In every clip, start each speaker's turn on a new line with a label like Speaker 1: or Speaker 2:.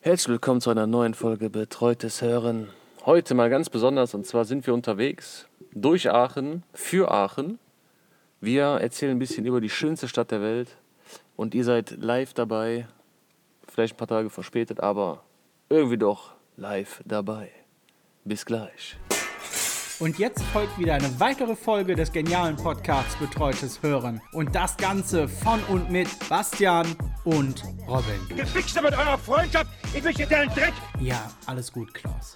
Speaker 1: Herzlich willkommen zu einer neuen Folge Betreutes Hören. Heute mal ganz besonders und zwar sind wir unterwegs durch Aachen, für Aachen. Wir erzählen ein bisschen über die schönste Stadt der Welt und ihr seid live dabei. Vielleicht ein paar Tage verspätet, aber irgendwie doch live dabei. Bis gleich.
Speaker 2: Und jetzt folgt wieder eine weitere Folge des genialen Podcasts Betreutes Hören. Und das Ganze von und mit Bastian und Robin.
Speaker 3: Gefickte mit eurer Freundschaft! Ich wünsche dir einen Dreck!
Speaker 2: Ja, alles gut, Klaus.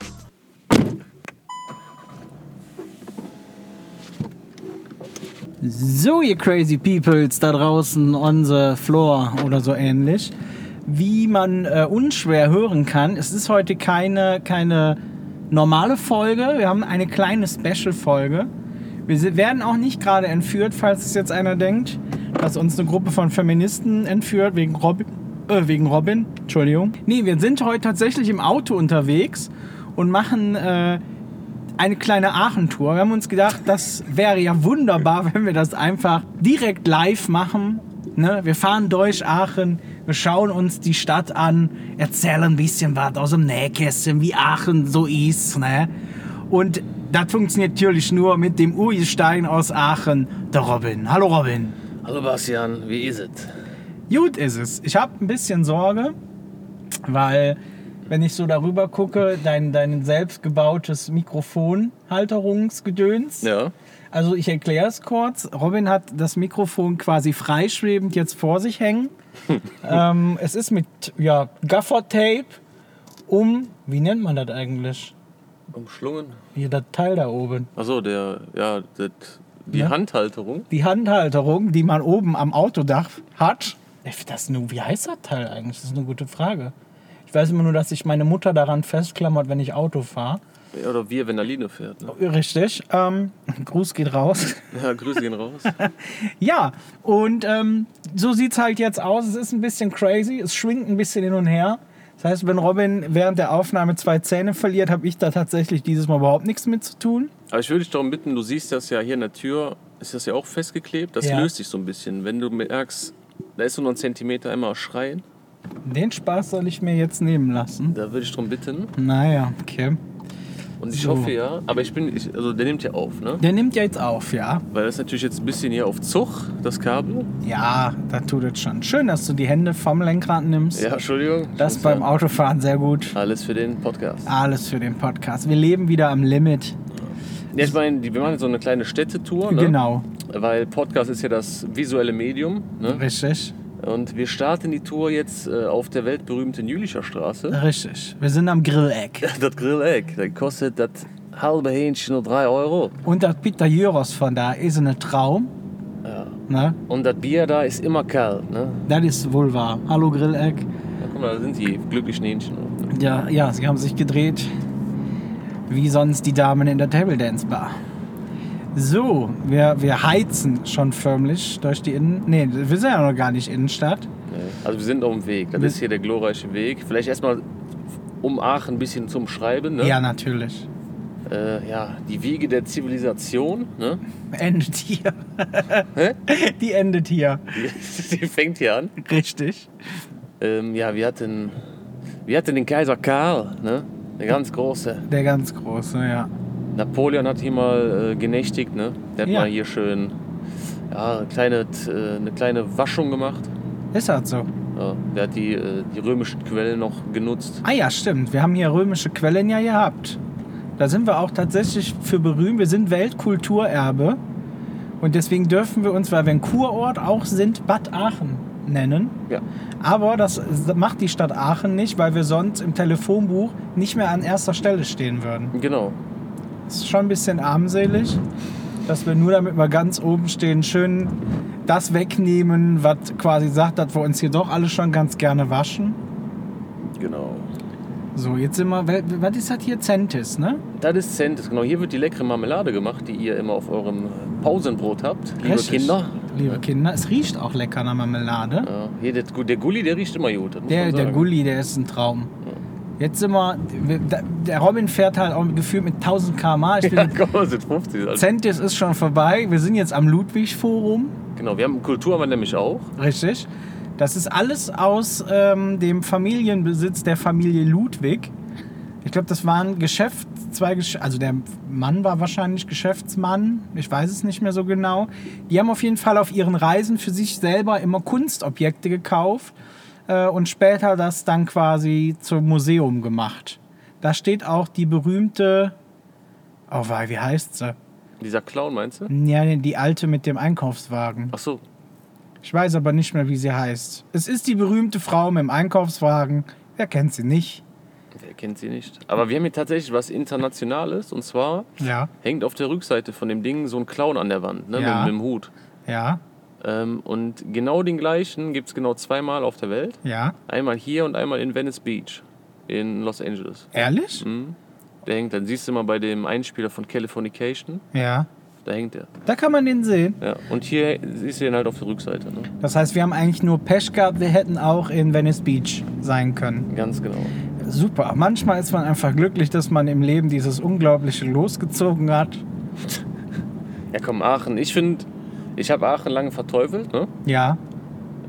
Speaker 2: So, ihr crazy peoples da draußen on the floor oder so ähnlich. Wie man äh, unschwer hören kann, es ist heute keine, keine normale Folge. Wir haben eine kleine Special-Folge. Wir se- werden auch nicht gerade entführt, falls es jetzt einer denkt, dass uns eine Gruppe von Feministen entführt wegen Robin. Äh, wegen Robin, Entschuldigung. Nee, wir sind heute tatsächlich im Auto unterwegs und machen äh, eine kleine Aachen-Tour. Wir haben uns gedacht, das wäre ja wunderbar, wenn wir das einfach direkt live machen. Ne? Wir fahren durch Aachen, wir schauen uns die Stadt an, erzählen ein bisschen was aus dem Nähkästchen, wie Aachen so ist. Ne? Und das funktioniert natürlich nur mit dem Uri Stein aus Aachen, der Robin. Hallo Robin.
Speaker 1: Hallo Bastian, wie ist es?
Speaker 2: Gut ist es. Ich habe ein bisschen Sorge, weil wenn ich so darüber gucke, dein, dein selbstgebautes Mikrofonhalterungsgedöns.
Speaker 1: Ja.
Speaker 2: Also ich erkläre es kurz. Robin hat das Mikrofon quasi freischwebend jetzt vor sich hängen. ähm, es ist mit ja, Gaffer-Tape um, wie nennt man das eigentlich?
Speaker 1: Umschlungen?
Speaker 2: Hier das Teil da oben.
Speaker 1: Achso, der, ja, das- die
Speaker 2: Ja.
Speaker 1: Handhalterung.
Speaker 2: Die Handhalterung, die man oben am Autodach hat. Ist Das nur, wie heißt das Teil eigentlich? Das ist eine gute Frage. Ich weiß immer nur, dass sich meine Mutter daran festklammert, wenn ich Auto fahre.
Speaker 1: Oder wir, wenn Aline fährt. Ne?
Speaker 2: Richtig. Ähm, Gruß geht raus.
Speaker 1: Ja, Grüße gehen raus.
Speaker 2: Ja, und ähm, so sieht's halt jetzt aus. Es ist ein bisschen crazy, es schwingt ein bisschen hin und her. Das heißt, wenn Robin während der Aufnahme zwei Zähne verliert, habe ich da tatsächlich dieses Mal überhaupt nichts mit zu tun.
Speaker 1: Aber ich würde dich darum bitten, du siehst das ja hier in der Tür, ist das ja auch festgeklebt. Das
Speaker 2: Ja.
Speaker 1: löst sich so ein bisschen. Wenn du merkst, da ist so noch ein Zentimeter einmal schreien,
Speaker 2: Den Spaß soll ich mir jetzt nehmen lassen.
Speaker 1: da würde ich darum bitten.
Speaker 2: Naja, okay.
Speaker 1: Und ich
Speaker 2: So.
Speaker 1: hoffe ja, aber ich bin, ich, also der nimmt ja auf, ne?
Speaker 2: Der nimmt ja jetzt auf, ja?
Speaker 1: Weil das ist natürlich jetzt ein bisschen hier auf Zug, das Kabel.
Speaker 2: Ja, da tut es schon. Schön, dass du die Hände vom Lenkrad nimmst.
Speaker 1: Ja, Entschuldigung.
Speaker 2: das
Speaker 1: Ich muss
Speaker 2: beim
Speaker 1: ja-
Speaker 2: Autofahren sehr gut.
Speaker 1: Alles für den Podcast.
Speaker 2: Alles für den Podcast. Wir leben wieder am Limit.
Speaker 1: Ja, ich meine, die- wir machen jetzt so eine kleine Städtetour, ne?
Speaker 2: Genau,
Speaker 1: Weil Podcast ist ja das visuelle Medium, ne?
Speaker 2: richtig.
Speaker 1: Und wir starten die Tour jetzt äh, auf der weltberühmten Jülicher Straße.
Speaker 2: Richtig. Wir sind am Grilleck.
Speaker 1: Das Grilleck, das kostet das halbe Hähnchen nur 3 Euro.
Speaker 2: Und das Peter Jöros von da ist ein Traum. Ne?
Speaker 1: Und das Bier da ist immer kalt. Ne?
Speaker 2: Das ist wohl wahr. Hallo Grilleck.
Speaker 1: Ja, guck mal, da sind die glücklichen Hähnchen.
Speaker 2: Ja, ja, sie haben sich gedreht. Wie sonst die Damen in der Table Dance Bar. So, wir, wir heizen schon förmlich durch die Innen... Nee, wir sind ja noch gar nicht Innenstadt.
Speaker 1: Ne? Also wir sind auf dem Weg. Das ist hier der glorreiche Weg. Vielleicht erstmal um Aachen ein bisschen zum Schreiben. Ne?
Speaker 2: Ja, natürlich.
Speaker 1: Äh, ja, die Wege der Zivilisation. Ne?
Speaker 2: Endet hier. die endet hier.
Speaker 1: Die, die fängt hier an.
Speaker 2: Richtig.
Speaker 1: Ähm, ja, wir hatten, wir hatten den Kaiser Karl. Ne? Der ganz große.
Speaker 2: Der ganz große, ja.
Speaker 1: Napoleon hat hier mal äh, genächtigt. Ne? Der hat
Speaker 2: Ja.
Speaker 1: mal hier schön ja, eine, kleine, t- äh, eine kleine Waschung gemacht.
Speaker 2: Ist halt so.
Speaker 1: Ja, der hat die, äh, die römischen Quellen noch genutzt.
Speaker 2: Ah ja, stimmt. Wir haben hier römische Quellen ja gehabt. Da sind wir auch tatsächlich für berühmt. Wir sind Weltkulturerbe. Und deswegen dürfen wir uns, weil wir ein Kurort auch sind, Bad Aachen nennen.
Speaker 1: Ja.
Speaker 2: Aber das macht die Stadt Aachen nicht, weil wir sonst im Telefonbuch nicht mehr an erster Stelle stehen würden.
Speaker 1: Genau.
Speaker 2: Das ist schon ein bisschen armselig, dass wir nur damit wir ganz oben stehen, schön das wegnehmen, was quasi sagt, dass wir uns hier doch alle schon ganz gerne waschen.
Speaker 1: Genau.
Speaker 2: So, jetzt sind wir, wel- was ist das hier? Centis, ne?
Speaker 1: Das ist Centis. Genau, hier wird die leckere Marmelade gemacht, die ihr immer auf eurem äh, Pausenbrot habt, liebe
Speaker 2: Richtig.
Speaker 1: Kinder.
Speaker 2: Liebe Kinder, es riecht auch lecker nach Marmelade.
Speaker 1: Ja, hier der, der Gulli, der riecht immer gut. Das muss
Speaker 2: Der,
Speaker 1: man sagen.
Speaker 2: der Gulli, der ist ein Traum. Jetzt sind wir, wir- da- der Robin fährt halt auch gefühlt mit 1000 km/h. Ich bin
Speaker 1: Ja, komm, wir sind 50. Also,
Speaker 2: Centis ist schon vorbei. Wir sind jetzt am Ludwig-Forum,
Speaker 1: genau, wir haben Kultur haben wir nämlich auch.
Speaker 2: richtig. Das ist alles aus ähm, dem Familienbesitz der Familie Ludwig. Ich glaube, das waren Geschäft, zwei Gesch also der Mann war wahrscheinlich Geschäftsmann, ich weiß es nicht mehr so genau. Die haben auf jeden Fall auf ihren Reisen für sich selber immer Kunstobjekte gekauft äh, und später das dann quasi zum Museum gemacht. Da steht auch die berühmte, oh wei, wie heißt sie?
Speaker 1: Dieser Clown, meinst du?
Speaker 2: Ja, nee, die alte mit dem Einkaufswagen.
Speaker 1: Ach so.
Speaker 2: Ich weiß aber nicht mehr, wie sie heißt. Es ist die berühmte Frau mit dem Einkaufswagen. Wer kennt sie nicht?
Speaker 1: Wer kennt sie nicht? Aber wir haben hier tatsächlich was Internationales und zwar
Speaker 2: Ja.
Speaker 1: hängt auf der Rückseite von dem Ding so ein Clown an der Wand, ne?
Speaker 2: Ja.
Speaker 1: Mit, mit dem Hut.
Speaker 2: Ja,
Speaker 1: Ähm, und genau den gleichen gibt es genau zweimal auf der Welt.
Speaker 2: ja.
Speaker 1: Einmal hier und einmal in Venice Beach in Los Angeles. Hm?
Speaker 2: Ehrlich?
Speaker 1: Der hängt, dann siehst du mal bei dem Einspieler von Californication,
Speaker 2: Ja.
Speaker 1: da hängt er.
Speaker 2: Da kann man den sehen.
Speaker 1: Ja. Und hier siehst du den halt auf der Rückseite. Ne?
Speaker 2: Das heißt, wir haben eigentlich nur Pech gehabt, wir hätten auch in Venice Beach sein können.
Speaker 1: Ganz genau.
Speaker 2: Super. Manchmal ist man einfach glücklich, dass man im Leben dieses Unglaubliche losgezogen hat.
Speaker 1: Ja, komm, Aachen. Ich finde, ich habe Aachen lange verteufelt, ne?
Speaker 2: Ja,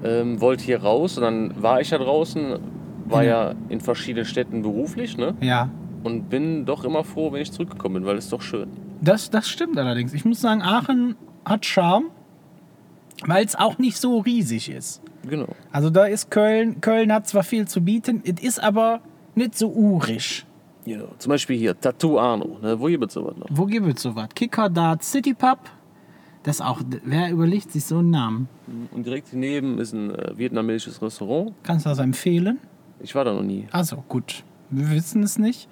Speaker 1: ähm, wollte hier raus und dann war ich ja draußen, war ja in verschiedenen Städten beruflich ne?
Speaker 2: ja.
Speaker 1: und bin doch immer froh, wenn ich zurückgekommen bin, weil es ist doch schön.
Speaker 2: Das, das stimmt allerdings. Ich muss sagen, Aachen hat Charme, weil es auch nicht so riesig ist.
Speaker 1: Genau.
Speaker 2: Also da ist Köln, Köln hat zwar viel zu bieten, es ist aber nicht so urig.
Speaker 1: genau. Zum Beispiel hier, Tattoo Arno. Ne? Wo gibt es sowas noch?
Speaker 2: Wo gibt es sowas? Kicker, Dart, City Pub? Das auch, wer überlegt sich so einen Namen?
Speaker 1: Und direkt daneben ist ein äh, vietnamesisches Restaurant.
Speaker 2: Kannst du das empfehlen?
Speaker 1: Ich war da noch nie.
Speaker 2: Also gut, wir wissen es nicht.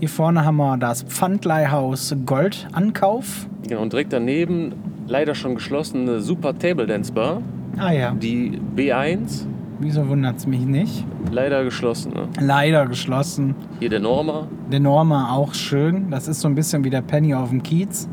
Speaker 2: Hier vorne haben wir das Pfandleihhaus Goldankauf.
Speaker 1: Genau. Und direkt daneben, leider schon geschlossene Super Table Dance Bar.
Speaker 2: Ah ja,
Speaker 1: Die B1,
Speaker 2: wieso wundert es mich nicht?
Speaker 1: leider geschlossen. Ne?
Speaker 2: Leider geschlossen.
Speaker 1: Hier der Norma.
Speaker 2: Der Norma auch schön. Das ist so ein bisschen wie der Penny auf dem Kiez.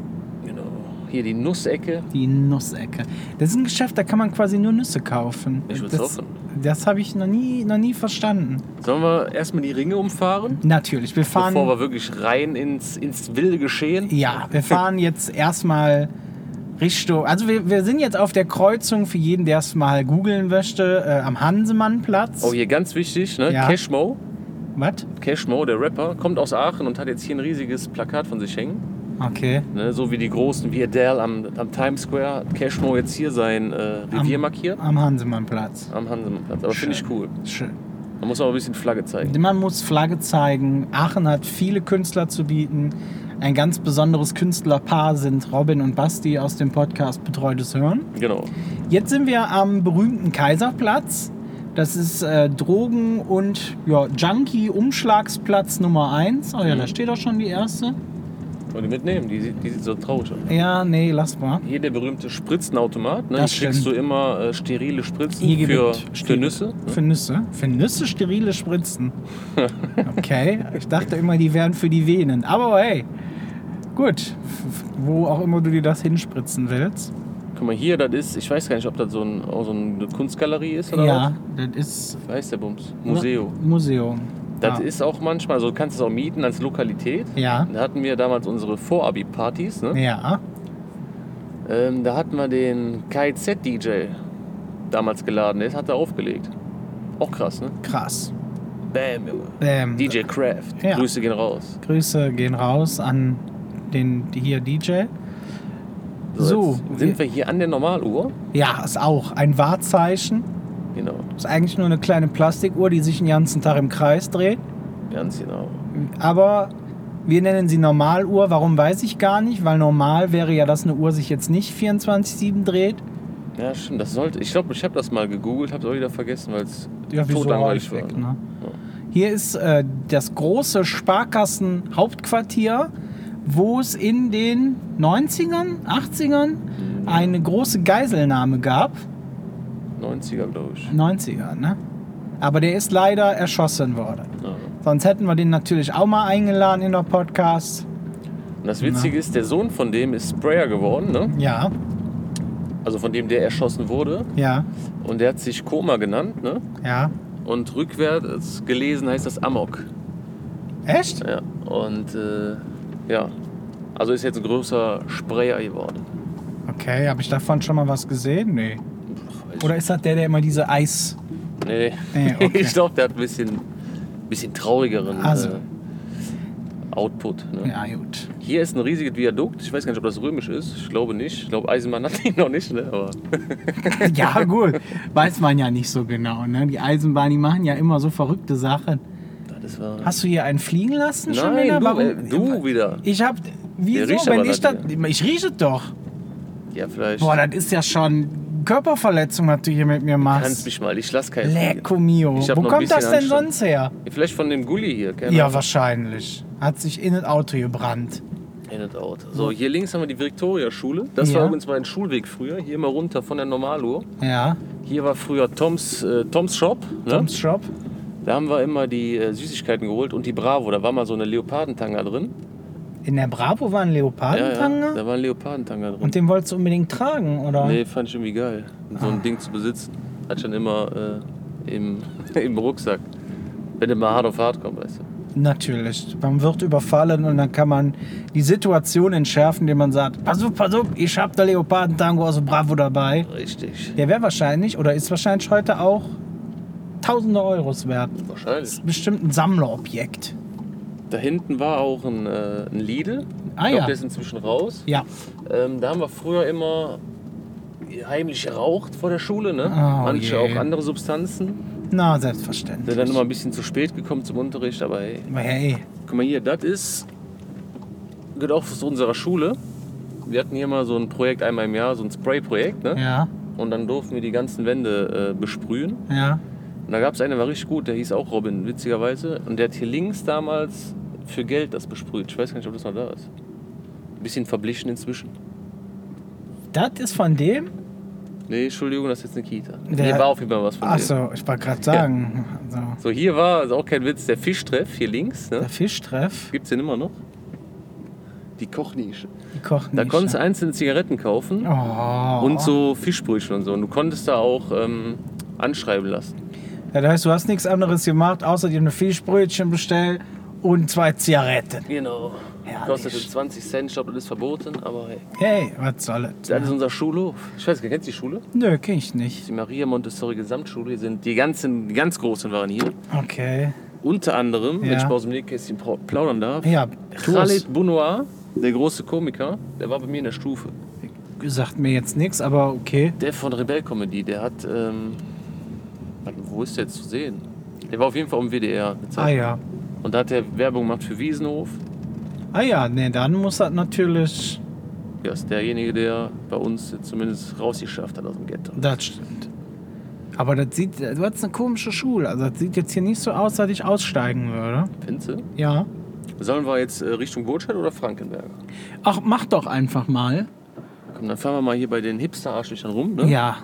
Speaker 1: Genau. Hier die Nussecke.
Speaker 2: Die Nussecke. Das ist ein Geschäft, da kann man quasi nur Nüsse kaufen.
Speaker 1: Ich würd's
Speaker 2: das
Speaker 1: hoffen.
Speaker 2: das habe ich noch nie, noch nie verstanden.
Speaker 1: Sollen wir erstmal die Ringe umfahren?
Speaker 2: Natürlich, wir fahren.
Speaker 1: Bevor wir wirklich rein ins, ins wilde Geschehen.
Speaker 2: Ja, wir fahren jetzt erstmal Richtung. Also wir, wir sind jetzt auf der Kreuzung für jeden, der es mal googeln möchte, äh, am Hansemannplatz.
Speaker 1: Oh, hier ganz wichtig, ne?
Speaker 2: Ja.
Speaker 1: Cashmo.
Speaker 2: Was?
Speaker 1: Cashmo, der Rapper, kommt aus Aachen und hat jetzt hier ein riesiges Plakat von sich hängen.
Speaker 2: Okay.
Speaker 1: Ne? So wie die Großen, wie Adele am, am Times Square, hat Cashmo jetzt hier sein äh, Revier markiert.
Speaker 2: Am Hansemannplatz.
Speaker 1: Am Hansemannplatz. Aber finde ich cool.
Speaker 2: Schön.
Speaker 1: Man muss aber ein bisschen Flagge zeigen.
Speaker 2: Man muss Flagge zeigen. Aachen hat viele Künstler zu bieten. Ein ganz besonderes Künstlerpaar sind Robin und Basti aus dem Podcast Betreutes Hören.
Speaker 1: Genau.
Speaker 2: Jetzt sind wir am berühmten Kaiserplatz. Das ist äh, Drogen- und ja, Junkie-Umschlagsplatz Nummer 1.
Speaker 1: Mhm.
Speaker 2: Oh ja, da steht auch schon die erste.
Speaker 1: Und die mitnehmen, die, sieht- die sieht so traurig aus.
Speaker 2: Ja, nee, lass mal.
Speaker 1: Hier der berühmte Spritzenautomat. Ne? Hier
Speaker 2: Das
Speaker 1: kriegst du
Speaker 2: stimmt.
Speaker 1: immer äh, sterile Spritzen
Speaker 2: Hier
Speaker 1: für,
Speaker 2: gibt-
Speaker 1: für Nüsse. ne?
Speaker 2: Für Nüsse? Für Nüsse sterile Spritzen. Okay, ich dachte immer, die wären für die Venen. Aber hey, gut. Wo auch immer du dir das hinspritzen willst.
Speaker 1: Guck mal, hier, das ist, ich weiß gar nicht, ob das so, ein, auch so eine Kunstgalerie ist oder
Speaker 2: Ja, das ist Ah.
Speaker 1: was. Weiß der Bums. Museum.
Speaker 2: Museum.
Speaker 1: Das
Speaker 2: ja.
Speaker 1: ist auch manchmal, so du kannst es auch mieten als Lokalität.
Speaker 2: Ja.
Speaker 1: Da hatten wir damals unsere Vorabi-Partys. Ne?
Speaker 2: Ja.
Speaker 1: Ähm, da hatten wir den KZ-DJ damals geladen. Der hat da aufgelegt. Auch krass, ne?
Speaker 2: Krass.
Speaker 1: Bam, Junge.
Speaker 2: Ähm,
Speaker 1: DJ Kraft.
Speaker 2: Ja.
Speaker 1: Grüße gehen raus.
Speaker 2: Grüße gehen raus an den hier DJ. So.
Speaker 1: jetzt sind wir hier an der Normaluhr.
Speaker 2: Ja, ist auch ein Wahrzeichen.
Speaker 1: Genau,
Speaker 2: Ist eigentlich nur eine kleine Plastikuhr, die sich den ganzen Tag im Kreis dreht.
Speaker 1: ganz genau.
Speaker 2: Aber wir nennen sie Normaluhr. Warum weiß ich gar nicht, weil normal wäre ja, dass eine Uhr sich jetzt nicht 24-7 dreht.
Speaker 1: Ja, stimmt, das sollte. Ich glaube, ich habe das mal gegoogelt, habe es auch wieder vergessen, weil es
Speaker 2: Ja, wieso
Speaker 1: totlangweilig war.
Speaker 2: häufig, ne? Hier ist äh, das große Sparkassen-Hauptquartier, wo es in den 90ern, 80ern eine große Geiselnahme gab.
Speaker 1: 90er, glaube ich.
Speaker 2: 90er, ne? Aber der ist leider erschossen worden.
Speaker 1: Ja.
Speaker 2: Sonst hätten wir den natürlich auch mal eingeladen in der Podcast.
Speaker 1: Und das Witzige ist, der Sohn von dem ist Sprayer geworden, ne?
Speaker 2: Ja,
Speaker 1: Also von dem, der erschossen wurde.
Speaker 2: ja,
Speaker 1: Und der hat sich Koma genannt, ne?
Speaker 2: ja.
Speaker 1: Und rückwärts gelesen heißt das Amok.
Speaker 2: Echt?
Speaker 1: Ja. Und äh, ja. Also ist jetzt ein größer Sprayer geworden.
Speaker 2: Okay, habe ich davon schon mal was gesehen? Nee.
Speaker 1: Pff, weiß
Speaker 2: Oder ist das der, der immer diese Eis.
Speaker 1: Nee.
Speaker 2: Nee, okay.
Speaker 1: ich glaube, der hat ein bisschen, bisschen traurigeren
Speaker 2: Also.
Speaker 1: äh, Output. Ne?
Speaker 2: Ja, gut.
Speaker 1: Hier ist ein riesiges Viadukt. Ich weiß gar nicht, ob das römisch ist. Ich glaube nicht. Ich glaube, Eisenbahn hat ihn noch nicht. Ne? Aber
Speaker 2: Ja, gut. Weiß man ja nicht so genau. Ne? Die Eisenbahn, die machen ja immer so verrückte Sachen.
Speaker 1: das war.
Speaker 2: Hast du hier einen fliegen lassen schon
Speaker 1: Nein,
Speaker 2: wieder?
Speaker 1: du,
Speaker 2: Warum-
Speaker 1: äh, du wieder.
Speaker 2: Ich hab. Wieso,
Speaker 1: riecht
Speaker 2: wenn
Speaker 1: aber
Speaker 2: ich das.
Speaker 1: nach
Speaker 2: Ich rieche es doch.
Speaker 1: Ja, vielleicht.
Speaker 2: Boah, das ist ja schon Körperverletzung, was du hier mit mir
Speaker 1: kannst
Speaker 2: machst.
Speaker 1: mich mal. Ich lass keinen.
Speaker 2: Lecco mio.
Speaker 1: um Ich hab
Speaker 2: Wo
Speaker 1: noch ein
Speaker 2: kommt das
Speaker 1: bisschen
Speaker 2: denn
Speaker 1: Anstand. ne?
Speaker 2: sonst her?
Speaker 1: fliegen. Vielleicht von dem Gully hier. Keine
Speaker 2: Ja,
Speaker 1: Ahnung.
Speaker 2: wahrscheinlich. Hat sich in das Auto gebrannt.
Speaker 1: In and out. So, hier links haben wir die Viktoria-Schule. Das
Speaker 2: Ja.
Speaker 1: war übrigens mein Schulweg früher. Hier mal runter von der Normaluhr.
Speaker 2: Ja.
Speaker 1: Hier war früher Toms, äh, Toms Shop. Ne?
Speaker 2: Tom's Shop.
Speaker 1: Da haben wir immer die äh, Süßigkeiten geholt und die Bravo. Da war mal so eine Leopardentanga drin.
Speaker 2: In der Bravo war ein Leopardentanger.
Speaker 1: da war ein Leopardentanga drin.
Speaker 2: Und den wolltest du unbedingt tragen, oder?
Speaker 1: Nee, fand ich irgendwie geil, so
Speaker 2: Ah.
Speaker 1: ein Ding zu besitzen. Hat schon immer äh, im, im Rucksack. Wenn du mal hart auf hart kommst, weißt du.
Speaker 2: Natürlich. Man wird überfallen und dann kann man die Situation entschärfen, indem man sagt, pass auf, pass auf, ich hab da Leopardentango aus dem Bravo dabei.
Speaker 1: Richtig.
Speaker 2: Der wäre wahrscheinlich, oder ist wahrscheinlich heute auch tausende Euros wert.
Speaker 1: Wahrscheinlich.
Speaker 2: Bestimmt ein Sammlerobjekt.
Speaker 1: Da hinten war auch ein, äh, ein Lidl.
Speaker 2: Ah,
Speaker 1: ich glaube,
Speaker 2: ja.
Speaker 1: der ist inzwischen raus.
Speaker 2: Ja.
Speaker 1: Ähm, da haben wir früher immer heimlich geraucht vor der Schule, ne?
Speaker 2: Oh
Speaker 1: Manche
Speaker 2: je.
Speaker 1: auch andere Substanzen.
Speaker 2: Na,
Speaker 1: Sind dann
Speaker 2: selbstverständlich.
Speaker 1: immer ein bisschen zu spät gekommen zum Unterricht, aber hey.
Speaker 2: Aber hey,
Speaker 1: Guck mal hier, das ist geht auch aus unserer Schule. Wir hatten hier mal so ein Projekt einmal im Jahr, so ein Spray-Projekt, ne?
Speaker 2: ja,
Speaker 1: Und dann durften wir die ganzen Wände äh, besprühen.
Speaker 2: ja.
Speaker 1: Und da gab es einen, der war richtig gut, der hieß auch Robin, witzigerweise. Und der hat hier links damals für Geld das besprüht. Ich weiß gar nicht, ob das noch da ist. Ein bisschen verblichen inzwischen.
Speaker 2: Das ist von dem?
Speaker 1: Nee, Entschuldigung, das ist jetzt eine Kita.
Speaker 2: Der-
Speaker 1: hier war auf jeden Fall was von dem.
Speaker 2: Achso, ich wollte gerade sagen. Also,
Speaker 1: So, hier war, also auch kein Witz, der Fischtreff hier links. Ne?
Speaker 2: der Fischtreff,
Speaker 1: Gibt es den immer noch? Die Kochnische.
Speaker 2: die kochen
Speaker 1: Da konntest du einzelne Zigaretten kaufen
Speaker 2: Oh.
Speaker 1: und so Fischbrötchen und so. Und du konntest da auch ähm, anschreiben lassen.
Speaker 2: Ja, das heißt, du hast nichts anderes gemacht, außer dir eine Fischbrötchen bestellt und zwei Zigaretten.
Speaker 1: Genau.
Speaker 2: Herrlich.
Speaker 1: Kostete 20 Cent, ich glaube, das ist verboten, aber hey.
Speaker 2: Hey, was soll das?
Speaker 1: Das ist unser Schulhof. Ich weiß gar nicht, kennst du die Schule?
Speaker 2: Nö, kenn ich nicht.
Speaker 1: Die Maria Montessori Gesamtschule. Hier sind die ganzen, die ganz großen waren hier.
Speaker 2: Okay.
Speaker 1: Unter anderem,
Speaker 2: Ja.
Speaker 1: wenn ich mal aus dem Nähkästchen pra- plaudern darf,
Speaker 2: Ja, du hast
Speaker 1: Khalid Bounoir, der große Komiker, der war bei mir in der Stufe.
Speaker 2: sagt mir jetzt nichts, aber okay.
Speaker 1: Der von Rebell Comedy, der hat, ähm, warte, wo ist der jetzt zu sehen? Der war auf jeden Fall im WDR. eine Zeit.
Speaker 2: Ah ja.
Speaker 1: Und da hat er Werbung gemacht für Wiesenhof.
Speaker 2: Ah ja, nee, dann muss das natürlich.
Speaker 1: Der ist derjenige, der bei uns jetzt zumindest rausgeschafft hat aus dem Ghetto.
Speaker 2: Das stimmt. Aber das sieht. Du hast eine komische Schule. Also, das sieht jetzt hier nicht so aus, dass ich aussteigen würde.
Speaker 1: Pinze.
Speaker 2: Ja.
Speaker 1: Sollen wir jetzt äh, Richtung Burtscheid oder Frankenberger?
Speaker 2: Ach, mach doch einfach mal.
Speaker 1: Komm, dann fahren wir mal hier bei den Hipster-Arschlöchern rum. Ne?
Speaker 2: Ja.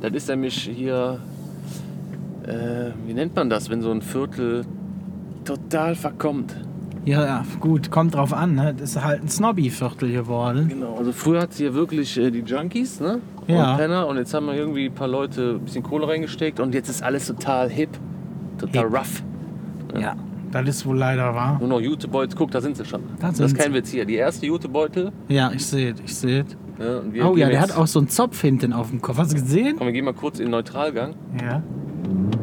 Speaker 1: Das ist nämlich hier, äh, wie nennt man das, wenn so ein Viertel total verkommt?
Speaker 2: Ja, ja, gut, kommt drauf an. Ne? Das ist halt ein Snobby-Viertel geworden.
Speaker 1: Genau, also früher hat es hier wirklich äh, die Junkies ne?
Speaker 2: Ja.
Speaker 1: und Penner und jetzt haben wir irgendwie ein paar Leute ein bisschen Kohle reingesteckt und jetzt ist alles total hip, total
Speaker 2: Hip.
Speaker 1: rough. ne?
Speaker 2: Ja. Das ist wohl leider wahr.
Speaker 1: Nur noch Jutebeutel, guck, da sind sie schon.
Speaker 2: Da sind
Speaker 1: das ist kein
Speaker 2: sie.
Speaker 1: Witz hier. Die erste Jutebeutel.
Speaker 2: Ja, ich sehe ich sehe
Speaker 1: Ne? Und wir
Speaker 2: Oh
Speaker 1: gehen
Speaker 2: ja, der
Speaker 1: jetzt-
Speaker 2: hat auch so einen Zopf hinten auf dem Kopf. Hast du gesehen?
Speaker 1: Komm, wir gehen mal kurz in den Neutralgang.
Speaker 2: Ja.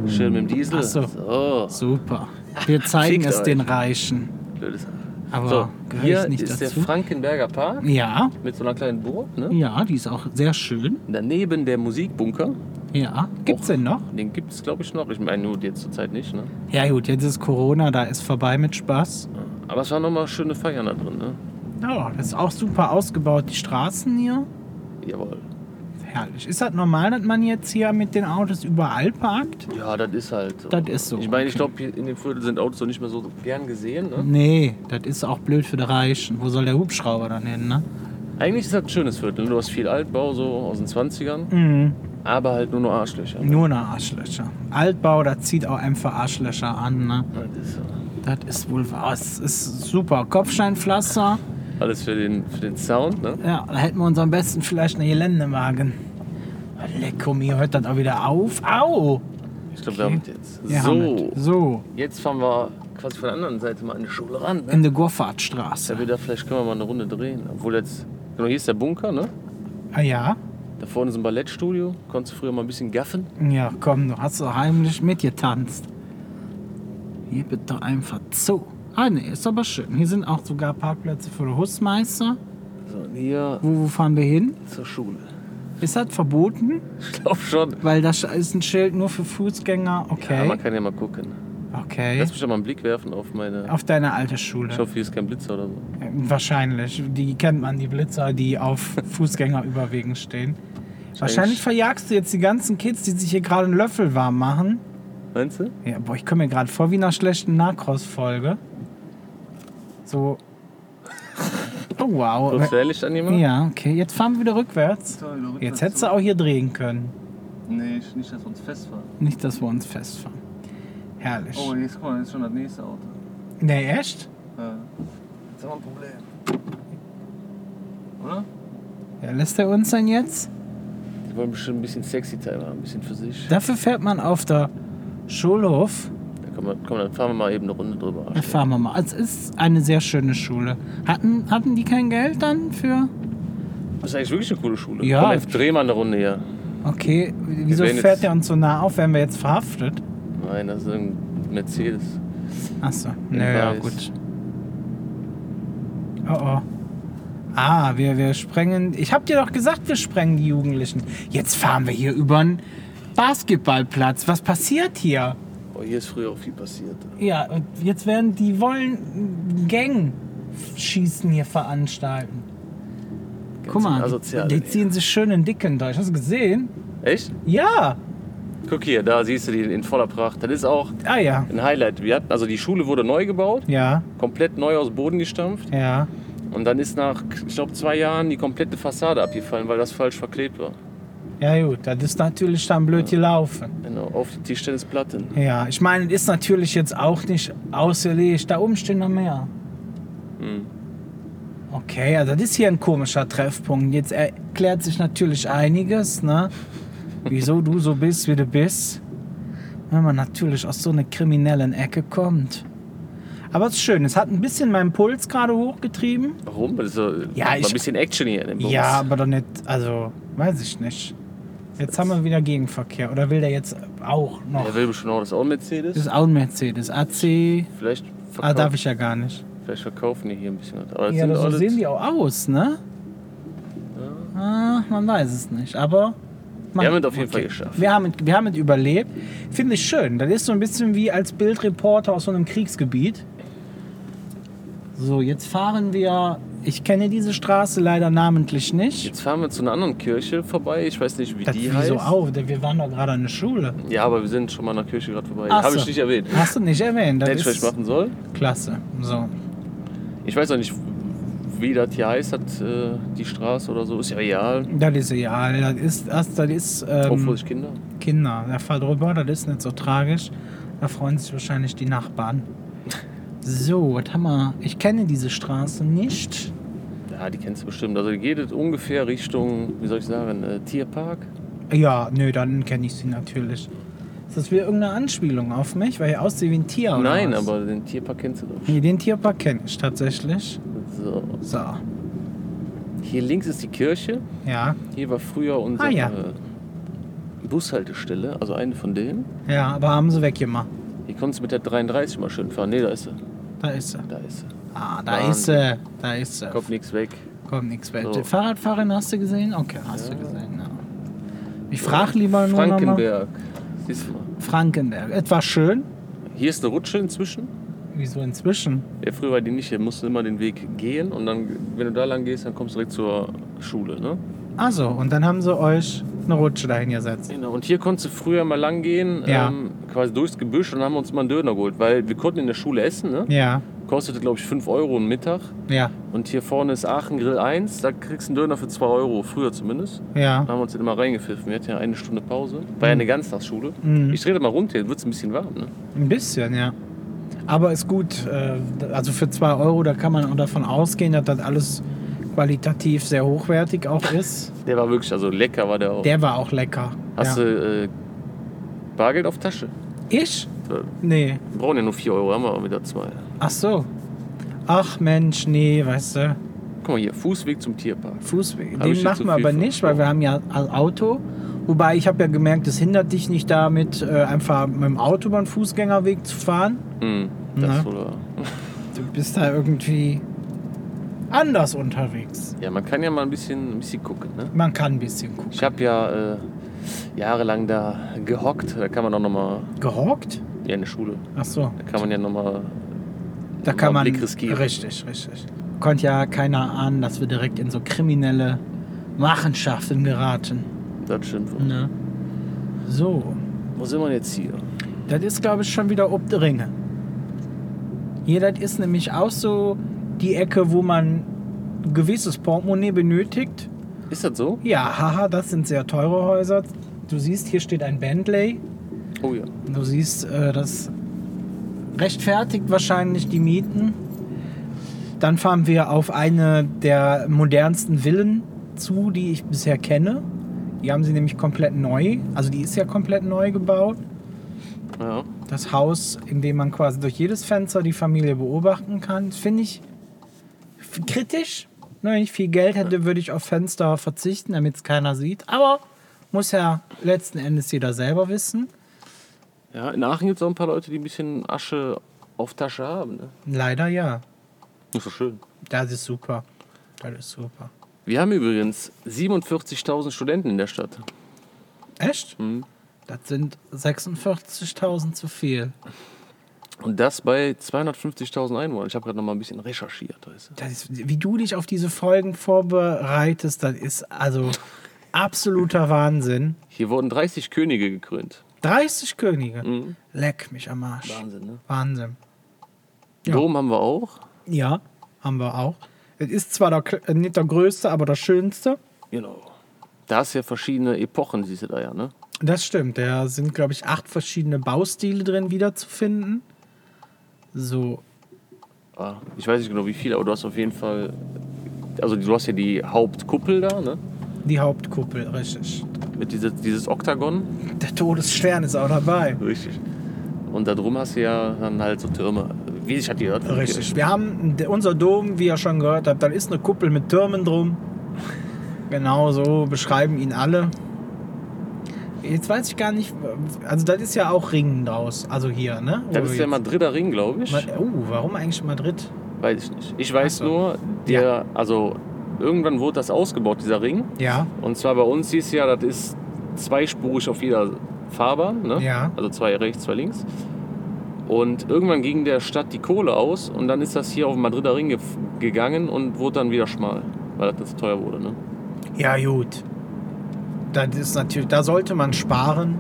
Speaker 1: Schön mit dem Diesel.
Speaker 2: Ach so.
Speaker 1: so.
Speaker 2: Super. Wir zeigen
Speaker 1: Fickt
Speaker 2: es
Speaker 1: euch.
Speaker 2: den Reichen.
Speaker 1: Blödes.
Speaker 2: Aber
Speaker 1: So,
Speaker 2: gehöre
Speaker 1: hier
Speaker 2: ich nicht
Speaker 1: ist
Speaker 2: dazu?
Speaker 1: der Frankenberger Park
Speaker 2: ja,
Speaker 1: mit so einer kleinen Burg. Ne?
Speaker 2: ja, die ist auch sehr schön.
Speaker 1: Daneben der Musikbunker.
Speaker 2: Ja.
Speaker 1: Oh.
Speaker 2: Gibt's den noch?
Speaker 1: Den gibt es, glaube ich, noch. Ich meine, nur jetzt zur Zeit nicht. Ne?
Speaker 2: Ja gut, jetzt ist Corona, da ist vorbei mit Spaß.
Speaker 1: Aber es waren nochmal schöne Feiern da drin. Ne?
Speaker 2: Ja, das ist auch super ausgebaut, die Straßen hier.
Speaker 1: Jawohl.
Speaker 2: Herrlich. Ist das normal, dass man jetzt hier mit den Autos überall parkt?
Speaker 1: Ja, das ist halt. so.
Speaker 2: Das ist so,
Speaker 1: Ich meine, ich
Speaker 2: okay.
Speaker 1: glaube, hier in dem Viertel sind Autos doch nicht mehr so gern gesehen. Ne?
Speaker 2: Nee, das ist auch blöd für die Reichen. Wo soll der Hubschrauber dann hin, ne?
Speaker 1: Eigentlich ist das ein schönes Viertel. ne? Du hast viel Altbau, so aus den 20ern.
Speaker 2: Mhm.
Speaker 1: Aber halt nur noch Arschlöcher. ne?
Speaker 2: Nur nach Arschlöcher. Altbau, das zieht auch einfach Arschlöcher an, ne?
Speaker 1: Das ist so.
Speaker 2: Das ist wohl was. Ist super. Kopfsteinpflaster.
Speaker 1: Alles für den, für den Sound. Ne?
Speaker 2: Ja, da hätten wir uns am besten vielleicht eine Geländewagen. Lecko, mir hört das auch wieder auf. Au!
Speaker 1: Ich glaube, wir haben es jetzt.
Speaker 2: Wir haben
Speaker 1: so,
Speaker 2: das. so.
Speaker 1: jetzt fahren wir quasi von der anderen Seite mal an die Schule ran. Ne?
Speaker 2: In der Goffahrtstraße.
Speaker 1: Ja, wieder, vielleicht können wir mal eine Runde drehen. Obwohl jetzt. Genau, hier ist der Bunker, ne?
Speaker 2: Ah ja?
Speaker 1: Da vorne ist ein Ballettstudio. Konntest du früher mal ein bisschen gaffen?
Speaker 2: Ja, komm, du hast doch heimlich mitgetanzt. Hier bitte doch einfach zu. Ah, ne, ist aber schön. Hier sind auch sogar Parkplätze für den Husmeister.
Speaker 1: So, und hier
Speaker 2: Wo, wo fahren wir hin?
Speaker 1: zur Schule.
Speaker 2: Ist das verboten?
Speaker 1: Ich glaube schon.
Speaker 2: Weil das ist ein Schild nur für Fußgänger.
Speaker 1: Ja, man
Speaker 2: Okay.
Speaker 1: kann ja mal gucken.
Speaker 2: Okay.
Speaker 1: Lass mich doch mal einen Blick werfen auf meine.
Speaker 2: Auf deine alte
Speaker 1: Ich
Speaker 2: Schule.
Speaker 1: hoffe, hier ist kein Blitzer oder so.
Speaker 2: Wahrscheinlich. Die kennt man, die Blitzer, die auf Fußgängerüberwegen stehen. Wahrscheinlich verjagst du jetzt die ganzen Kids, die sich hier gerade einen Löffel warm machen.
Speaker 1: Meinst du?
Speaker 2: Ja, boah, ich komme mir gerade vor wie in einer schlechten Narcos-Folge. So. Oh,
Speaker 1: Kurz
Speaker 2: wow.
Speaker 1: ehrlich an jemanden?
Speaker 2: Ja, okay. Jetzt fahren wir wieder rückwärts. Jetzt hättest du auch hier drehen können.
Speaker 4: Nee, ich- nicht, dass wir uns festfahren.
Speaker 2: Nicht, dass wir uns festfahren. Herrlich.
Speaker 4: Oh, jetzt guck mal, jetzt ist schon das nächste Auto.
Speaker 2: Nee, echt?
Speaker 4: Ja. Jetzt haben wir ein Problem. Oder?
Speaker 2: Ja, lässt er uns denn jetzt?
Speaker 1: Die wollen bestimmt ein bisschen Sexy-Time haben, ein bisschen für sich.
Speaker 2: Dafür fährt man auf der Schulhof.
Speaker 1: Da komm, mal- komm, dann fahren wir mal eben eine Runde drüber.
Speaker 2: Da fahren wir mal. Es ist eine sehr schöne Schule. Hatten, hatten die kein Geld dann für?
Speaker 1: Das ist eigentlich wirklich eine coole Schule.
Speaker 2: Ja.
Speaker 1: Komm, jetzt dreh mal eine Runde hier.
Speaker 2: Okay, wieso
Speaker 1: werden
Speaker 2: fährt
Speaker 1: jetzt-
Speaker 2: der uns so nah auf? Werden wir jetzt verhaftet?
Speaker 1: Nein, das ist ein Mercedes.
Speaker 2: Achso, naja,
Speaker 1: weiß.
Speaker 2: gut. Oh oh. Ah, wir, wir sprengen. Ich hab dir doch gesagt, wir sprengen die Jugendlichen. Jetzt fahren wir hier über einen Basketballplatz. Was passiert hier?
Speaker 1: Boah, Oh, hier ist früher auch viel passiert.
Speaker 2: Ja, und jetzt werden die wollen Gang-Schießen hier veranstalten. Guck mal,
Speaker 1: asozial.
Speaker 2: die ziehen sich schön in Dicken durch. Hast du gesehen?
Speaker 1: Echt?
Speaker 2: Ja.
Speaker 1: Guck hier, da siehst du die in voller Pracht. Das ist auch
Speaker 2: Ah ja.
Speaker 1: ein Highlight. Wir hatten, also die Schule wurde neu gebaut,
Speaker 2: Ja,
Speaker 1: komplett neu aus dem Boden gestampft.
Speaker 2: ja.
Speaker 1: Und dann ist nach, ich glaube, zwei Jahren die komplette Fassade abgefallen, weil das falsch verklebt war.
Speaker 2: Ja gut, das ist natürlich dann blöd gelaufen.
Speaker 1: Genau, auf die Tischtennisplatten.
Speaker 2: Ja, ich meine, ist natürlich jetzt auch nicht außerlegt. Da oben stehen noch mehr.
Speaker 1: Hm.
Speaker 2: Okay, also das ist hier ein komischer Treffpunkt. Jetzt erklärt sich natürlich einiges, ne? Wieso du so bist, wie du bist. Wenn man natürlich aus so einer kriminellen Ecke kommt. Aber es ist schön, es hat ein bisschen meinen Puls gerade hochgetrieben.
Speaker 1: Warum? Das ist so,
Speaker 2: Ja,
Speaker 1: war
Speaker 2: ich-
Speaker 1: ein bisschen Action hier in dem Bus.
Speaker 2: Ja, aber doch nicht, also, weiß ich nicht. Jetzt haben wir wieder Gegenverkehr. Oder will der jetzt auch noch?
Speaker 1: Er will bestimmt auch das auch ein Mercedes.
Speaker 2: Das ist auch ein Mercedes. AC.
Speaker 1: Vielleicht,
Speaker 2: Ah,
Speaker 1: verkauft,
Speaker 2: darf ich ja gar nicht.
Speaker 1: vielleicht verkaufen die hier ein bisschen was. Aber das
Speaker 2: Ja,
Speaker 1: sind
Speaker 2: aber so
Speaker 1: alles-
Speaker 2: sehen die auch aus, ne? Ah, man weiß es nicht, aber... man-
Speaker 1: Wir haben es auf jeden Fall geschafft.
Speaker 2: Wir haben, wir haben es überlebt. Finde ich schön. Das ist so ein bisschen wie als Bildreporter aus so einem Kriegsgebiet. So, jetzt fahren wir... Ich kenne diese Straße leider namentlich nicht.
Speaker 1: Jetzt fahren wir zu einer anderen Kirche vorbei. Ich weiß nicht, wie
Speaker 2: Das
Speaker 1: die heißt.
Speaker 2: wieso auch? Wir waren doch gerade an der Schule.
Speaker 1: Ja, aber wir sind schon mal an der Kirche gerade vorbei.
Speaker 2: Ach
Speaker 1: Habe
Speaker 2: so.
Speaker 1: ich nicht erwähnt. Hätte
Speaker 2: Hast du nicht erwähnt. Das
Speaker 1: ich vielleicht
Speaker 2: ist
Speaker 1: machen sollen.
Speaker 2: klasse. So.
Speaker 1: Ich weiß auch nicht, wie das hier heißt, hat, äh, die Straße oder so. Ist ja real.
Speaker 2: Das ist egal. Das ist... Das, das ist ähm,
Speaker 1: Aufruhig Kinder.
Speaker 2: Kinder, da fahr drüber, das ist nicht so tragisch. Da freuen sich wahrscheinlich die Nachbarn. So, was haben wir? Ich kenne diese Straße nicht.
Speaker 1: Ja, die kennst du bestimmt. Also die geht jetzt ungefähr Richtung, wie soll ich sagen, äh, Tierpark.
Speaker 2: Ja, nö, dann kenne ich sie natürlich. Ist das wieder irgendeine Anspielung auf mich, weil ich aussehe wie ein Tier? Oder
Speaker 1: Nein,
Speaker 2: was?
Speaker 1: aber den Tierpark kennst du doch.
Speaker 2: Nee, den Tierpark kenne ich tatsächlich.
Speaker 1: So.
Speaker 2: So,
Speaker 1: Hier links ist die Kirche.
Speaker 2: ja.
Speaker 1: Hier war früher unsere
Speaker 2: Ah, ja.
Speaker 1: Bushaltestelle, also eine von denen.
Speaker 2: Ja, aber haben sie weggemacht.
Speaker 1: Hier konntest du mit der 33 mal schön fahren. Nee, da ist sie.
Speaker 2: Da ist sie.
Speaker 1: Da ist sie.
Speaker 2: Ah, da
Speaker 1: Wahnsinn.
Speaker 2: ist sie. Da ist sie.
Speaker 1: Kommt nichts weg.
Speaker 2: Kommt nichts weg.
Speaker 1: So.
Speaker 2: Fahrradfahrerin hast du gesehen? Okay, hast du gesehen, ja. Ich frage lieber nur nochmal.
Speaker 1: Frankenberg. Siehst du mal.
Speaker 2: Frankenberg. Etwas schön.
Speaker 1: Hier ist eine Rutsche inzwischen.
Speaker 2: Wieso inzwischen?
Speaker 1: Ja, früher war die nicht, hier musst du immer den Weg gehen und dann, wenn du da lang gehst, dann kommst du direkt zur Schule. Ne?
Speaker 2: Also, und dann haben sie euch eine Rutsche dahin gesetzt.
Speaker 1: Genau. Und hier konntest du früher mal lang gehen,
Speaker 2: Ja.
Speaker 1: ähm, quasi durchs Gebüsch und haben uns mal einen Döner geholt, weil wir konnten in der Schule essen. Ne?
Speaker 2: Ja,
Speaker 1: Kostete, glaube ich, 5 Euro einen Mittag.
Speaker 2: ja,
Speaker 1: Und hier vorne ist Aachen Grill 1, da kriegst du einen Döner für 2 Euro, früher zumindest.
Speaker 2: ja.
Speaker 1: Da haben wir uns den immer reingepfiffen. Wir hatten ja eine Stunde Pause. War ja
Speaker 2: Mhm.
Speaker 1: eine Ganztagsschule. Ich drehe mal rund, hier wird es ein bisschen warm. Ne?
Speaker 2: Ein bisschen, ja. Aber ist gut. äh, Also für 2 Euro, da kann man auch davon ausgehen, dass das alles qualitativ sehr hochwertig auch ist.
Speaker 1: Der war wirklich, also lecker war der auch.
Speaker 2: Der war auch lecker.
Speaker 1: Hast
Speaker 2: ja.
Speaker 1: du äh, Bargeld auf Tasche?
Speaker 2: Ich?
Speaker 1: Wir
Speaker 2: Nee.
Speaker 1: brauchen ja nur 4 Euro, haben wir aber wieder zwei.
Speaker 2: Ach so. Ach Mensch, nee, weißt du.
Speaker 1: Guck mal hier, Fußweg zum Tierpark. Hab
Speaker 2: Fußweg.
Speaker 1: ich
Speaker 2: Den
Speaker 1: jetzt
Speaker 2: machen
Speaker 1: zu
Speaker 2: wir
Speaker 1: viel Oh.
Speaker 2: aber
Speaker 1: von-
Speaker 2: nicht, weil wir haben ja ein Auto. Wobei ich habe ja gemerkt, es hindert dich nicht damit, äh, einfach mit dem Auto über den Fußgängerweg zu fahren.
Speaker 1: Hm, das
Speaker 2: Na.
Speaker 1: oder.
Speaker 2: Du bist da irgendwie anders unterwegs.
Speaker 1: Ja, man kann ja mal ein bisschen, ein bisschen gucken. Ne?
Speaker 2: Man kann ein bisschen gucken.
Speaker 1: Ich habe ja äh, jahrelang da gehockt. Da kann man auch nochmal
Speaker 2: Gehockt?
Speaker 1: ja, in der Schule.
Speaker 2: Ach so,
Speaker 1: Da kann man ja nochmal.
Speaker 2: da
Speaker 1: Mal
Speaker 2: kann man.
Speaker 1: Blick riskieren.
Speaker 2: Richtig, richtig. Konnte ja keiner ahnen, dass wir direkt in so kriminelle Machenschaften geraten.
Speaker 1: Das stimmt. wohl.
Speaker 2: Ne? So,
Speaker 1: Wo sind wir jetzt hier?
Speaker 2: das ist glaube ich schon wieder ob der Ringe. Hier, das ist nämlich auch so die Ecke, wo man ein gewisses Portemonnaie benötigt.
Speaker 1: Ist das so?
Speaker 2: Ja, haha, das sind sehr teure Häuser. Du siehst, hier steht ein Bentley.
Speaker 1: Oh ja.
Speaker 2: Du siehst, äh, das rechtfertigt wahrscheinlich die Mieten. Dann fahren wir auf eine der modernsten Villen zu, die ich bisher kenne. Die haben sie nämlich komplett neu. Also die ist ja komplett neu gebaut.
Speaker 1: ja.
Speaker 2: Das Haus, in dem man quasi durch jedes Fenster die Familie beobachten kann, Das finde ich f- kritisch. Ne, Wenn ich viel Geld hätte, würde ich auf Fenster verzichten, damit es keiner sieht. Aber muss ja letzten Endes jeder selber wissen.
Speaker 1: Ja, in Aachen gibt es auch ein paar Leute, die ein bisschen Asche auf Tasche haben. Ne?
Speaker 2: Leider ja.
Speaker 1: Ist so schön.
Speaker 2: Das ist super. Das ist super.
Speaker 1: Wir haben übrigens 47.000 Studenten in der Stadt.
Speaker 2: Echt? Das sind 46.000 zu viel.
Speaker 1: Und das bei 250.000 Einwohnern. Ich habe gerade noch mal ein bisschen recherchiert. Weißt du?
Speaker 2: Das ist, wie du dich auf diese Folgen vorbereitest, das ist also absoluter Wahnsinn.
Speaker 1: Hier wurden 30 Könige gekrönt.
Speaker 2: 30 Könige. Leck mich am Arsch.
Speaker 1: Wahnsinn, ne?
Speaker 2: Wahnsinn. Ja.
Speaker 1: Dom haben wir auch.
Speaker 2: Ja, haben wir auch. Es ist zwar der, kle- äh, nicht der größte, aber der schönste.
Speaker 1: Genau. Da hast du ja verschiedene Epochen, siehst du da ja, ne?
Speaker 2: Das stimmt. Da sind, glaube ich, acht verschiedene Baustile drin wiederzufinden. So,
Speaker 1: Ah, Ich weiß nicht genau wie viele, aber du hast auf jeden Fall. Also du hast ja die Hauptkuppel da, ne?
Speaker 2: die Hauptkuppel, richtig.
Speaker 1: Mit diese, dieses Oktagon.
Speaker 2: Der Todesstern ist auch dabei.
Speaker 1: Richtig. Und da drum hast du ja dann halt so Türme. Wie ich hatte gehört. von
Speaker 2: Richtig. Wir haben d- unser Dom, wie ihr schon gehört habt, da ist eine Kuppel mit Türmen drum. Genau so beschreiben ihn alle. Jetzt weiß ich gar nicht, also das ist ja auch Ringen draus, also hier, ne?
Speaker 1: dir. Das ist ja
Speaker 2: Wo wir
Speaker 1: Madrider Ring, glaube ich.
Speaker 2: jetzt- Ma- Uh, warum eigentlich Madrid?
Speaker 1: Weiß ich nicht. Ich weiß
Speaker 2: Ach so.
Speaker 1: nur, der, also irgendwann wurde das ausgebaut, dieser Ring.
Speaker 2: Ja,
Speaker 1: Und zwar bei uns hieß ja, das ist zweispurig auf jeder Fahrbahn. Ne?
Speaker 2: Ja.
Speaker 1: Also zwei rechts, zwei links. Und irgendwann ging der Stadt die Kohle aus und dann ist das hier auf den Madrider Ring gef- gegangen und wurde dann wieder schmal, weil das zu teuer wurde. Ne?
Speaker 2: ja gut. Das ist natürlich, da sollte man sparen.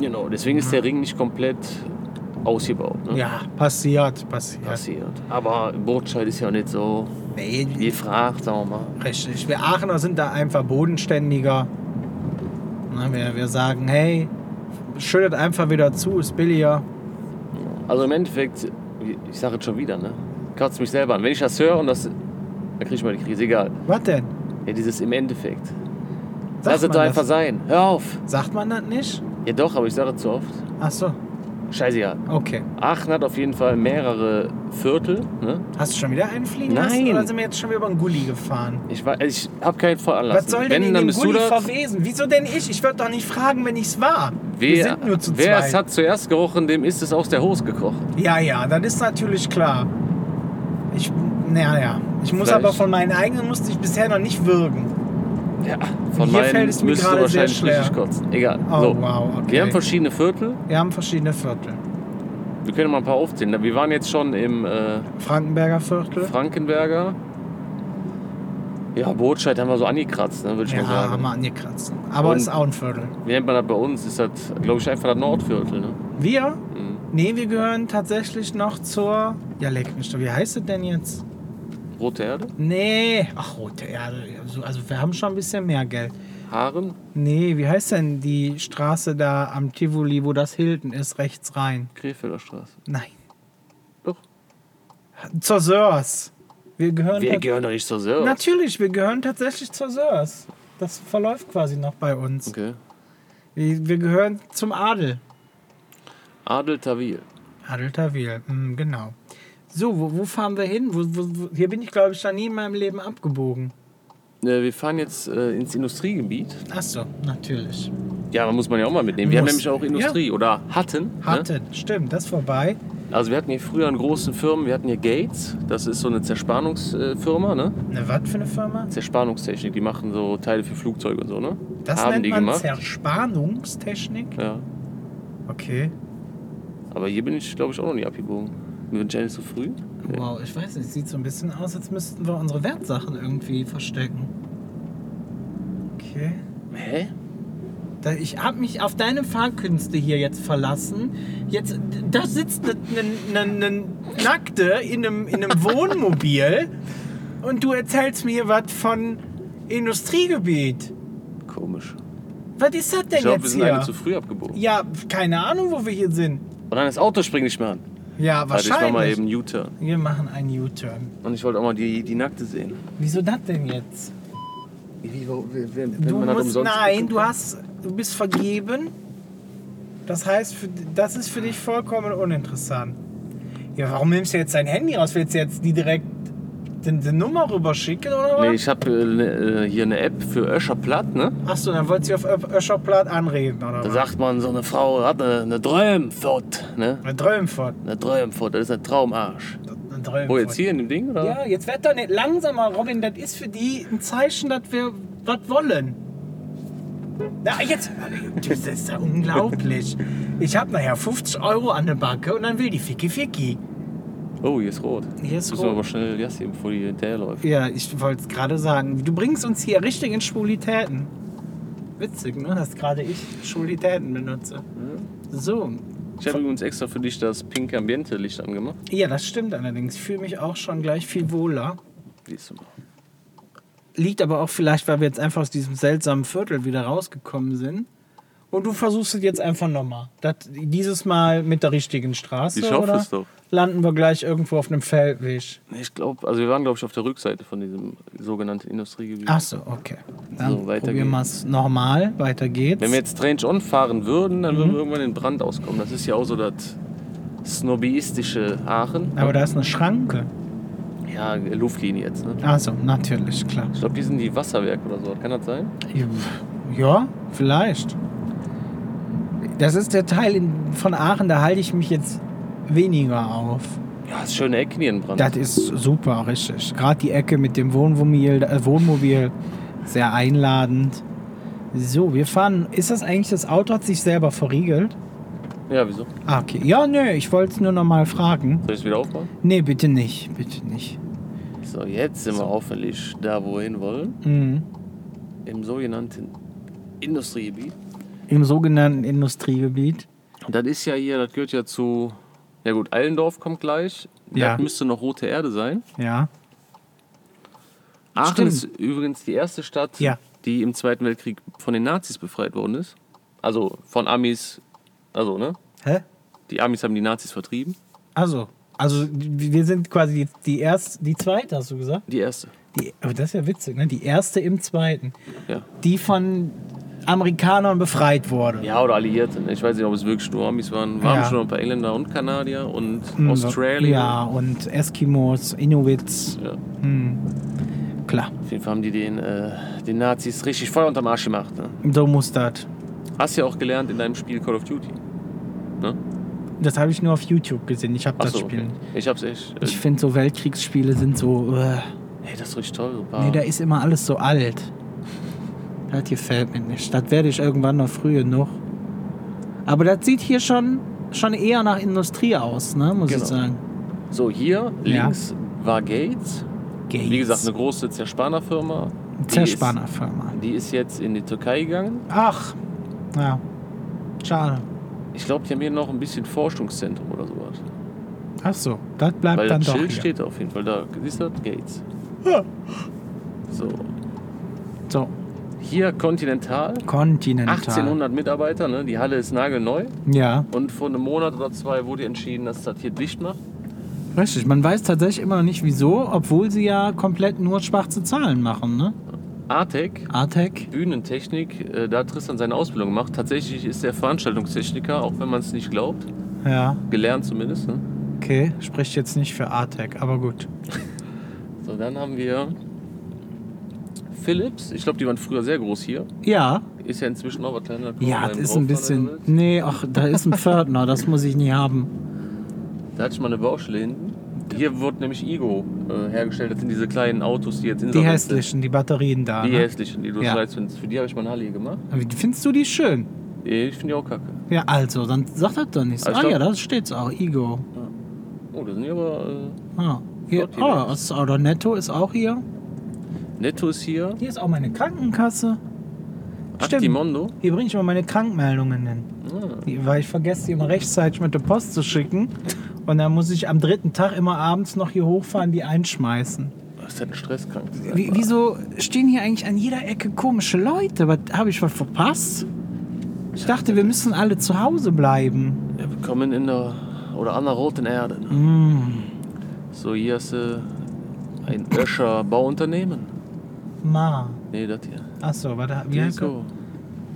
Speaker 1: Genau, deswegen ist der Ring nicht komplett ausgebaut. Ne?
Speaker 2: Ja, passiert, passiert.
Speaker 1: Passiert. Aber Burtscheid ist ja nicht so
Speaker 2: Nee,
Speaker 1: gefragt, sagen wir mal.
Speaker 2: Richtig. Wir Aachener sind da einfach bodenständiger. Na, wir, wir sagen, hey, schüttet einfach wieder zu, ist billiger.
Speaker 1: Also im Endeffekt, ich sage jetzt schon wieder, ne? Kotzt mich selber an. Wenn ich das höre und das. Dann krieg ich mal die Krise, egal.
Speaker 2: Was denn?
Speaker 1: Ja, dieses im Endeffekt.
Speaker 2: Sagt
Speaker 1: Lass es
Speaker 2: man,
Speaker 1: doch einfach
Speaker 2: das,
Speaker 1: sein. Hör auf.
Speaker 2: sagt man das nicht?
Speaker 1: Ja doch, aber ich sage es zu oft.
Speaker 2: Ach so,
Speaker 1: Scheißegal.
Speaker 2: okay.
Speaker 1: Aachen hat auf jeden Fall mehrere Viertel. Ne?
Speaker 2: Hast du schon wieder einen fliegen lassen
Speaker 1: Nein.
Speaker 2: oder sind wir jetzt schon wieder über den Gulli gefahren?
Speaker 1: Ich, weiß- ich habe keinen Veranlass.
Speaker 2: Was soll denn
Speaker 1: Wenn,
Speaker 2: in
Speaker 1: dann
Speaker 2: dem
Speaker 1: bist du
Speaker 2: Gulli
Speaker 1: das.
Speaker 2: verwesen? Wieso denn ich? Ich würde doch nicht fragen, wenn ich's war. wir
Speaker 1: Wer,
Speaker 2: sind nur zu
Speaker 1: wer
Speaker 2: zweit.
Speaker 1: es hat zuerst gerochen, dem ist es aus der Hose gekrochen.
Speaker 2: Ja, ja, das ist natürlich klar. Ich, naja, ich muss
Speaker 1: Vielleicht.
Speaker 2: aber von meinen eigenen musste ich bisher noch nicht würgen.
Speaker 1: Ja, von
Speaker 2: Hier
Speaker 1: meinen
Speaker 2: fällt es
Speaker 1: müsstest
Speaker 2: mir
Speaker 1: du
Speaker 2: gerade
Speaker 1: wahrscheinlich
Speaker 2: sehr schwer.
Speaker 1: richtig kotzen. Egal.
Speaker 2: Oh,
Speaker 1: so.
Speaker 2: wow, okay.
Speaker 1: Wir haben verschiedene Viertel.
Speaker 2: Wir haben verschiedene Viertel.
Speaker 1: Wir können mal ein paar aufzählen. Wir waren jetzt schon im äh,
Speaker 2: Frankenberger Viertel.
Speaker 1: Frankenberger. Ja, Botscheid haben wir so angekratzt, ne, würde ich
Speaker 2: Ja,
Speaker 1: mal sagen.
Speaker 2: haben wir angekratzt. Aber
Speaker 1: Und-
Speaker 2: ist auch ein Viertel.
Speaker 1: Wie nennt man das bei uns? Ist das, glaube ich, einfach das Nordviertel. Ne?
Speaker 2: Wir? Nee, wir gehören tatsächlich noch zur. Ja, leck mich doch. Wie heißt es denn jetzt?
Speaker 1: Rote Erde,
Speaker 2: Nee. Ach, rote Erde. Also, also wir haben schon ein bisschen mehr Geld.
Speaker 1: Haaren,
Speaker 2: Nee, wie heißt denn die Straße da am Tivoli, wo das Hilton ist, rechts rein?
Speaker 1: Krefelder Straße.
Speaker 2: Nein.
Speaker 1: Doch.
Speaker 2: Zur Sörs. Wir gehören.
Speaker 1: Wir
Speaker 2: tat-
Speaker 1: gehören doch nicht zur Serb.
Speaker 2: Natürlich, wir gehören tatsächlich zur Sörs. Das verläuft quasi noch bei uns.
Speaker 1: Okay.
Speaker 2: Wir, wir gehören zum Adel.
Speaker 1: Adel Tawil.
Speaker 2: Adel Tawil, mm, genau. So, wo, wo fahren wir hin? Wo, wo, wo, hier bin ich, glaube ich, schon nie in meinem Leben abgebogen.
Speaker 1: Äh, wir fahren jetzt äh, ins Industriegebiet.
Speaker 2: Achso, natürlich.
Speaker 1: Ne? Ja, da muss man ja auch mal mitnehmen. Wir haben
Speaker 2: Muss.
Speaker 1: nämlich auch Industrie oder hatten.
Speaker 2: Hatte, stimmt, das ist vorbei.
Speaker 1: Ne? Also wir hatten hier früher in großen Firmen, wir hatten hier Gates, das ist so eine Zerspanungsfirma, ne?
Speaker 2: Eine was für eine Firma?
Speaker 1: Zerspanungstechnik, die machen so Teile für Flugzeuge und so, ne?
Speaker 2: Das
Speaker 1: haben
Speaker 2: nennt
Speaker 1: die
Speaker 2: man
Speaker 1: gemacht.
Speaker 2: Zerspanungstechnik.
Speaker 1: ja.
Speaker 2: Okay.
Speaker 1: Aber hier bin ich, glaube ich, auch noch nie abgebogen. Mit Jenny zu früh? Nee.
Speaker 2: Wow, ich weiß nicht, sieht so ein bisschen aus, als müssten wir unsere Wertsachen irgendwie verstecken. Okay.
Speaker 1: Hä?
Speaker 2: Da, ich habe mich auf deine Fahrkünste hier jetzt verlassen. Jetzt, da sitzt eine ne, ne Nackte in einem, in einem Wohnmobil und du erzählst mir hier was von Industriegebiet.
Speaker 1: Komisch.
Speaker 2: Was ist das denn
Speaker 1: Ich glaube, wir
Speaker 2: jetzt
Speaker 1: sind eine
Speaker 2: hier?
Speaker 1: zu früh abgebogen.
Speaker 2: Ja, keine Ahnung, wo wir hier sind.
Speaker 1: Und dann das Auto springt nicht mehr an.
Speaker 2: Ja,
Speaker 1: Warte, ich mach
Speaker 2: wahrscheinlich.
Speaker 1: mal eben U-Turn.
Speaker 2: Wir machen einen U-Turn.
Speaker 1: Und ich wollte auch mal die, die Nackte sehen.
Speaker 2: Wieso das denn jetzt?
Speaker 1: Wie, wo- wenn wenn
Speaker 2: Du
Speaker 1: das
Speaker 2: musst,
Speaker 1: umsonst
Speaker 2: nein,
Speaker 1: guckt.
Speaker 2: du hast, du bist vergeben. Das heißt, für, das ist für dich vollkommen uninteressant. Ja, warum nimmst du jetzt dein Handy raus? Willst du jetzt die direkt die, die Nummer rüberschicken oder
Speaker 1: Nee,
Speaker 2: was?
Speaker 1: ich habe äh, ne- äh, hier eine App für Öscherplatt, ne?
Speaker 2: Achso, dann wolltest du auf Ö- Öscherplatt anreden oder
Speaker 1: Da
Speaker 2: was?
Speaker 1: sagt man, so eine Frau hat eine, eine Träumfurt, ne?
Speaker 2: Eine Drömfort.
Speaker 1: Eine Träumfurt, das ist ein Traumarsch.
Speaker 2: Eine Drömfort.
Speaker 1: Wo, Oh, jetzt hier in dem Ding, oder?
Speaker 2: Ja, jetzt werd doch nicht langsamer, Robin. Das ist für die ein Zeichen, dass wir was wollen. Na, jetzt, das ist ja unglaublich. Ich hab nachher 50 Euro an der Backe und dann will die Ficki Ficki.
Speaker 1: Oh, hier ist rot.
Speaker 2: Hier ist
Speaker 1: Müssen wir
Speaker 2: rot.
Speaker 1: aber schnell Gas geben, bevor die hinterherläuft.
Speaker 2: Ja, ich wollte es gerade sagen. Du bringst uns hier richtig in Schwulitäten. Witzig, ne? Dass gerade ich Schwulitäten benutze.
Speaker 1: Mhm.
Speaker 2: So.
Speaker 1: Ich habe übrigens extra für dich das pinke Ambiente-Licht angemacht.
Speaker 2: Ja, das stimmt allerdings. Ich fühle mich auch schon gleich viel wohler.
Speaker 1: Siehst du mal.
Speaker 2: Liegt aber auch vielleicht, weil wir jetzt einfach aus diesem seltsamen Viertel wieder rausgekommen sind. Und du versuchst es jetzt einfach nochmal. Das- Dieses Mal mit der richtigen Straße.
Speaker 1: Ich hoffe
Speaker 2: oder
Speaker 1: es doch.
Speaker 2: Landen wir gleich irgendwo auf einem Feldweg.
Speaker 1: Nee, Ich glaube, also wir waren, glaube ich, auf der Rückseite von diesem sogenannten Industriegebiet.
Speaker 2: Ach so, okay. Dann
Speaker 1: So, weiter
Speaker 2: probieren wir es nochmal. Weiter geht's.
Speaker 1: Wenn wir jetzt Strange On fahren würden, dann würden wir irgendwann in Brand auskommen. Das ist ja auch so das snobbyistische Aachen.
Speaker 2: aber da ist eine Schranke.
Speaker 1: Ja, Luftlinie jetzt. Ne?
Speaker 2: Also, natürlich, klar.
Speaker 1: Ich glaube, die sind die Wasserwerk oder so. Kann das sein?
Speaker 2: Ja, vielleicht. Das ist der Teil in, von Aachen, da halte ich mich jetzt weniger auf.
Speaker 1: Ja, das ist schöne Ecken hier in Brand.
Speaker 2: Das ist super, richtig. Gerade die Ecke mit dem Wohnmobil, äh, Wohnmobil, sehr einladend. So, wir fahren. Ist das eigentlich das Auto hat sich selber verriegelt?
Speaker 1: ja, wieso? Soll
Speaker 2: Ah, okay. Ja, nö, ich wollte es nur noch mal fragen.
Speaker 1: ich es wieder aufbauen?
Speaker 2: Nee, bitte nicht, bitte nicht.
Speaker 1: So, jetzt sind wir hoffentlich da, wo wir hin wollen.
Speaker 2: Mhm.
Speaker 1: Im sogenannten Industriegebiet.
Speaker 2: Im sogenannten Industriegebiet.
Speaker 1: Und Das ist ja hier, das gehört ja zu. Ja, gut, Allendorf kommt gleich.
Speaker 2: Ja.
Speaker 1: Das müsste noch Rote Erde sein.
Speaker 2: Ja.
Speaker 1: Aachen
Speaker 2: Stimmt.
Speaker 1: ist übrigens die erste Stadt,
Speaker 2: Ja.
Speaker 1: die im Zweiten Weltkrieg von den Nazis befreit worden ist. Also von Amis. Also, ne?
Speaker 2: Hä?
Speaker 1: Die Amis haben die Nazis vertrieben.
Speaker 2: Also, also wir sind quasi die, die erste, die zweite, hast du gesagt?
Speaker 1: Die erste.
Speaker 2: Die, aber das ist ja witzig, ne? Die erste im zweiten,
Speaker 1: Ja.
Speaker 2: die von Amerikanern befreit wurde.
Speaker 1: Ja, oder Alliierte. ne? Ich weiß nicht, ob es wirklich nur Amis waren. Waren
Speaker 2: Ja.
Speaker 1: schon ein paar Engländer und Kanadier und
Speaker 2: Mhm,
Speaker 1: Australier.
Speaker 2: Ja, und Eskimos, Inuits, Hm.
Speaker 1: Ja. Auf
Speaker 2: klar,
Speaker 1: jeden Fall haben die den, äh, den Nazis richtig Feuer unterm Arsch gemacht. Ne?
Speaker 2: so muss das.
Speaker 1: Hast ja auch gelernt in deinem Spiel Call of Duty.
Speaker 2: Das habe ich nur auf YouTube gesehen, ich habe
Speaker 1: Ach
Speaker 2: das
Speaker 1: so,
Speaker 2: Spiel.
Speaker 1: okay. Ich hab's echt. Äh,
Speaker 2: Ich finde so Weltkriegsspiele sind so, äh,
Speaker 1: hey, das ist richtig toll. So ein paar-
Speaker 2: nee, da ist immer alles so alt. Das gefällt mir nicht, das werde ich irgendwann noch früher noch. Aber das sieht hier schon, schon eher nach Industrie aus, ne, muss
Speaker 1: Genau.
Speaker 2: ich sagen.
Speaker 1: so, hier
Speaker 2: Ja.
Speaker 1: links war Gates.
Speaker 2: Gates.
Speaker 1: Wie gesagt, eine große Zerspanerfirma. Die
Speaker 2: Zerspannerfirma.
Speaker 1: Ist, die ist jetzt in die Türkei gegangen.
Speaker 2: Ach, ja, schade.
Speaker 1: Ich glaube, die haben hier noch ein bisschen Forschungszentrum oder sowas.
Speaker 2: Ach so, das bleibt
Speaker 1: Weil
Speaker 2: dann
Speaker 1: das
Speaker 2: doch
Speaker 1: Schild
Speaker 2: hier.
Speaker 1: steht auf jeden Fall da. Siehst du das? Gates.
Speaker 2: Ja.
Speaker 1: So,
Speaker 2: So,
Speaker 1: hier Continental.
Speaker 2: Continental.
Speaker 1: 1800 Mitarbeiter, ne? die Halle ist nagelneu.
Speaker 2: Ja,
Speaker 1: Und vor einem Monat oder zwei wurde entschieden, dass das hier dicht macht.
Speaker 2: richtig. Man weiß tatsächlich immer noch nicht wieso, obwohl sie ja komplett nur schwarze Zahlen machen, ne? E
Speaker 1: Artec,
Speaker 2: Artec.
Speaker 1: Bühnentechnik, äh, da hat Tristan seine Ausbildung gemacht. Tatsächlich ist er Veranstaltungstechniker, auch wenn man es nicht glaubt.
Speaker 2: Ja,
Speaker 1: Gelernt zumindest. Ne?
Speaker 2: Okay, spricht jetzt nicht für Artec, aber gut.
Speaker 1: So, dann haben wir Philips. Ich glaube, die waren früher sehr groß hier.
Speaker 2: Ja,
Speaker 1: Ist ja inzwischen auch was kleiner.
Speaker 2: ja,
Speaker 1: Kleinen
Speaker 2: das ist ein
Speaker 1: drauf, wenn
Speaker 2: bisschen.
Speaker 1: du willst.
Speaker 2: Nee, ach, da ist ein Pförtner, das muss ich nie haben.
Speaker 1: Da hatte ich mal eine Baustelle hinten. Hier wird nämlich Igo äh, hergestellt. Das sind diese kleinen Autos, die jetzt in
Speaker 2: Die hässlichen, die Batterien da.
Speaker 1: Die
Speaker 2: Ne?
Speaker 1: hässlichen, die du
Speaker 2: Ja.
Speaker 1: schreibst. findest. Für die habe ich mal einen Harley gemacht.
Speaker 2: Aber Findest du die schön?
Speaker 1: Ich finde die auch kacke.
Speaker 2: Ja, also, dann sag das doch nichts.
Speaker 1: Also
Speaker 2: ah
Speaker 1: ich
Speaker 2: ja,
Speaker 1: glaub-
Speaker 2: da steht's auch, Igo.
Speaker 1: Oh, da sind die aber. äh,
Speaker 2: Ah. Hier,
Speaker 1: Flott hier
Speaker 2: oh,
Speaker 1: links.
Speaker 2: das ist auch der Netto ist auch hier.
Speaker 1: Äh, Netto ist hier.
Speaker 2: Hier ist auch meine Krankenkasse. Stimmt.
Speaker 1: Actimondo.
Speaker 2: Hier bringe ich mal meine Krankmeldungen hin.
Speaker 1: Ah,
Speaker 2: Die- Weil ich vergesse, die immer rechtzeitig mit der Post zu schicken. Und dann muss ich am dritten Tag immer abends noch hier hochfahren, die einschmeißen.
Speaker 1: das ist halt ein Stresskrank.
Speaker 2: Wie, wieso stehen hier eigentlich an jeder Ecke komische Leute? Was habe ich was verpasst? Ich dachte, wir müssen alle zu Hause bleiben.
Speaker 1: Wir kommen in der. oder an der roten Erde. ne?
Speaker 2: Mm.
Speaker 1: So, hier hast du ein Öscher Bauunternehmen.
Speaker 2: Ma.
Speaker 1: Nee, das hier.
Speaker 2: Achso, warte, wie heißt das?
Speaker 1: Igo.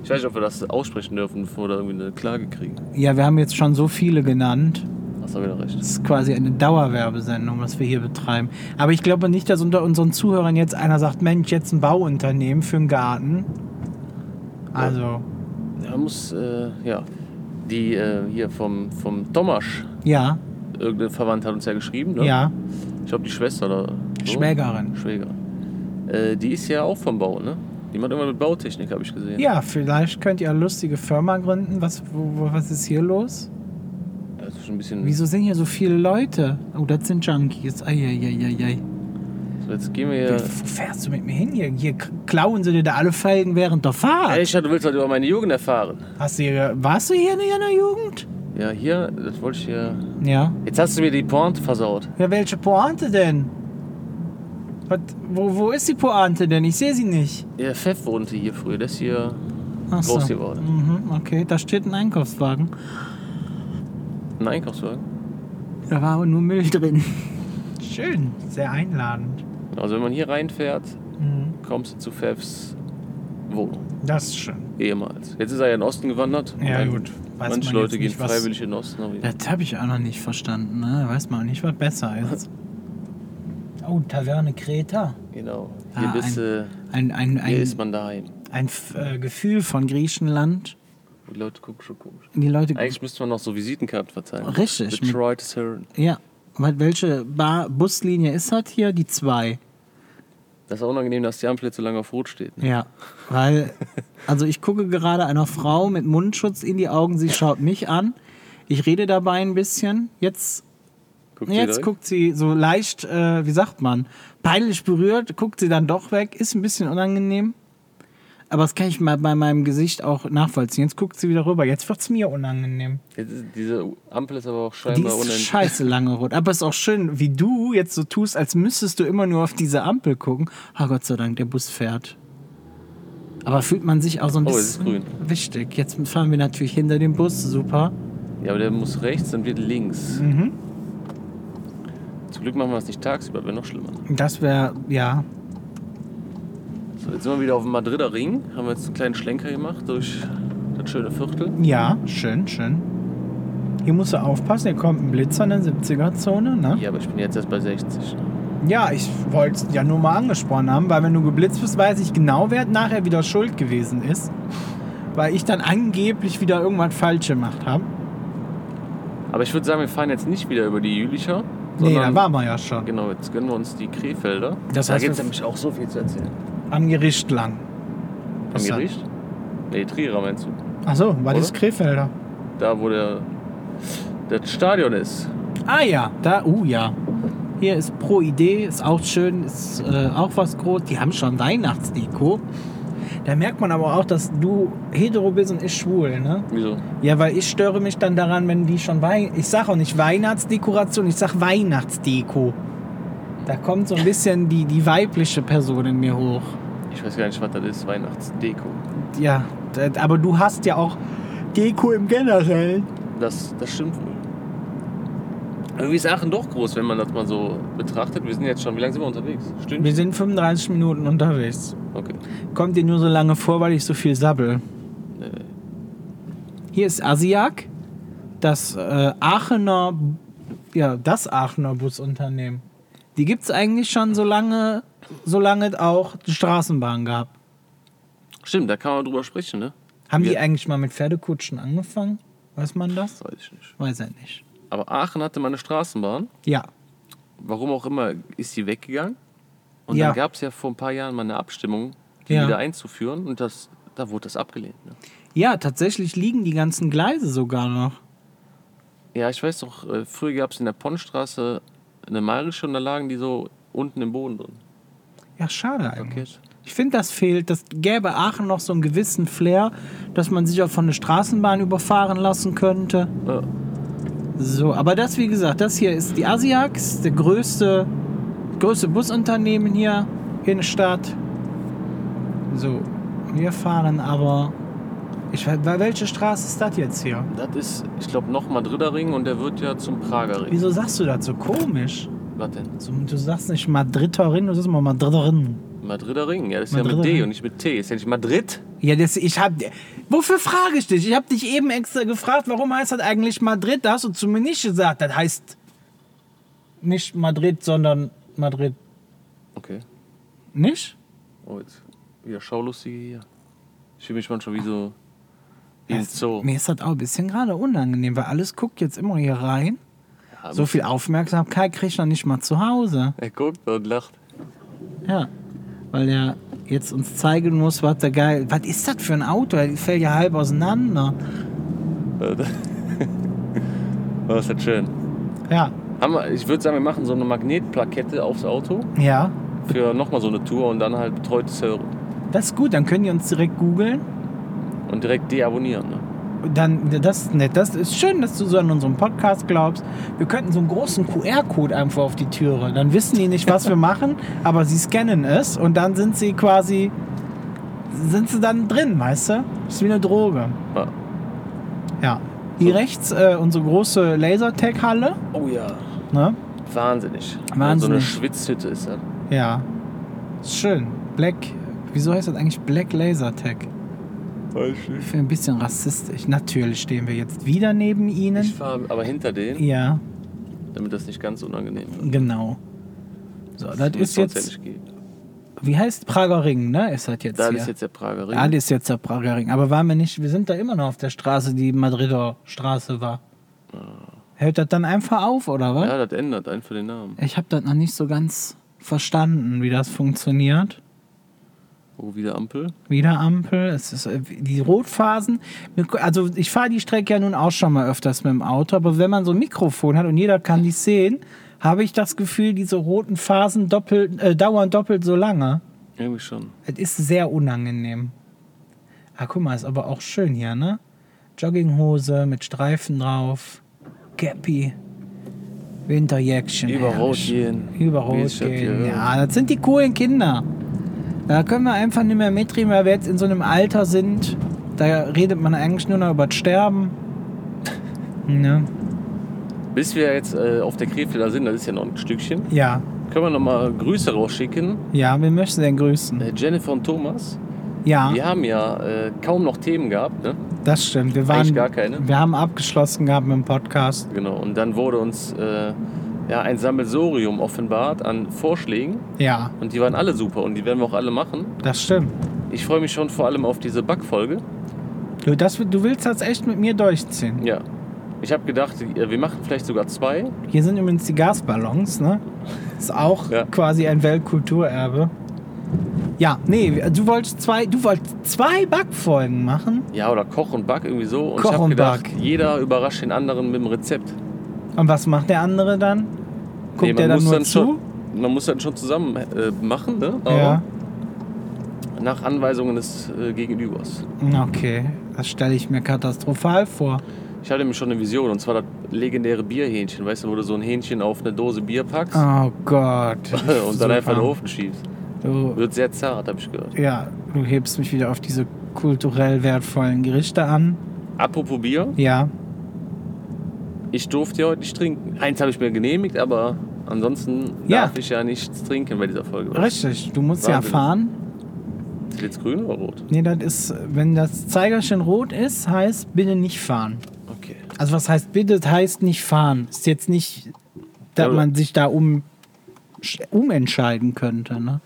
Speaker 1: Ich weiß nicht, ob wir das aussprechen dürfen, bevor wir da irgendwie eine Klage kriegen.
Speaker 2: Ja, wir haben jetzt schon so viele genannt.
Speaker 1: Hast du wieder recht.
Speaker 2: Das ist quasi eine Dauerwerbesendung, was wir hier betreiben. Aber ich glaube nicht, dass unter unseren Zuhörern jetzt einer sagt, Mensch, jetzt ein Bauunternehmen für einen Garten. Also,
Speaker 1: Da muss, äh, ja, die äh, hier vom, vom Tomasch,
Speaker 2: ja,
Speaker 1: irgendeine Verwandte hat uns ja geschrieben,
Speaker 2: ja,
Speaker 1: ne? Ich glaube, die Schwester oder so.
Speaker 2: Schwägerin.
Speaker 1: Schwägerin. Äh, die ist ja auch vom Bau, ne? Die macht immer mit Bautechnik, habe ich gesehen.
Speaker 2: Ja, vielleicht könnt ihr eine lustige Firma gründen. Was, wo, wo- was ist hier los?
Speaker 1: Das ist schon ein bisschen.
Speaker 2: Wieso sind hier so viele Leute? Oh, das sind Junkies. Eieieiei.
Speaker 1: So, jetzt gehen wir
Speaker 2: Wo
Speaker 1: hier.
Speaker 2: fährst du mit mir hin? Hier, hier k- klauen sie dir da alle Felgen während der Fahrt.
Speaker 1: Ey, ich dachte, du willst halt über meine Jugend erfahren.
Speaker 2: Hast du hier, warst du hier in deiner Jugend?
Speaker 1: Ja, hier, das wollte ich hier.
Speaker 2: Ja.
Speaker 1: Jetzt hast du mir die Pointe versaut.
Speaker 2: Ja, welche Pointe denn? Was, wo, wo ist die Pointe denn? Ich sehe sie nicht.
Speaker 1: Der Pfeff wohnte hier früher, das hier.
Speaker 2: Ach so.
Speaker 1: Groß geworden.
Speaker 2: Mhm, okay, da steht ein Einkaufswagen.
Speaker 1: Ein Einkaufswagen.
Speaker 2: Da war aber nur Müll drin. Schön, sehr einladend.
Speaker 1: Also, wenn man hier reinfährt,
Speaker 2: Mhm.
Speaker 1: kommst du zu Pfeffs Wohnung.
Speaker 2: Das ist schön.
Speaker 1: Ehemals. Jetzt ist er ja in den Osten gewandert.
Speaker 2: Ja,
Speaker 1: Mein-
Speaker 2: gut. Weiß
Speaker 1: Manche
Speaker 2: man
Speaker 1: Leute
Speaker 2: jetzt
Speaker 1: gehen
Speaker 2: nicht, was-
Speaker 1: freiwillig in den Osten. aber-
Speaker 2: Das habe ich auch noch nicht verstanden. Ne? Da Weiß man auch nicht, was besser ist. Oh, Taverne Kreta.
Speaker 1: Genau.
Speaker 2: Ah,
Speaker 1: Hier bist du.
Speaker 2: Ein, ein, ein,
Speaker 1: Hier ist man daheim.
Speaker 2: ein F- äh, Gefühl von Griechenland.
Speaker 1: Die Leute gucken schon komisch.
Speaker 2: Die Leute
Speaker 1: Eigentlich müsste man noch so Visitenkarten verteilen.
Speaker 2: Richtig.
Speaker 1: Detroit ist Hearn.
Speaker 2: Ja. Weil welche Bar Buslinie ist das hier? Die 2.
Speaker 1: Das ist auch unangenehm, dass die Ampel jetzt so lange auf Rot steht. ne?
Speaker 2: Ja. Weil, also ich gucke gerade einer Frau mit Mundschutz in die Augen, sie schaut mich an. Ich rede dabei ein bisschen. Jetzt,
Speaker 1: Guckt ihr
Speaker 2: jetzt
Speaker 1: direkt?
Speaker 2: guckt sie so leicht, äh, wie sagt man, peinlich berührt, guckt sie dann doch weg, ist ein bisschen unangenehm. Aber das kann ich mal bei meinem Gesicht auch nachvollziehen. Jetzt guckt sie wieder rüber. Jetzt wird es mir unangenehm.
Speaker 1: Jetzt ist, diese Ampel ist aber auch
Speaker 2: Die
Speaker 1: scheinbar
Speaker 2: ist
Speaker 1: unendlich.
Speaker 2: scheiße lange rot. Aber ist auch schön, wie du jetzt so tust, als müsstest du immer nur auf diese Ampel gucken. Ah, Gott sei Dank, der Bus fährt. Aber fühlt man sich auch so
Speaker 1: Oh,
Speaker 2: ein bisschen
Speaker 1: es ist grün.
Speaker 2: wichtig. Jetzt fahren wir natürlich hinter dem Bus, super.
Speaker 1: Ja, aber der muss rechts, dann wird links.
Speaker 2: Mhm.
Speaker 1: Zum Glück machen wir das nicht tagsüber, wäre noch schlimmer.
Speaker 2: Das wäre, ja,
Speaker 1: So, jetzt sind wir wieder auf dem Madrider Ring. Haben wir jetzt einen kleinen Schlenker gemacht durch das schöne Viertel.
Speaker 2: ja, schön, schön. Hier musst du aufpassen, hier kommt ein Blitzer in der 70er-Zone, ne?
Speaker 1: Ja, aber ich bin jetzt erst bei 60.
Speaker 2: Ja, ich wollte es ja nur mal angesprochen haben, weil wenn du geblitzt bist, weiß ich genau, wer nachher wieder schuld gewesen ist. Weil ich dann angeblich wieder irgendwas falsch gemacht habe.
Speaker 1: Aber ich würde sagen, wir fahren jetzt nicht wieder über die Jülicher.
Speaker 2: Nee,
Speaker 1: sondern-
Speaker 2: da waren wir ja schon.
Speaker 1: Genau, jetzt gönnen wir uns die Krefelder.
Speaker 2: Das
Speaker 1: da
Speaker 2: heißt,
Speaker 1: gibt es
Speaker 2: wir-
Speaker 1: nämlich auch so viel zu erzählen.
Speaker 2: Am Gericht lang.
Speaker 1: Am
Speaker 2: Was dann?
Speaker 1: Gericht? Nee, Trierer meinst du?
Speaker 2: Achso, war das
Speaker 1: Oder?
Speaker 2: Krefelder?
Speaker 1: Da, wo der, das Stadion ist.
Speaker 2: Ah ja, da, uh ja. Hier ist Pro Idee, ist auch schön, ist äh, auch was groß. Die haben schon Weihnachtsdeko. Da merkt man aber auch, dass du hetero bist und ich schwul, ne?
Speaker 1: Wieso?
Speaker 2: Ja, weil ich störe mich dann daran, wenn die schon Wei Ich sag auch nicht Weihnachtsdekoration, ich sag Weihnachtsdeko. Da kommt so ein bisschen die, die weibliche Person in mir hoch.
Speaker 1: Ich weiß gar nicht, was das ist. Weihnachtsdeko.
Speaker 2: Ja, d- aber du hast ja auch Deko im Generellen.
Speaker 1: Das, das stimmt wohl. Irgendwie ist Aachen doch groß, wenn man das mal so betrachtet. Wir sind jetzt schon, wie lange sind wir unterwegs?
Speaker 2: Wir
Speaker 1: Stündchen?
Speaker 2: sind 35 Minuten unterwegs.
Speaker 1: Okay.
Speaker 2: Kommt dir nur so lange vor, weil ich so viel sabbel.
Speaker 1: Nee.
Speaker 2: Hier ist Asiak, das äh, Aachener ja, das Aachener Busunternehmen. Die gibt es eigentlich schon so lange, solange es auch die Straßenbahn gab.
Speaker 1: Stimmt, da kann man drüber sprechen, ne?
Speaker 2: Haben die
Speaker 1: Ja.
Speaker 2: eigentlich mal mit Pferdekutschen angefangen? Weiß man das?
Speaker 1: Das weiß ich nicht.
Speaker 2: Weiß er nicht.
Speaker 1: Aber Aachen hatte mal eine Straßenbahn.
Speaker 2: Ja.
Speaker 1: Warum auch immer ist sie weggegangen. Und
Speaker 2: Ja.
Speaker 1: dann gab es ja vor ein paar Jahren mal eine Abstimmung, die
Speaker 2: Ja.
Speaker 1: wieder einzuführen. Und das, da wurde das abgelehnt. Ne?
Speaker 2: Ja, tatsächlich liegen die ganzen Gleise sogar noch.
Speaker 1: Ja, ich weiß noch, äh, früher gab es in der Ponnstraße eine Mairische und da lagen die so unten im Boden drin.
Speaker 2: Ja, schade eigentlich.
Speaker 1: Okay.
Speaker 2: Ich finde, das fehlt. Das gäbe Aachen noch so einen gewissen Flair, dass man sich auch von der Straßenbahn überfahren lassen könnte.
Speaker 1: Ja.
Speaker 2: So, aber das, wie gesagt, das hier ist die Asiax, der größte, größte Busunternehmen hier in der Stadt. So, wir fahren aber. Ich, we- bei welche Straße ist das jetzt hier?
Speaker 1: Das ist, ich glaube, nochmal dritter Ring und der wird ja zum Prager Ring.
Speaker 2: Wieso sagst du das so komisch?
Speaker 1: Was denn?
Speaker 2: So, du sagst nicht Madriderin, du sagst mal Madriderin.
Speaker 1: Madrider Ring, ja, das ist ja
Speaker 2: Madrider
Speaker 1: mit D
Speaker 2: Ring.
Speaker 1: und nicht mit T. Ist ja nicht Madrid.
Speaker 2: Ja, das, ich hab. Wofür frage ich dich? Ich habe dich eben extra gefragt, warum heißt das eigentlich Madrid? Da hast du zu mir nicht gesagt, das heißt nicht Madrid, sondern Madrid.
Speaker 1: Okay.
Speaker 2: Nicht?
Speaker 1: Oh, jetzt wieder schaulustige hier. Ich fühle mich manchmal wie so. Wie im Zoo.
Speaker 2: Mir ist das auch ein bisschen gerade unangenehm, weil alles guckt jetzt immer hier rein.
Speaker 1: Ja,
Speaker 2: So viel Aufmerksamkeit krieg ich noch nicht mal zu Hause.
Speaker 1: Er guckt und lacht.
Speaker 2: Ja. Weil er jetzt uns zeigen muss, was der geil. Was ist das für ein Auto? Er fällt ja halb auseinander.
Speaker 1: Äh, Das ist halt schön.
Speaker 2: Ja.
Speaker 1: Haben wir, ich würde sagen, wir machen so eine Magnetplakette aufs Auto
Speaker 2: Ja.
Speaker 1: für nochmal so eine Tour und dann halt betreutes Hören.
Speaker 2: Das ist gut, dann können die uns direkt googeln.
Speaker 1: Und direkt deabonnieren. Ne?
Speaker 2: Dann, das ist nett. Das ist schön, dass du so an unseren Podcast glaubst. Wir könnten so einen großen QR-Code einfach auf die Türe. Dann wissen die nicht, was wir machen, aber sie scannen es und dann sind sie quasi, sind sie dann drin, weißt du? Das ist wie eine Droge.
Speaker 1: Ja.
Speaker 2: Ja. Hier rechts äh, unsere große Lasertech-Halle.
Speaker 1: Oh ja.
Speaker 2: Ne?
Speaker 1: Wahnsinnig. So eine
Speaker 2: Wahnsinnig.
Speaker 1: Schwitzhütte ist das.
Speaker 2: Ja. Ist schön. Black. Wieso heißt das eigentlich Black Lasertech? Ich finde ein bisschen rassistisch. Natürlich stehen wir jetzt wieder neben
Speaker 1: Ich
Speaker 2: ihnen.
Speaker 1: fahre aber hinter denen,
Speaker 2: Ja.
Speaker 1: damit das nicht ganz unangenehm wird.
Speaker 2: Genau. So, das ist
Speaker 1: sonst ja
Speaker 2: jetzt.
Speaker 1: nicht gehen.
Speaker 2: Wie heißt Prager Ring, ne? Ist das jetzt
Speaker 1: Da
Speaker 2: hier?
Speaker 1: ist jetzt der Prager Ring.
Speaker 2: ah, das ist jetzt der Prager Ring. Aber waren wir nicht, wir sind da immer noch auf der Straße, die Madrider Straße war. Hört das dann einfach auf, oder was?
Speaker 1: ja, das ändert einfach den Namen.
Speaker 2: Ich habe das noch nicht so ganz verstanden, wie das funktioniert.
Speaker 1: Oh, wieder Ampel.
Speaker 2: Wieder Ampel, es ist äh, die Rotphasen. Mir- Also ich fahre die Strecke ja nun auch schon mal öfters mit dem Auto, aber wenn man so ein Mikrofon hat und jeder kann die sehen, habe ich das Gefühl, diese roten Phasen doppelt, äh, dauern doppelt so lange.
Speaker 1: Irgendwie schon.
Speaker 2: Es ist sehr unangenehm. Ah, guck mal, ist aber auch schön hier, ne? Jogginghose mit Streifen drauf, Cappy, Winterjäckchen.
Speaker 1: Über Rot
Speaker 2: herrlich.
Speaker 1: gehen.
Speaker 2: Über
Speaker 1: Wie
Speaker 2: Rot
Speaker 1: es das hier
Speaker 2: gehen.
Speaker 1: hört.
Speaker 2: Ja, das sind die coolen Kinder. Da können wir einfach nicht mehr mitreden, weil wir jetzt in so einem Alter sind. Da redet man eigentlich nur noch über das Sterben. Ne?
Speaker 1: Bis wir jetzt äh, auf der Krefelder sind, das ist ja noch ein Stückchen,
Speaker 2: Ja,
Speaker 1: können wir nochmal Grüße rausschicken.
Speaker 2: ja, wir möchten den grüßen.
Speaker 1: Äh, Jennifer und Thomas,
Speaker 2: Ja,
Speaker 1: wir haben ja äh, kaum noch Themen gehabt, ne?
Speaker 2: das stimmt. Wir waren,
Speaker 1: Eigentlich gar keine.
Speaker 2: wir haben abgeschlossen gehabt mit dem Podcast.
Speaker 1: Genau. Und dann wurde uns äh, ja, ein Sammelsorium offenbart an Vorschlägen.
Speaker 2: Ja,
Speaker 1: Und die waren alle super und die werden wir auch alle machen.
Speaker 2: das stimmt.
Speaker 1: Ich freue mich schon vor allem auf diese Backfolge.
Speaker 2: Du, das, du willst das echt mit mir durchziehen.
Speaker 1: Ja. Ich habe gedacht, äh, wir machen vielleicht sogar zwei.
Speaker 2: Hier sind übrigens die Gasballons, ne? Ist auch
Speaker 1: Ja.
Speaker 2: quasi ein Weltkulturerbe. Ja, nee, du wolltest zwei, du wolltest zwei Backfolgen machen.
Speaker 1: Ja, oder Koch und Back irgendwie so. Und
Speaker 2: Koch
Speaker 1: ich
Speaker 2: und
Speaker 1: habe gedacht,
Speaker 2: Back.
Speaker 1: jeder überrascht den anderen mit dem Rezept.
Speaker 2: Und was macht der andere dann? Guckt
Speaker 1: Nee, man
Speaker 2: der dann
Speaker 1: muss
Speaker 2: nur
Speaker 1: dann
Speaker 2: zu?
Speaker 1: schon- Man muss dann schon zusammen äh, machen, ne? Aber
Speaker 2: ja.
Speaker 1: Nach Anweisungen des äh, Gegenübers.
Speaker 2: Hm, Okay, das stelle ich mir katastrophal vor.
Speaker 1: Ich hatte mir schon eine Vision, und zwar das legendäre Bierhähnchen. Weißt du, wo du so ein Hähnchen auf eine Dose Bier packst
Speaker 2: Oh Gott.
Speaker 1: und dann einfach in den
Speaker 2: Super.
Speaker 1: Ofen schiebst.
Speaker 2: Du,
Speaker 1: Wird sehr zart, habe ich gehört.
Speaker 2: ja, du hebst mich wieder auf diese kulturell wertvollen Gerichte an.
Speaker 1: Apropos Bier,
Speaker 2: Ja,
Speaker 1: ich durfte ja heute nicht trinken. Eins habe ich mir genehmigt, aber ansonsten
Speaker 2: Ja.
Speaker 1: darf ich ja nichts trinken bei dieser Folge.
Speaker 2: richtig. Du musst ja
Speaker 1: Wahnsinn.
Speaker 2: fahren.
Speaker 1: Ist jetzt grün oder rot?
Speaker 2: Nee, das ist, wenn das Zeigerchen rot ist, heißt bitte nicht fahren.
Speaker 1: Okay.
Speaker 2: Also was heißt bitte, das heißt nicht fahren. Ist jetzt nicht dass
Speaker 1: Ja,
Speaker 2: man sich da um, umentscheiden könnte. Ne?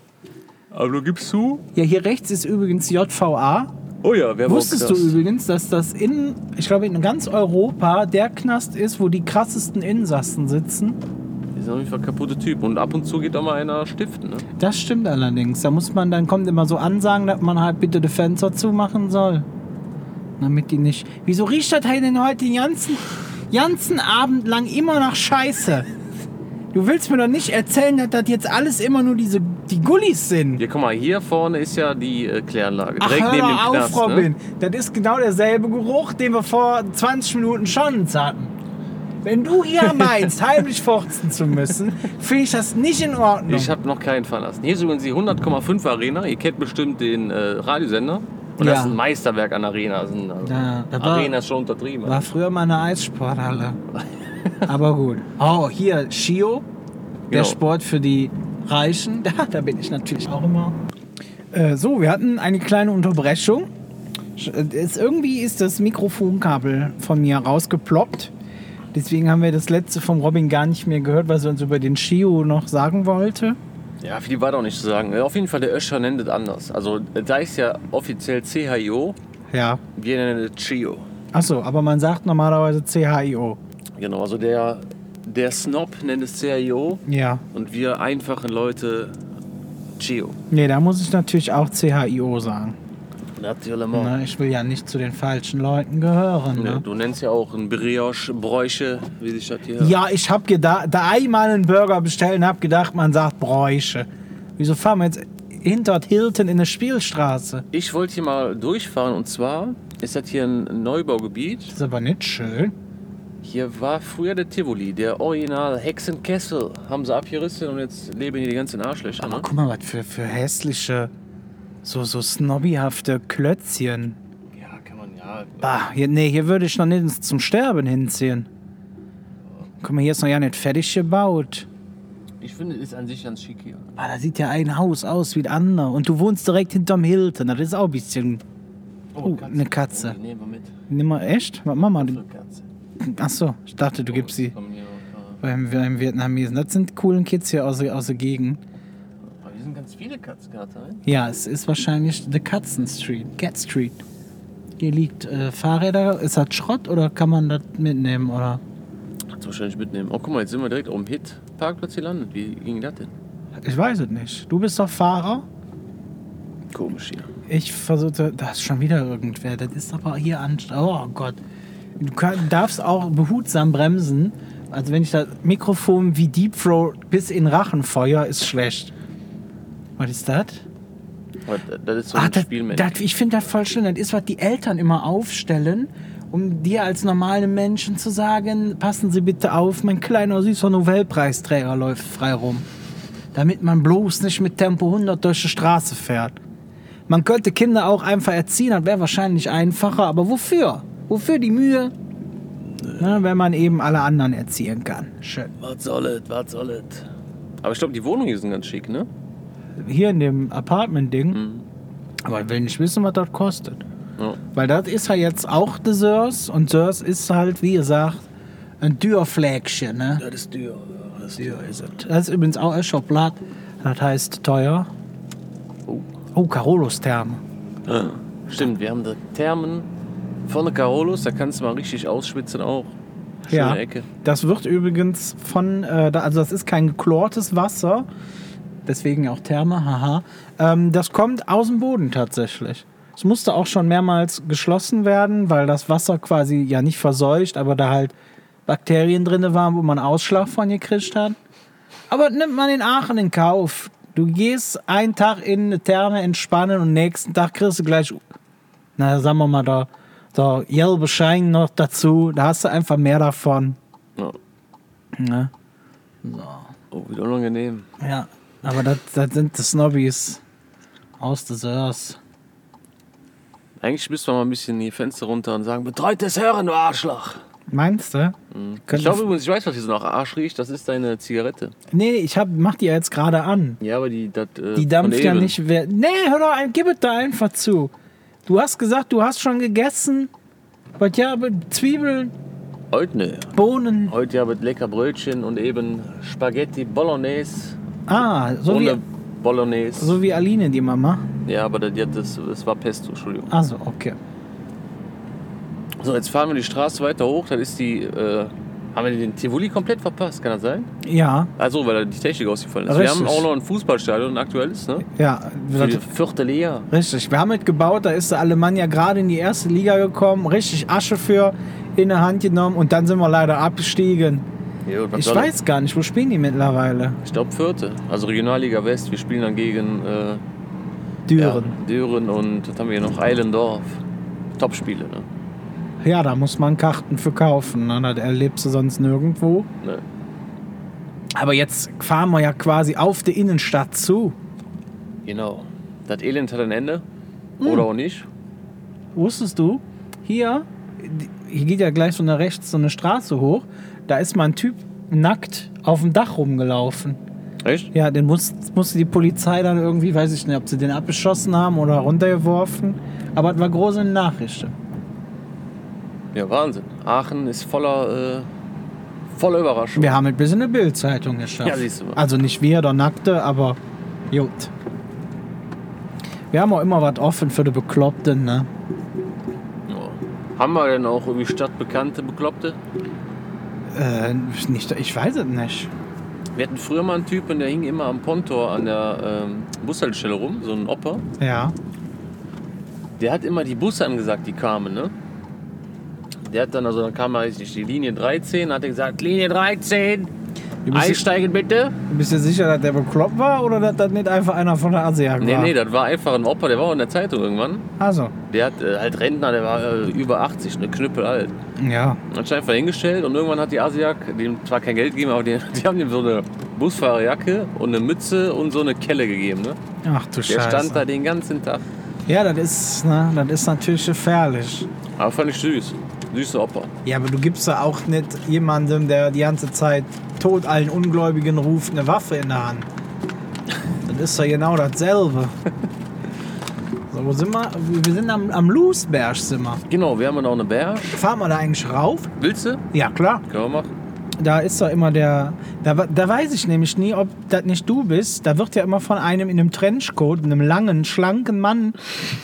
Speaker 1: Aber du gibst zu?
Speaker 2: Ja, hier rechts ist übrigens JVA.
Speaker 1: Oh ja, wer
Speaker 2: Wusstest du übrigens, dass das in, ich glaube, in ganz Europa der Knast ist, wo die krassesten Insassen sitzen?
Speaker 1: Die sind auf jeden Fall kaputte Typen. Und ab und zu geht da mal einer stiften. Ne?
Speaker 2: Das stimmt allerdings. Da muss man, dann kommt immer so Ansagen, dass man halt bitte die Fenster zumachen soll. Damit die nicht. Wieso riecht das halt denn heute den ganzen, ganzen Abend lang immer nach Scheiße? Du willst mir doch nicht erzählen, dass das jetzt alles immer nur diese, die Gullis sind.
Speaker 1: Ja, guck mal, hier vorne ist ja die äh, Kläranlage.
Speaker 2: Ach,
Speaker 1: direkt
Speaker 2: hör
Speaker 1: neben
Speaker 2: mal
Speaker 1: dem
Speaker 2: auf,
Speaker 1: Knast.
Speaker 2: Robin.
Speaker 1: Ne?
Speaker 2: Das ist genau derselbe Geruch, den wir vor 20 Minuten schon hatten. Wenn du hier meinst, heimlich forzen zu müssen, finde ich das nicht in Ordnung.
Speaker 1: Ich habe noch keinen verlassen. Hier ist übrigens die 100,5 Arena. Ihr kennt bestimmt den äh, Radiosender. Und das
Speaker 2: Ja.
Speaker 1: ist ein Meisterwerk an Arena. Das ist ein, also,
Speaker 2: Ja, da war-
Speaker 1: Arena ist schon untertrieben.
Speaker 2: War früher mal eine Eissporthalle. Aber gut. Oh, hier, Shio, der
Speaker 1: Genau.
Speaker 2: Sport für die Reichen. Da, da bin ich natürlich auch immer. Äh, so, wir hatten eine kleine Unterbrechung. Sch- äh, Ist, irgendwie ist das Mikrofonkabel von mir rausgeploppt. Deswegen haben wir das letzte vom Robin gar nicht mehr gehört, was er uns über den Shio noch sagen wollte.
Speaker 1: Ja, viel war doch nicht zu sagen. Äh, Auf jeden Fall, der Öscher nennt es anders. Also, äh, da ist ja offiziell CHIO,
Speaker 2: Ja.
Speaker 1: wir nennen es CHIO.
Speaker 2: Achso, aber man sagt normalerweise CHIO.
Speaker 1: Genau, also der, der Snob nennt es CHIO
Speaker 2: Ja.
Speaker 1: und wir einfachen Leute CHIO.
Speaker 2: Nee, da muss ich natürlich auch CHIO sagen.
Speaker 1: Natürlich.
Speaker 2: Na, ich will ja nicht zu den falschen Leuten gehören.
Speaker 1: Ja,
Speaker 2: Ne?
Speaker 1: du nennst ja auch ein Brioche, Bräuche, wie sich das hier.
Speaker 2: Ja, ich hab gedacht, da einmal einen Burger bestellen, hab gedacht, man sagt Bräuche. Wieso fahren wir jetzt hinter Hilton in eine Spielstraße?
Speaker 1: Ich wollte hier mal durchfahren und zwar ist das hier ein Neubaugebiet.
Speaker 2: Das ist aber nicht schön.
Speaker 1: Hier war früher der Tivoli, der Original Hexenkessel. Haben sie abgerissen und jetzt leben hier die ganzen Arschlöcher. Ne?
Speaker 2: Aber guck mal, was für, für hässliche, so, so snobbyhafte Klötzchen.
Speaker 1: Ja, kann man ja.
Speaker 2: Bah, hier, nee, hier würde ich noch nicht ins- zum Sterben hinziehen. Guck mal, hier ist noch ja nicht fertig gebaut.
Speaker 1: Ich finde, ist an sich ganz schick hier.
Speaker 2: Bah, da sieht ja ein Haus aus wie das andere. Und du wohnst direkt hinterm Hilton. Das ist auch ein bisschen. Oh, eine Katze.
Speaker 1: Die nehmen wir mit.
Speaker 2: Nimm mal echt? Was machen wir?
Speaker 1: Eine Katze.
Speaker 2: Ach so, ich dachte, du gibst sie
Speaker 1: Komm hier, äh,
Speaker 2: beim, beim Vietnamesen. Das sind coolen Kids hier aus, der- aus der Gegend.
Speaker 1: aber Hier sind ganz viele Katzen gerade. ne?
Speaker 2: Ja, es ist wahrscheinlich The Katzen Street, Cat Street. Hier liegt äh, Fahrräder. Ist das Schrott oder kann man das mitnehmen? Oder?
Speaker 1: Kannst du wahrscheinlich mitnehmen. Oh, guck mal, jetzt sind wir direkt auf dem Hit-Parkplatz gelandet. Wie ging das denn?
Speaker 2: Ich weiß es nicht. Du bist doch Fahrer.
Speaker 1: Komisch hier.
Speaker 2: Ich versuchte, da ist schon wieder irgendwer. Das ist aber hier anstrengend. Oh Gott. Du kann, darfst auch behutsam bremsen. Also wenn ich das Mikrofon wie Deep Throat bis in Rachen feuer, ist schlecht. Was ist das?
Speaker 1: Aber das- Das ist so ein
Speaker 2: Ach, Ah, das-
Speaker 1: Spielmensch.
Speaker 2: das- ich finde das voll schön. Das ist, was die Eltern immer aufstellen, um dir als normalen Menschen zu sagen, passen Sie bitte auf, mein kleiner süßer Nobelpreisträger läuft frei rum. Damit man bloß nicht mit Tempo 100 durch die Straße fährt. Man könnte Kinder auch einfach erziehen, das wäre wahrscheinlich einfacher, aber wofür? Wofür die Mühe? Ne, wenn man eben alle anderen erziehen kann. Schön.
Speaker 1: Was soll es, was soll es? Aber ich glaube, die Wohnungen hier sind ganz schick, ne?
Speaker 2: hier in dem Apartment-Ding. Aber ich will nicht wissen, was das kostet.
Speaker 1: Mhm. Ja.
Speaker 2: Weil das ist ja jetzt auch der Sörs und Sörs ist halt, wie gesagt, ein Dürrflägchen, ne?
Speaker 1: Das ist äh, teuer. Das ist teuer. Ist
Speaker 2: Das ist übrigens auch ein Schoplat. Das heißt teuer.
Speaker 1: Oh.
Speaker 2: Oh, Carolus Therme.
Speaker 1: Stimmt, wir haben da Thermen von der Carolus, da kannst du mal richtig ausschwitzen auch. Schöne Ecke.
Speaker 2: Das wird übrigens von, äh, da- also das ist kein geklortes Wasser, deswegen auch Therme, haha. Ähm, das kommt aus dem Boden tatsächlich. Es musste auch schon mehrmals geschlossen werden, weil das Wasser quasi ja nicht verseucht, aber da halt Bakterien drin waren, wo man Ausschlag von gekriegt hat. Aber das nimmt man in Aachen in Kauf. Du gehst einen Tag in eine Therme entspannen und nächsten Tag kriegst du gleich na, sagen wir mal, da, da gelbe Schein noch dazu, da hast du einfach mehr davon.
Speaker 1: Ja.
Speaker 2: Ne?
Speaker 1: Oh, wieder unangenehm.
Speaker 2: Ja, aber das, das sind die Snobbies aus des Earth.
Speaker 1: Eigentlich müssten wir mal ein bisschen die Fenster runter und sagen, betreut des Herren, du Arschloch.
Speaker 2: Meinst du?
Speaker 1: Mhm. Ich glaube übrigens, ich weiß, was hier so nach Arsch riecht, das ist deine Zigarette.
Speaker 2: nee, ich hab, mach die ja jetzt gerade an.
Speaker 1: Ja, aber die, das, äh,
Speaker 2: Die
Speaker 1: von
Speaker 2: dampft ja
Speaker 1: eben.
Speaker 2: nicht. Wer nee, hör doch, ein- gib es da einfach zu. Du hast gesagt, du hast schon gegessen. Was ja, aber Zwiebeln.
Speaker 1: Heute ne.
Speaker 2: Bohnen.
Speaker 1: Heute ja mit lecker Brötchen und eben Spaghetti Bolognese.
Speaker 2: Ah, so
Speaker 1: ohne
Speaker 2: wie,
Speaker 1: Bolognese.
Speaker 2: so wie Aline, die Mama.
Speaker 1: Ja, aber das, das, das war Pesto, Entschuldigung.
Speaker 2: Also, okay.
Speaker 1: So, jetzt fahren wir die Straße weiter hoch. Dann ist die. Äh, haben wir den Tivoli komplett verpasst? Kann das sein?
Speaker 2: Ja,
Speaker 1: Also, weil da die Technik ausgefallen ist.
Speaker 2: Richtig.
Speaker 1: Wir haben auch noch ein Fußballstadion, ein aktuelles, ne?
Speaker 2: ja.
Speaker 1: Für die vierte Liga.
Speaker 2: Richtig, wir haben mitgebaut, da ist der Alemannia gerade in die erste Liga gekommen, richtig Asche für in der Hand genommen und dann sind wir leider abgestiegen.
Speaker 1: Ja, und was
Speaker 2: Ich
Speaker 1: soll das?
Speaker 2: weiß gar nicht, wo spielen die mittlerweile?
Speaker 1: Ich glaube, vierte. Also Regionalliga West. Wir spielen dann gegen. Äh,
Speaker 2: Düren.
Speaker 1: Ja, Düren und was haben wir hier noch? Eilendorf. Top-Spiele, ne?
Speaker 2: Ja. da muss man Karten für kaufen, ne? das erlebst du sonst nirgendwo.
Speaker 1: ne?
Speaker 2: Aber jetzt fahren wir ja quasi auf die Innenstadt zu.
Speaker 1: Genau. Das Elend hat ein Ende.
Speaker 2: Hm.
Speaker 1: Oder auch nicht.
Speaker 2: Wusstest du, hier, hier geht ja gleich von da rechts so eine Straße hoch, da ist mal ein Typ nackt auf dem Dach rumgelaufen.
Speaker 1: Echt?
Speaker 2: Ja, den muss, musste die Polizei dann irgendwie, weiß ich nicht, ob sie den abgeschossen haben oder runtergeworfen. Aber es war große Nachrichten.
Speaker 1: Ja, Wahnsinn. Aachen ist voller, äh, voller Überraschung.
Speaker 2: Wir haben ein bisschen eine Bildzeitung geschafft.
Speaker 1: Ja, siehst du mal.
Speaker 2: Also nicht wir, der Nackte, aber gut. Wir haben auch immer was offen für die Bekloppten, ne?
Speaker 1: Ja. Haben wir denn auch irgendwie stadtbekannte Bekloppte?
Speaker 2: Äh, nicht, ich weiß es nicht.
Speaker 1: Wir hatten früher mal einen Typen, der hing immer am Pontor an der ähm, Bushaltestelle rum, so ein Opa.
Speaker 2: Ja.
Speaker 1: Der hat immer die Busse angesagt, die kamen, ne? Der hat dann, also dann kam weiß ich nicht, die Linie 13, hat er gesagt, Linie 13,
Speaker 2: Du bist,
Speaker 1: einsteigen bitte.
Speaker 2: du bist dir sicher, dass der bekloppt war oder dass das nicht einfach einer von der Asiak
Speaker 1: Nee,
Speaker 2: war?
Speaker 1: nee, das war einfach ein Opa, der war auch in der Zeitung irgendwann.
Speaker 2: Also,
Speaker 1: Der hat äh, halt Rentner, der war äh, über 80, ne, Knüppel alt.
Speaker 2: ja.
Speaker 1: Anscheinend dahingestellt und irgendwann hat die Asiak dem zwar kein Geld gegeben, aber die, die haben ihm so eine Busfahrerjacke und eine Mütze und so eine Kelle gegeben. Ne?
Speaker 2: Ach du
Speaker 1: Der
Speaker 2: Scheiße.
Speaker 1: stand halt- da den ganzen Tag.
Speaker 2: Ja, das ist, ne, das ist natürlich gefährlich.
Speaker 1: Aber fand ich süß. Süße Opa.
Speaker 2: Ja, aber du gibst ja auch nicht jemandem, der die ganze Zeit tot allen Ungläubigen ruft, eine Waffe in der Hand. Das ist ja genau dasselbe. So, wo sind wir? Wir sind am, am Loosberg, sind wir.
Speaker 1: Genau, wir haben noch eine Bär.
Speaker 2: Fahren wir da eigentlich rauf?
Speaker 1: Willst du?
Speaker 2: Ja, klar.
Speaker 1: Können wir machen.
Speaker 2: Da ist doch immer der... Da, wa- da weiß ich nämlich nie, ob das nicht du bist. Da wird ja immer von einem in einem Trenchcoat, einem langen, schlanken Mann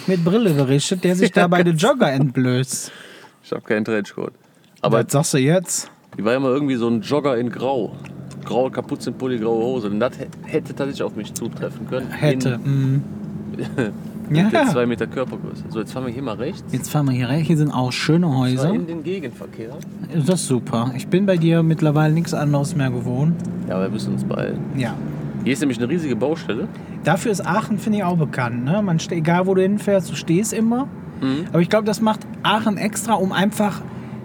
Speaker 2: mit Brille berichtet, der sich da bei den Jogger entblößt.
Speaker 1: Ich habe keinen Trenchcoat.
Speaker 2: Aber
Speaker 1: Aber
Speaker 2: was sagst du jetzt?
Speaker 1: die war immer irgendwie so ein Jogger in Grau. Graue Kapuzenpulli, graue Hose. Und das hä- hätte tatsächlich auf mich zutreffen können.
Speaker 2: Hätte. Mhm.
Speaker 1: In, mit der 2 Meter Körpergröße. So, jetzt fahren wir hier mal rechts.
Speaker 2: Jetzt fahren wir hier rechts. Hier sind auch schöne
Speaker 1: Mal
Speaker 2: Häuser.
Speaker 1: In den Gegenverkehr.
Speaker 2: Das ist super. Ich bin bei dir mittlerweile nichts anderes mehr gewohnt.
Speaker 1: Ja, aber wir müssen uns beeilen.
Speaker 2: Ja.
Speaker 1: Hier ist nämlich eine riesige Baustelle.
Speaker 2: Dafür ist Aachen, finde ich, auch bekannt. Ne? Man ste- egal, wo du hinfährst, du stehst immer. Aber ich glaube, das macht Aachen extra, um einfach,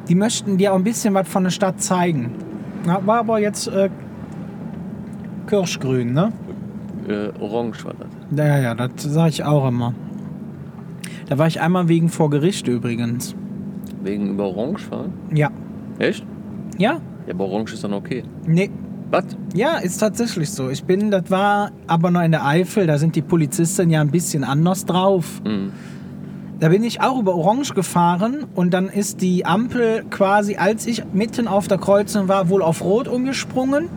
Speaker 2: die möchten dir auch ein bisschen was von der Stadt zeigen. Na, war aber jetzt äh, Kirschgrün, ne?
Speaker 1: Äh, orange war das.
Speaker 2: Ja, ja, das sage ich auch immer. Da war ich einmal wegen vor Gericht übrigens.
Speaker 1: Wegen über Orange fahren?
Speaker 2: Ja.
Speaker 1: Echt?
Speaker 2: Ja?
Speaker 1: Ja, aber Orange ist dann okay.
Speaker 2: Nee,
Speaker 1: Was?
Speaker 2: Ja, ist tatsächlich so. Ich bin, das war aber noch in der Eifel, da sind die Polizisten ja ein bisschen anders drauf.
Speaker 1: Mhm.
Speaker 2: Da bin ich auch über Orange gefahren und dann ist die Ampel quasi, als ich mitten auf der Kreuzung war, wohl auf Rot umgesprungen.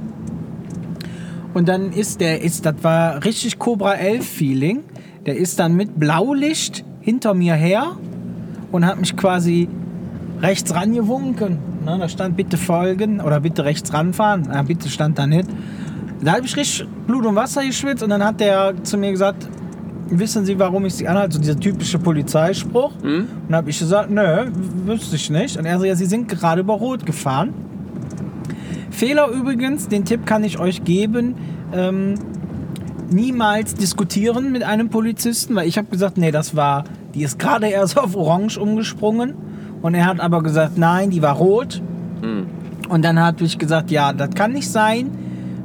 Speaker 2: Und dann ist der, ist, das war richtig Cobra 11 Feeling. Der ist dann mit Blaulicht hinter mir her und hat mich quasi rechts rangewunken. Ne, da stand bitte folgen oder bitte rechts ranfahren. Na, bitte stand da nicht. Da habe ich richtig Blut und Wasser geschwitzt und dann hat der zu mir gesagt, wissen Sie, warum ich Sie anhalte? So dieser typische Polizeispruch. Und dann habe ich gesagt, nö, w- wüsste ich nicht. Und er so, ja, Sie sind gerade über Rot gefahren. Fehler übrigens, den Tipp kann ich euch geben. Ähm, niemals diskutieren mit einem Polizisten, weil ich habe gesagt, nee, das war, die ist gerade erst auf Orange umgesprungen und er hat aber gesagt, nein, die war rot. Und dann habe ich gesagt, ja, das kann nicht sein.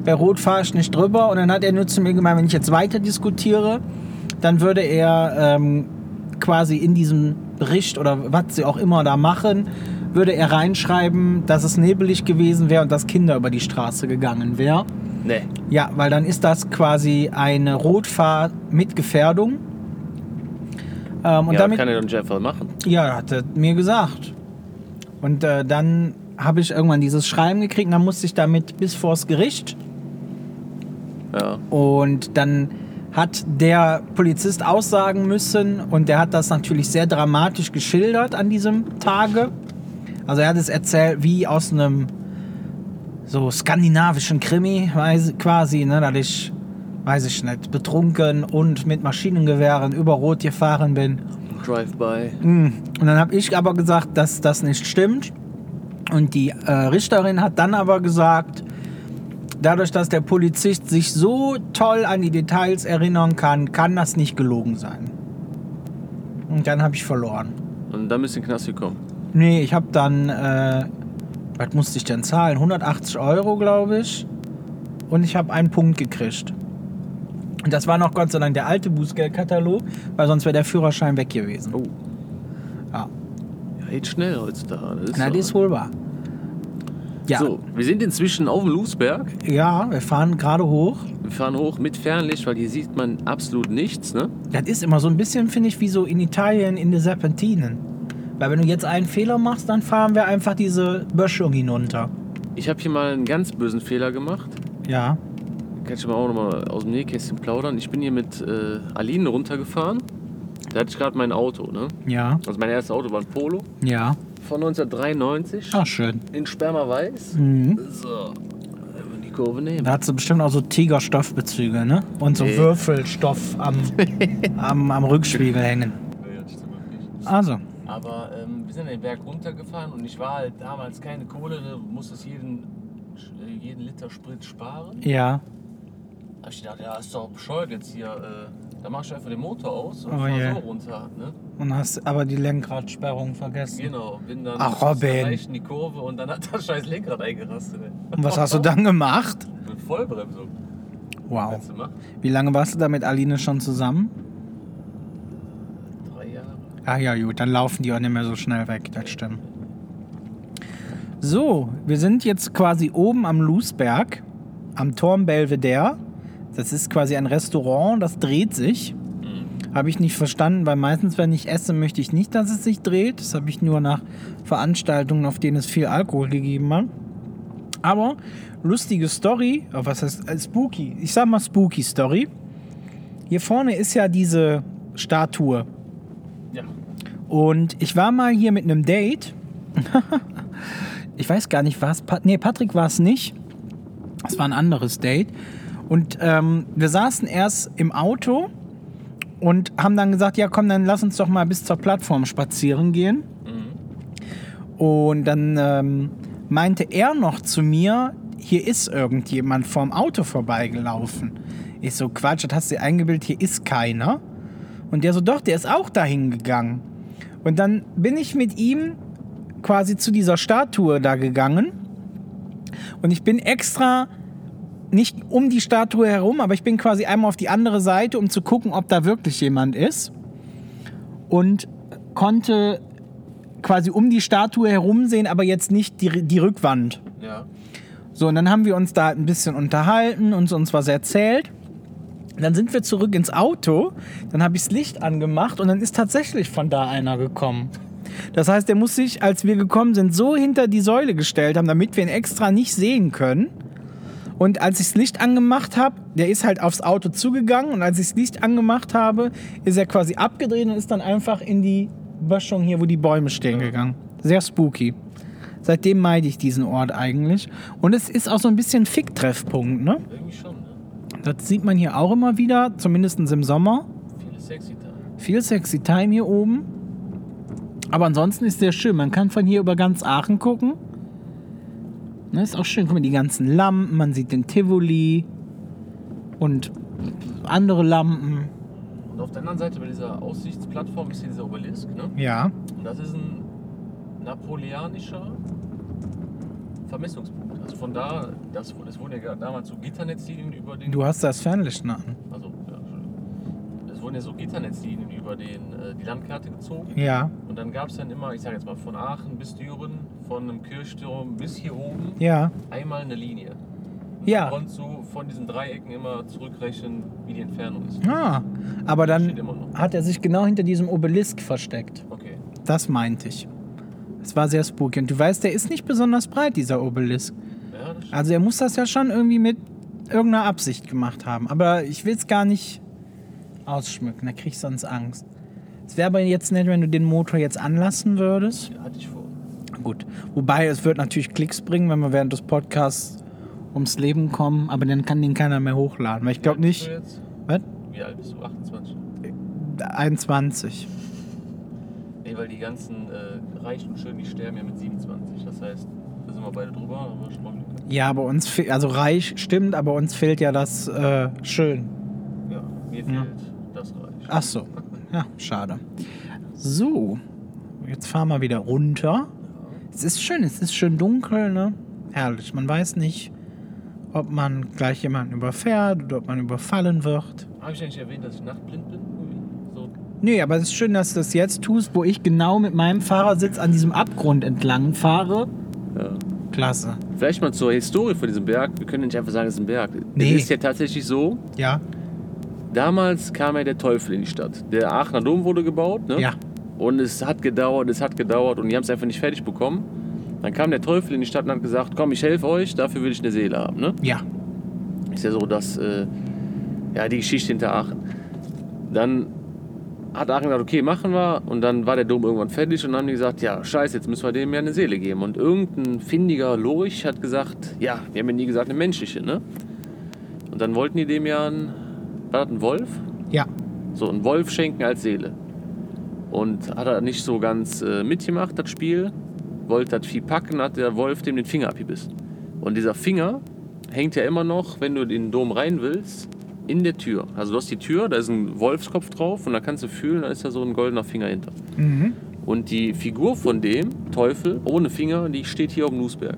Speaker 2: Bei Rot fahre ich nicht drüber. Und dann hat er nur zu mir gemeint, wenn ich jetzt weiter diskutiere, dann würde er ähm, quasi in diesem Bericht oder was sie auch immer da machen, würde er reinschreiben, dass es nebelig gewesen wäre und dass Kinder über die Straße gegangen wären.
Speaker 1: Nee.
Speaker 2: Ja, weil dann ist das quasi eine Rotfahrt mit Gefährdung. Ähm, und
Speaker 1: ja,
Speaker 2: damit,
Speaker 1: das kann er doch nicht einfach machen.
Speaker 2: ja, hat er mir gesagt. Und äh, dann habe ich irgendwann dieses Schreiben gekriegt und dann musste ich damit bis vors Gericht.
Speaker 1: Ja.
Speaker 2: Und dann hat der Polizist aussagen müssen und der hat das natürlich sehr dramatisch geschildert an diesem Tage. Also er hat es erzählt wie aus einem so skandinavischen Krimi weiß- quasi, ne, dass ich, weiß ich nicht, betrunken und mit Maschinengewehren über Rot gefahren bin.
Speaker 1: Drive-by.
Speaker 2: Hm. Und dann habe ich aber gesagt, dass das nicht stimmt. Und die äh, Richterin hat dann aber gesagt, dadurch, dass der Polizist sich so toll an die Details erinnern kann, kann das nicht gelogen sein. Und dann habe ich verloren.
Speaker 1: Und dann bist du in den Knast gekommen.
Speaker 2: Nee, ich habe dann, äh, was musste ich denn zahlen? 180 Euro, glaube ich. Und ich habe einen Punkt gekriegt. Und das war noch Gott sei Dank der alte Bußgeldkatalog, weil sonst wäre der Führerschein weg gewesen.
Speaker 1: Oh.
Speaker 2: Ja.
Speaker 1: Ja, geht schnell heutzutage. Das ist
Speaker 2: Na,
Speaker 1: so.
Speaker 2: die ist wohl wahr. Ja,
Speaker 1: So, wir sind inzwischen auf dem Loosberg.
Speaker 2: ja, wir fahren gerade hoch.
Speaker 1: Wir fahren hoch mit Fernlicht, weil hier sieht man absolut nichts, ne?
Speaker 2: Das ist immer so ein bisschen, finde ich, wie so in Italien in den Serpentinen. Weil wenn du jetzt einen Fehler machst, dann fahren wir einfach diese um Böschung hinunter.
Speaker 1: Ich habe hier mal einen ganz bösen Fehler gemacht.
Speaker 2: Ja,
Speaker 1: Kann ich aber auch nochmal aus dem Nähkästchen plaudern. Ich bin hier mit äh, Aline runtergefahren. Da hatte ich gerade mein Auto, ne?
Speaker 2: ja,
Speaker 1: Also mein erstes Auto war ein Polo
Speaker 2: ja.
Speaker 1: von 1993
Speaker 2: Ach, schön.
Speaker 1: in Sperma-Weiß. So, über die Kurve nehmen.
Speaker 2: Da hat sie bestimmt auch so Tigerstoffbezüge, ne? Und so
Speaker 1: Nee.
Speaker 2: Würfelstoff am, am, am Rückspiegel hängen. Also,
Speaker 1: Aber ähm, wir sind den Berg runtergefahren und ich war halt damals keine Kohle, ne? du musstest jeden, äh, jeden Liter Sprit sparen.
Speaker 2: ja.
Speaker 1: Hab ich gedacht, ja, ist doch bescheuert jetzt hier. Äh, da machst du einfach den Motor aus und
Speaker 2: Oh
Speaker 1: fahr
Speaker 2: je.
Speaker 1: so runter. Ne?
Speaker 2: Und hast aber die Lenkradsperrung vergessen.
Speaker 1: Genau, bin dann
Speaker 2: Ach, Robin.
Speaker 1: erreichen die Kurve und dann hat das scheiß Lenkrad eingerastet. Ey.
Speaker 2: Und was hast du dann gemacht?
Speaker 1: Mit Vollbremsung.
Speaker 2: Wow.
Speaker 1: Kannst du ne? machen?
Speaker 2: Wie lange warst du da mit Aline schon zusammen?
Speaker 1: Drei Jahre.
Speaker 2: Ah ja, gut, dann laufen die auch nicht mehr so schnell weg, das stimmt. So, wir sind jetzt quasi oben am Lousberg, am Turm Belvedere. Das ist quasi ein Restaurant, das dreht sich. Habe ich nicht verstanden, weil meistens, wenn ich esse, möchte ich nicht, dass es sich dreht. Das habe ich nur nach Veranstaltungen, auf denen es viel Alkohol gegeben hat. Aber lustige Story, oh, was heißt äh, spooky? Ich sag mal spooky Story. Hier vorne ist ja diese Statue
Speaker 1: Ja.
Speaker 2: und ich war mal hier mit einem Date. ich weiß gar nicht, was. Pat nee, Patrick war es nicht. Es war ein anderes Date. Und ähm, wir saßen erst im Auto und haben dann gesagt, ja komm, dann lass uns doch mal bis zur Plattform spazieren gehen. Und dann ähm, meinte er noch zu mir, hier ist irgendjemand vorm Auto vorbeigelaufen. Ich so, Quatsch, das hast du dir eingebildet, hier ist keiner. Und der so, doch, der ist auch dahin gegangen. Und dann bin ich mit ihm quasi zu dieser Statue da gegangen. Und ich bin extra nicht um die Statue herum, aber ich bin quasi einmal auf die andere Seite, um zu gucken, ob da wirklich jemand ist. Und konnte quasi um die Statue herumsehen, aber jetzt nicht die, die Rückwand.
Speaker 1: Ja.
Speaker 2: So, und dann haben wir uns da ein bisschen unterhalten und uns was erzählt. Dann sind wir zurück ins Auto, dann habe ich das Licht angemacht und dann ist tatsächlich von da einer gekommen. Das heißt, der muss sich, als wir gekommen sind, so hinter die Säule gestellt haben, damit wir ihn extra nicht sehen können. Und als ich das Licht angemacht habe, der ist halt aufs Auto zugegangen und als ich das Licht angemacht habe, ist er quasi abgedreht und ist dann einfach in die Böschung hier, wo die Bäume stehen, gegangen. Sehr spooky. Seitdem meide ich diesen Ort eigentlich. Und es ist auch so ein bisschen Fick-Treffpunkt, ne?
Speaker 1: Irgendwie schon, ne?
Speaker 2: Das sieht man hier auch immer wieder, zumindest im Sommer.
Speaker 1: Viele sexy da.
Speaker 2: Viel sexy Time hier oben. Aber ansonsten ist sehr schön. Man kann von hier über ganz Aachen gucken. Ne, ist auch schön. Guck mal, die ganzen Lampen. Man sieht den Tivoli und andere Lampen.
Speaker 1: Und auf der anderen Seite bei dieser Aussichtsplattform ist hier dieser Obelisk, ne?
Speaker 2: Ja.
Speaker 1: Und das ist ein napoleonischer Vermessungspunkt. Also von da, das, es wurden ja gerade damals so Gitternetzlinien über den
Speaker 2: Du hast das Fernlicht noch an.
Speaker 1: Also, ja, Entschuldigung. es wurden ja so Gitternetzlinien über den, äh, die Landkarte gezogen.
Speaker 2: Ja.
Speaker 1: Und dann gab es dann immer, ich sage jetzt mal, von Aachen bis Düren, von einem Kirchturm bis hier oben,
Speaker 2: Ja.
Speaker 1: einmal eine Linie.
Speaker 2: Ja.
Speaker 1: Konntest du von diesen Dreiecken immer zurückrechnen, wie die Entfernung ist.
Speaker 2: Ah. Aber
Speaker 1: Steht
Speaker 2: dann
Speaker 1: immer noch.
Speaker 2: hat er sich genau hinter diesem Obelisk versteckt.
Speaker 1: Okay.
Speaker 2: Das meinte ich. Es war sehr spooky. Und du weißt, der ist nicht besonders breit, dieser Obelisk.
Speaker 1: Ja, das
Speaker 2: Also er muss das ja schon irgendwie mit irgendeiner Absicht gemacht haben. Aber ich will es gar nicht ausschmücken, da krieg ich sonst Angst. Es wäre aber jetzt nett, wenn du den Motor jetzt anlassen würdest.
Speaker 4: Hatte ich vor.
Speaker 2: Gut. Wobei, es wird natürlich Klicks bringen, wenn wir während des Podcasts ums Leben kommen, aber dann kann den keiner mehr hochladen. Weil ich glaube nicht.
Speaker 1: Jetzt,
Speaker 2: Was?
Speaker 1: wie alt bist du? 28?
Speaker 2: 21.
Speaker 1: Nee, weil die ganzen äh, Reichen und Schönen, die sterben ja mit 27. Das heißt, da sind wir beide drüber, haben wir schon mal Glück gehabt.
Speaker 2: Ja, aber uns fehlt, also reich stimmt, aber uns fehlt ja das äh, schön.
Speaker 1: Ja, mir
Speaker 2: Ja.
Speaker 1: fehlt das Reich.
Speaker 2: Ach so. Ja, schade. So, jetzt fahren wir wieder runter. Es ist schön, es ist schön dunkel, ne? Herrlich. Man weiß nicht, ob man gleich jemanden überfährt oder ob man überfallen wird.
Speaker 1: Habe ich eigentlich erwähnt, dass ich nachtblind bin? Irgendwie? So,
Speaker 2: Nee, aber es ist schön, dass du das jetzt tust, wo ich genau mit meinem Fahrersitz an diesem Abgrund entlang fahre.
Speaker 1: ja.
Speaker 2: Klasse.
Speaker 1: Vielleicht mal zur Historie von diesem Berg. Wir können nicht einfach sagen, es ist ein Berg.
Speaker 2: Nee.
Speaker 1: Es ist ja tatsächlich so,
Speaker 2: Ja,
Speaker 1: damals kam ja der Teufel in die Stadt. Der Aachener Dom wurde gebaut, ne?
Speaker 2: ja.
Speaker 1: Und es hat gedauert, es hat gedauert und die haben es einfach nicht fertig bekommen. Dann kam der Teufel in die Stadt und hat gesagt, komm, ich helfe euch, dafür will ich eine Seele haben, ne?
Speaker 2: Ja.
Speaker 1: Ist ja so, dass äh, ja, die Geschichte hinter Aachen. Dann hat Aachen gesagt, okay, machen wir. Und dann war der Dom irgendwann fertig und dann haben die gesagt, ja, scheiße, jetzt müssen wir dem ja eine Seele geben. Und irgendein findiger Lurch hat gesagt, ja, wir haben ja nie gesagt, eine menschliche, ne? Und dann wollten die dem ja einen, war das ein Wolf?
Speaker 2: Ja.
Speaker 1: So, einen Wolf schenken als Seele. Und hat er nicht so ganz äh, mitgemacht, das Spiel. Wollte das Vieh packen, hat der Wolf dem den Finger abgebissen. Und dieser Finger hängt ja immer noch, wenn du in den Dom rein willst, in der Tür. Also du hast die Tür, da ist ein Wolfskopf drauf und da kannst du fühlen, da ist ja so ein goldener Finger hinter.
Speaker 2: Mhm.
Speaker 1: Und die Figur von dem Teufel ohne Finger, die steht hier auf dem Nussberg.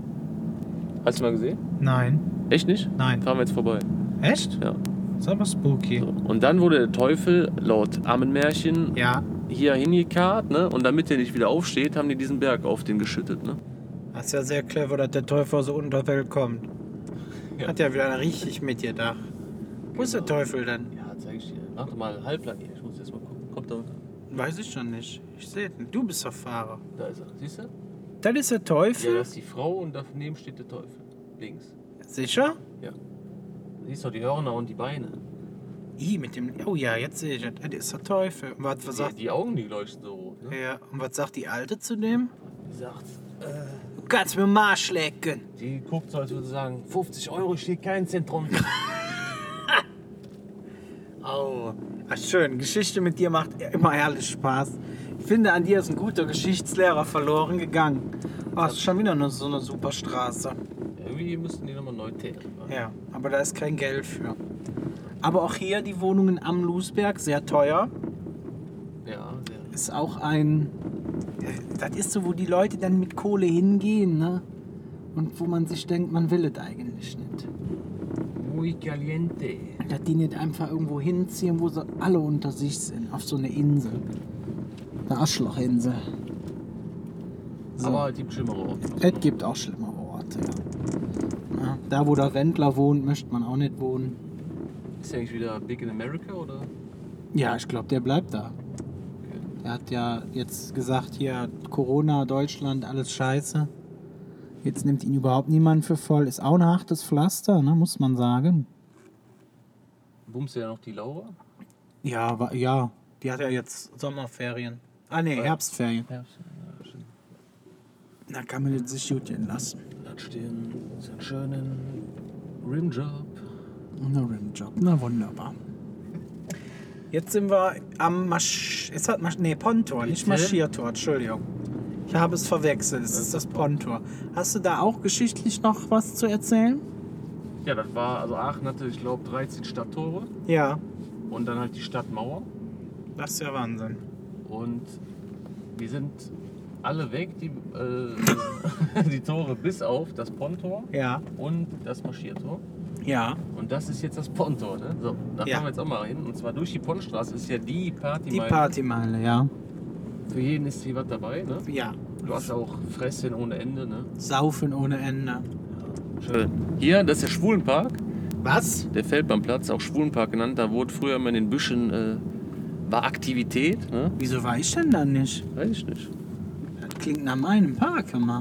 Speaker 1: Hast du mal gesehen?
Speaker 2: Nein,
Speaker 1: Echt nicht?
Speaker 2: nein.
Speaker 1: Fahren wir jetzt vorbei.
Speaker 2: Echt?
Speaker 1: Ja.
Speaker 2: Ist aber spooky.
Speaker 1: So. Und dann wurde der Teufel laut Ammenmärchen
Speaker 2: Ja.
Speaker 1: hier hingekarrt, ne? Und damit der nicht wieder aufsteht, haben die diesen Berg auf den geschüttet, ne?
Speaker 2: Das ist ja sehr clever, dass der Teufel aus der Unterwelt kommt.
Speaker 1: Ja.
Speaker 2: Hat ja wieder richtig mitgedacht. Wo ist der Teufel denn?
Speaker 1: Ja, zeig ich dir. Mach doch mal halblang hier. Ich muss jetzt mal gucken. Kommt da unten.
Speaker 2: Weiß ich schon nicht. Ich sehe nicht. Du bist der Fahrer.
Speaker 1: Da ist er. Siehst du?
Speaker 2: Das ist der Teufel?
Speaker 1: ist die Frau und daneben steht der Teufel. Links.
Speaker 2: Sicher?
Speaker 1: Siehst du die Hörner und die Beine?
Speaker 2: I mit dem. Oh ja, jetzt sehe ich das. Das ist der Teufel. Und was, was sagt.
Speaker 1: Die, die Augen, die leuchten so rot, ne?
Speaker 2: Ja, und was sagt die Alte zu dem?
Speaker 1: Die sagt, äh,
Speaker 2: Du kannst mir mal schlecken.
Speaker 1: die guckt so, als würde sie sagen, 50 Euro steht kein Zentrum.
Speaker 2: Oh, ah, schön. Geschichte mit dir macht immer herrlich Spaß. Ich finde, an dir ist ein guter Geschichtslehrer verloren gegangen. Oh, ist schon wieder eine, so eine super Straße.
Speaker 1: Irgendwie müssten die nochmal neu täten. ne?
Speaker 2: Ja, aber da ist kein Geld für. Aber auch hier die Wohnungen am Lusberg, sehr teuer.
Speaker 1: Ja, sehr.
Speaker 2: Ist auch ein. Das ist so, wo die Leute dann mit Kohle hingehen, ne? Und wo man sich denkt, man will es eigentlich nicht.
Speaker 1: Muy caliente.
Speaker 2: Dass die nicht einfach irgendwo hinziehen, wo sie alle unter sich sind, auf so eine Insel. Eine Arschlochinsel. So.
Speaker 1: Aber es gibt schlimmere Orte.
Speaker 2: Es gibt auch schlimmere Orte, ja. Na, Da, wo der Wendler wohnt, möchte man auch nicht wohnen.
Speaker 1: Ist der eigentlich wieder Big in America oder?
Speaker 2: Ja, ich glaube, der bleibt da. Er hat ja jetzt gesagt, hier Corona, Deutschland, alles scheiße. Jetzt nimmt ihn überhaupt niemand für voll. Ist auch ein hartes Pflaster, ne, muss man sagen.
Speaker 1: Bumst du ja noch die Laura?
Speaker 2: Ja, wa- ja. Die hat ja jetzt Sommerferien. Ah, nee, Herbstferien.
Speaker 1: Ja,
Speaker 2: Da kann man jetzt sich gut gehen lassen.
Speaker 1: Hat stehen so einen schönen Rimjob.
Speaker 2: Na, Rimjob. Na, wunderbar. Jetzt sind wir am Marsch... Es hat Marsch... Nee, Pontor, nicht
Speaker 1: Bitte?
Speaker 2: Marschiertor, Entschuldigung. Ich habe es verwechselt, es ist das Pontor. Hast du da auch geschichtlich noch was zu erzählen?
Speaker 1: Ja, das war, also Aachen hatte, ich glaube, 13 Stadttore
Speaker 2: Ja,
Speaker 1: und dann halt die Stadtmauer.
Speaker 2: das ist ja Wahnsinn.
Speaker 1: Und die sind alle weg, die, äh, die Tore, bis auf das Pontor
Speaker 2: Ja,
Speaker 1: und das Marschiertor.
Speaker 2: ja.
Speaker 1: Und das ist jetzt das Pontor, ne? So, da
Speaker 2: Ja.
Speaker 1: fahren wir jetzt auch mal hin. Und zwar durch die Pontstraße ist ja die Party.
Speaker 2: Die Partymeile, ja.
Speaker 1: Für jeden ist hier was dabei, ne?
Speaker 2: Ja.
Speaker 1: Du hast auch Fressen ohne Ende, ne?
Speaker 2: Saufen ohne Ende.
Speaker 1: Schön. Hier, das ist der Schwulenpark.
Speaker 2: Was?
Speaker 1: Der Feldbahnplatz, auch Schwulenpark genannt, da wurde früher immer in den Büschen äh, war Aktivität, ne?
Speaker 2: Wieso war ich denn da nicht?
Speaker 1: Weiß ich nicht.
Speaker 2: Klingt nach meinem Park immer.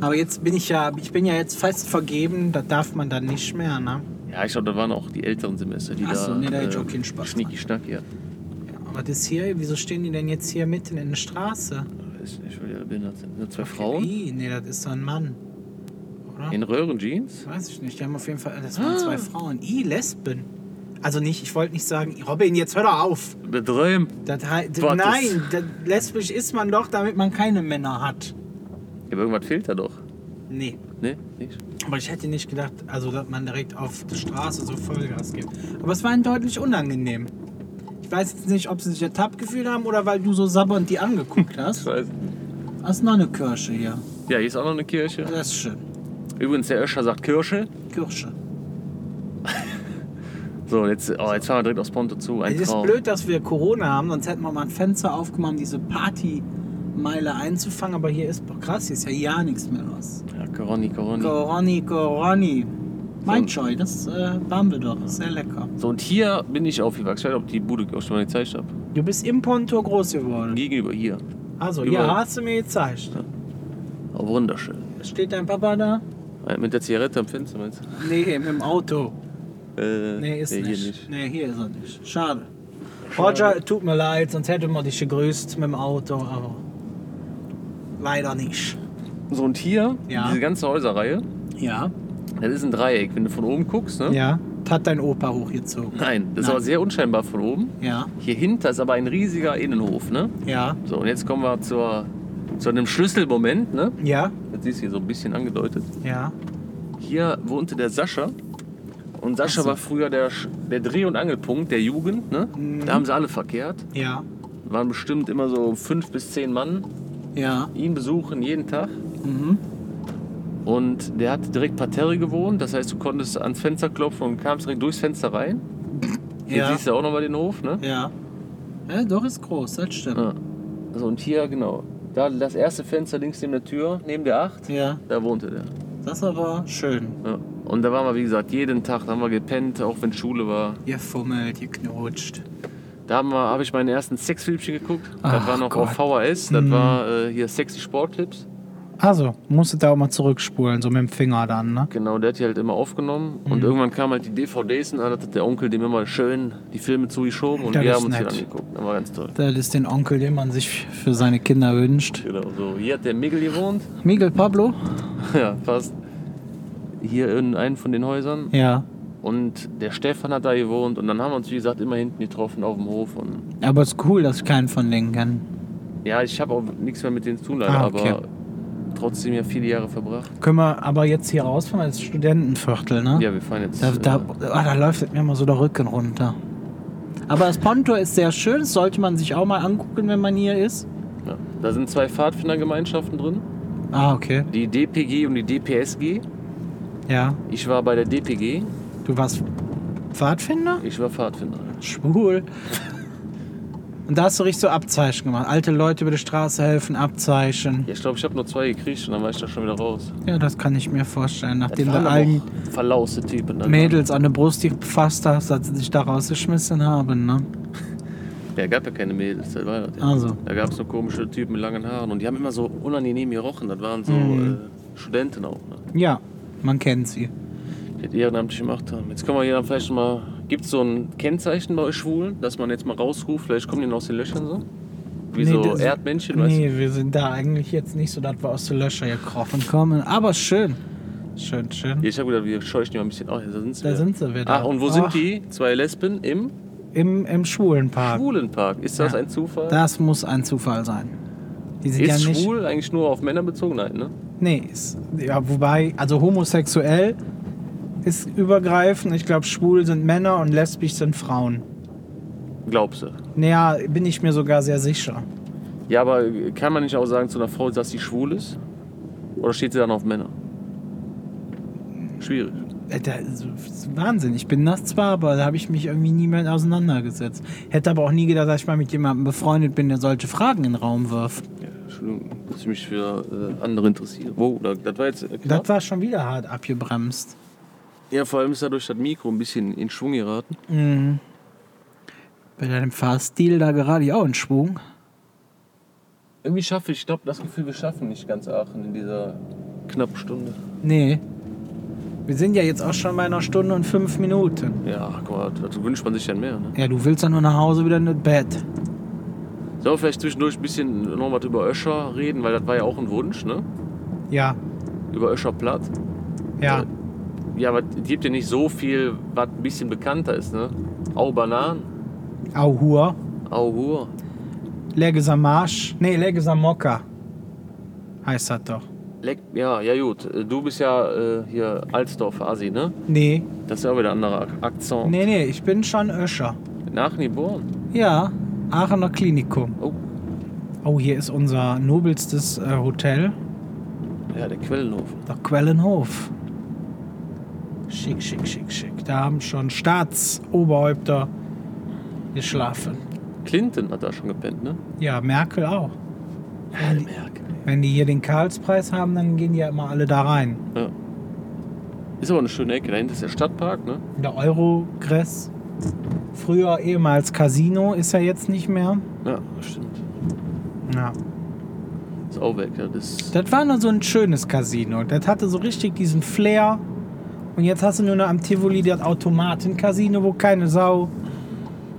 Speaker 2: Aber jetzt bin ich ja, ich bin ja jetzt fest vergeben, da darf man dann nicht mehr, ne?
Speaker 1: Ja, ich glaube, da waren auch die älteren Semester, die
Speaker 2: Ach so,
Speaker 1: da. äh,
Speaker 2: nee, da hätte ich auch keinen Spaß
Speaker 1: Schnicki Schnack, ja.
Speaker 2: Ja, aber das hier, wieso stehen die denn jetzt hier mitten in der Straße?
Speaker 1: Weiß nicht, weil die alle behindert sind. Nur zwei Frauen
Speaker 2: Ih, nee, das ist doch ein Mann. Oder?
Speaker 1: in Röhrenjeans.
Speaker 2: Weiß ich nicht. Die haben auf jeden Fall, das waren zwei Frauen. I, Lesben. Also nicht, ich wollte nicht sagen, Robin, jetzt hör doch auf.
Speaker 1: Bedräum.
Speaker 2: Das, hei-
Speaker 1: Wort ist-
Speaker 2: nein, das, lesbisch ist man doch, damit man keine Männer hat.
Speaker 1: Ja, aber irgendwas fehlt da doch.
Speaker 2: Nee.
Speaker 1: Ne? Nicht?
Speaker 2: Aber ich hätte nicht gedacht, also dass man direkt auf die Straße so Vollgas gibt. Aber es war ihnen deutlich unangenehm. Ich weiß jetzt nicht, ob sie sich ertappt gefühlt haben oder weil du so sabbernd die angeguckt hast. Das ist noch eine Kirsche hier.
Speaker 1: Ja, hier ist auch noch eine Kirche.
Speaker 2: Das ist schön.
Speaker 1: Übrigens, der Öscher sagt Kirche.
Speaker 2: Kirsche.
Speaker 1: So, und jetzt, oh, jetzt fahren wir direkt aufs Ponte zu. Ein
Speaker 2: Es ist
Speaker 1: Traum.
Speaker 2: blöd, dass wir Corona haben, sonst hätten wir mal ein Fenster aufgemacht, um diese Partymeile einzufangen. Aber hier ist boah, krass, hier ist ja ja nichts mehr los.
Speaker 1: Ja, Coroni, Coroni.
Speaker 2: Coroni, Coroni. Mein Joy, das äh, waren wir doch. Sehr lecker.
Speaker 1: So, und hier bin ich aufgewachsen. Ich weiß nicht, ob die Bude auch schon mal gezeigt habe.
Speaker 2: Du bist im Ponto groß geworden.
Speaker 1: Gegenüber hier.
Speaker 2: Also,
Speaker 1: Überall.
Speaker 2: ja, hast du mir gezeigt.
Speaker 1: Oh, wunderschön.
Speaker 2: Steht dein Papa da?
Speaker 1: Äh, Mit der Zigarette am Fenster meinst du?
Speaker 2: Nee, im Auto.
Speaker 1: Äh,
Speaker 2: Nee, ist
Speaker 1: nee,
Speaker 2: nicht.
Speaker 1: Hier nicht.
Speaker 2: Nee, hier ist er nicht. Schade. Roger, tut mir leid, sonst hätten wir dich gegrüßt mit dem Auto, aber leider nicht.
Speaker 1: So, und hier,
Speaker 2: Ja.
Speaker 1: diese ganze Häuserreihe,
Speaker 2: Ja.
Speaker 1: das ist ein Dreieck. Wenn du von oben guckst, ne?
Speaker 2: Ja, hat dein Opa hochgezogen.
Speaker 1: Nein, das ist
Speaker 2: Nein.
Speaker 1: aber sehr unscheinbar von oben.
Speaker 2: Ja,
Speaker 1: Hier hinter ist aber ein riesiger Innenhof, ne?
Speaker 2: ja,
Speaker 1: So, und jetzt kommen wir zur, zu einem Schlüsselmoment, ne?
Speaker 2: ja,
Speaker 1: Das ist hier so ein bisschen angedeutet.
Speaker 2: ja.
Speaker 1: Hier wohnte der Sascha. Und Sascha
Speaker 2: Ach so.
Speaker 1: war früher der, Sch- der Dreh- und Angelpunkt der Jugend, ne?
Speaker 2: Mhm.
Speaker 1: Da haben sie alle verkehrt.
Speaker 2: Ja,
Speaker 1: Waren bestimmt immer so fünf bis zehn Mann.
Speaker 2: ja.
Speaker 1: ihn besuchen jeden Tag.
Speaker 2: Mhm.
Speaker 1: Und der hat direkt parterre gewohnt, das heißt, du konntest ans Fenster klopfen und kamst direkt durchs Fenster rein. Hier
Speaker 2: Ja.
Speaker 1: siehst du auch nochmal den Hof, ne?
Speaker 2: Ja. Ja, doch, ist groß, das stimmt.
Speaker 1: Ja. Also und hier, genau. Da das erste Fenster links neben der Tür, neben der 8,
Speaker 2: Ja,
Speaker 1: da wohnte der.
Speaker 2: das ist aber schön.
Speaker 1: Ja. Und da waren wir, wie gesagt, jeden Tag, da haben wir gepennt, auch wenn Schule war.
Speaker 2: Ihr fummelt, ihr knutscht.
Speaker 1: Da habe hab ich meinen ersten Sexfilmchen geguckt. Das
Speaker 2: Ach Mhm.
Speaker 1: war noch auf VHS, das war äh, hier Sexy Sportclips.
Speaker 2: Also, musst du da auch mal zurückspulen, so mit dem Finger dann, ne?
Speaker 1: Genau, der hat die halt immer aufgenommen.
Speaker 2: Mhm.
Speaker 1: Und irgendwann kamen halt die DVDs und dann hat der Onkel dem immer schön die Filme zugeschoben und
Speaker 2: Das
Speaker 1: wir
Speaker 2: ist
Speaker 1: haben uns die
Speaker 2: nett.
Speaker 1: angeguckt. Das war ganz toll.
Speaker 2: Das ist den Onkel, den man sich für seine Kinder wünscht.
Speaker 1: Genau, so. Hier hat der Miguel gewohnt.
Speaker 2: Miguel Pablo?
Speaker 1: ja, fast. Hier in einem von den Häusern.
Speaker 2: Ja.
Speaker 1: Und der Stefan hat da gewohnt. Und dann haben wir uns, wie gesagt, immer hinten getroffen auf dem Hof. Und
Speaker 2: Aber es ist cool, dass ich keinen von denen kenne.
Speaker 1: ja, ich habe auch nichts mehr mit denen zu tun, leider,
Speaker 2: Ah, okay.
Speaker 1: aber trotzdem ja viele Jahre verbracht.
Speaker 2: Können wir aber jetzt hier rausfahren, das ist Studentenviertel, ne?
Speaker 1: Ja, wir fahren jetzt.
Speaker 2: Da, da,
Speaker 1: äh,
Speaker 2: ah, da läuft mir immer so der Rücken runter. Aber das Ponto ist sehr schön, das sollte man sich auch mal angucken, wenn man hier ist.
Speaker 1: ja. äh, da sind zwei Pfadfindergemeinschaften drin:
Speaker 2: Ah, okay.
Speaker 1: die DPG und die DPSG.
Speaker 2: Ja.
Speaker 1: Ich war bei der DPG,
Speaker 2: Du warst Pfadfinder?
Speaker 1: ich war Pfadfinder.
Speaker 2: Schwul. Und da hast du richtig so Abzeichen gemacht. Alte Leute über die Straße helfen, Abzeichen.
Speaker 1: Ja, ich glaube, ich habe nur zwei gekriegt und dann war ich da schon wieder raus.
Speaker 2: Ja, das kann ich mir vorstellen. Nachdem
Speaker 1: waren
Speaker 2: du
Speaker 1: aber
Speaker 2: allen
Speaker 1: auch verlauste Typen. Ne?
Speaker 2: Mädels an der Brust gefasst hast, dass sie dich da rausgeschmissen haben, ne?
Speaker 1: Ja, gab ja keine Mädels, das war das. Ja.
Speaker 2: Also.
Speaker 1: Da gab es nur komische Typen mit langen Haaren und die haben immer so unangenehm gerochen. Das waren so
Speaker 2: Mhm.
Speaker 1: äh, Studenten auch, ne?
Speaker 2: Ja, man kennt sie.
Speaker 1: die das ehrenamtlich gemacht haben. Jetzt können wir hier dann vielleicht noch mal. Gibt es so ein Kennzeichen bei euch Schwulen, dass man jetzt mal rausruft? Vielleicht kommen die noch aus den Löchern so? Wie
Speaker 2: Nee,
Speaker 1: so
Speaker 2: das-
Speaker 1: Erdmännchen, weißt
Speaker 2: Nee, wir sind da eigentlich jetzt nicht so, dass wir aus der Löcher gekrochen kommen. Aber schön. Schön, schön.
Speaker 1: du? Ich habe gedacht, wir scheuchen die mal ein bisschen. Oh, da sind sie.
Speaker 2: Da
Speaker 1: wieder.
Speaker 2: sind sie wieder.
Speaker 1: Ah, und wo sind
Speaker 2: Ach,
Speaker 1: die? Zwei Lesben im
Speaker 2: Im, im Schwulenpark.
Speaker 1: Schwulenpark. Ist das
Speaker 2: Ja.
Speaker 1: ein Zufall?
Speaker 2: Das muss ein Zufall sein. Die sind
Speaker 1: ist
Speaker 2: ja nicht.
Speaker 1: schwul eigentlich nur auf Männer bezogen? Nein, ne?
Speaker 2: Nee, ist, ja, wobei, also homosexuell ist übergreifend. Ich glaube, schwul sind Männer und lesbisch sind Frauen.
Speaker 1: Glaubst du?
Speaker 2: Naja, bin ich mir sogar sehr sicher.
Speaker 1: Ja, aber kann man nicht auch sagen zu einer Frau, dass sie schwul ist? Oder steht sie dann auf Männer? Schwierig.
Speaker 2: Äh, da- Das ist Wahnsinn, ich bin das zwar, aber da habe ich mich irgendwie nie mehr auseinandergesetzt. Hätte aber auch nie gedacht, dass ich mal mit jemandem befreundet bin, der solche Fragen in den Raum wirft.
Speaker 1: Ja, Entschuldigung, dass ich mich für äh, andere interessiere. Wow, da, das war jetzt. äh, knapp.
Speaker 2: Das war schon wieder hart abgebremst.
Speaker 1: ja, vor allem ist dadurch das Mikro ein bisschen in Schwung geraten.
Speaker 2: Bei deinem Fahrstil da gerade auch in Schwung.
Speaker 1: Irgendwie schaffe ich, ich glaube, das Gefühl, wir schaffen nicht ganz Aachen in dieser knappen Stunde.
Speaker 2: Nee. Wir sind ja jetzt auch schon bei einer Stunde und fünf Minuten.
Speaker 1: Ja, guck mal, das wünscht man sich dann mehr. Ne?
Speaker 2: Ja, du willst ja nur nach Hause wieder in das Bett.
Speaker 1: Sollen wir vielleicht zwischendurch ein bisschen noch was über Öscher reden, weil das war ja auch ein Wunsch, ne?
Speaker 2: Ja,
Speaker 1: Über Öscher Platt.
Speaker 2: ja.
Speaker 1: Ja, aber es gibt ja nicht so viel, was ein bisschen bekannter ist, ne? Au Bananen,
Speaker 2: Auhur,
Speaker 1: Au Hur.
Speaker 2: Legeser Marsch. Nee, Legeser Mokka. Heißt das doch.
Speaker 1: Leck, ja, ja gut. Du bist ja äh, hier Alsdorf, Asi, ne?
Speaker 2: Nee,
Speaker 1: Das ist ja auch wieder ein anderer Ak- Akzent.
Speaker 2: nee, nee, ich bin schon Öscher.
Speaker 1: Nach Niborn.
Speaker 2: Ja, Aachener Klinikum.
Speaker 1: Oh,
Speaker 2: Oh, hier ist unser nobelstes äh, Hotel,
Speaker 1: ja, der Quellenhof.
Speaker 2: der Quellenhof. Schick, schick, schick, schick. Da haben schon Staatsoberhäupter geschlafen.
Speaker 1: Clinton hat da schon gepennt, ne?
Speaker 2: Ja, Merkel auch.
Speaker 1: Ja, Merkel.
Speaker 2: Wenn die hier den Karlspreis haben, dann gehen die ja immer alle da rein.
Speaker 1: Ist aber eine schöne Ecke. Dahinter ist der Stadtpark, ne?
Speaker 2: Der Eurogress, früher ehemals Casino, ist ja jetzt nicht mehr.
Speaker 1: Ja, stimmt.
Speaker 2: Ja.
Speaker 1: Ist auch weg, ja. Das,
Speaker 2: Das war nur so ein schönes Casino. Das hatte so richtig diesen Flair. Und jetzt hast du nur noch am Tivoli das Automaten-Casino, wo keine Sau.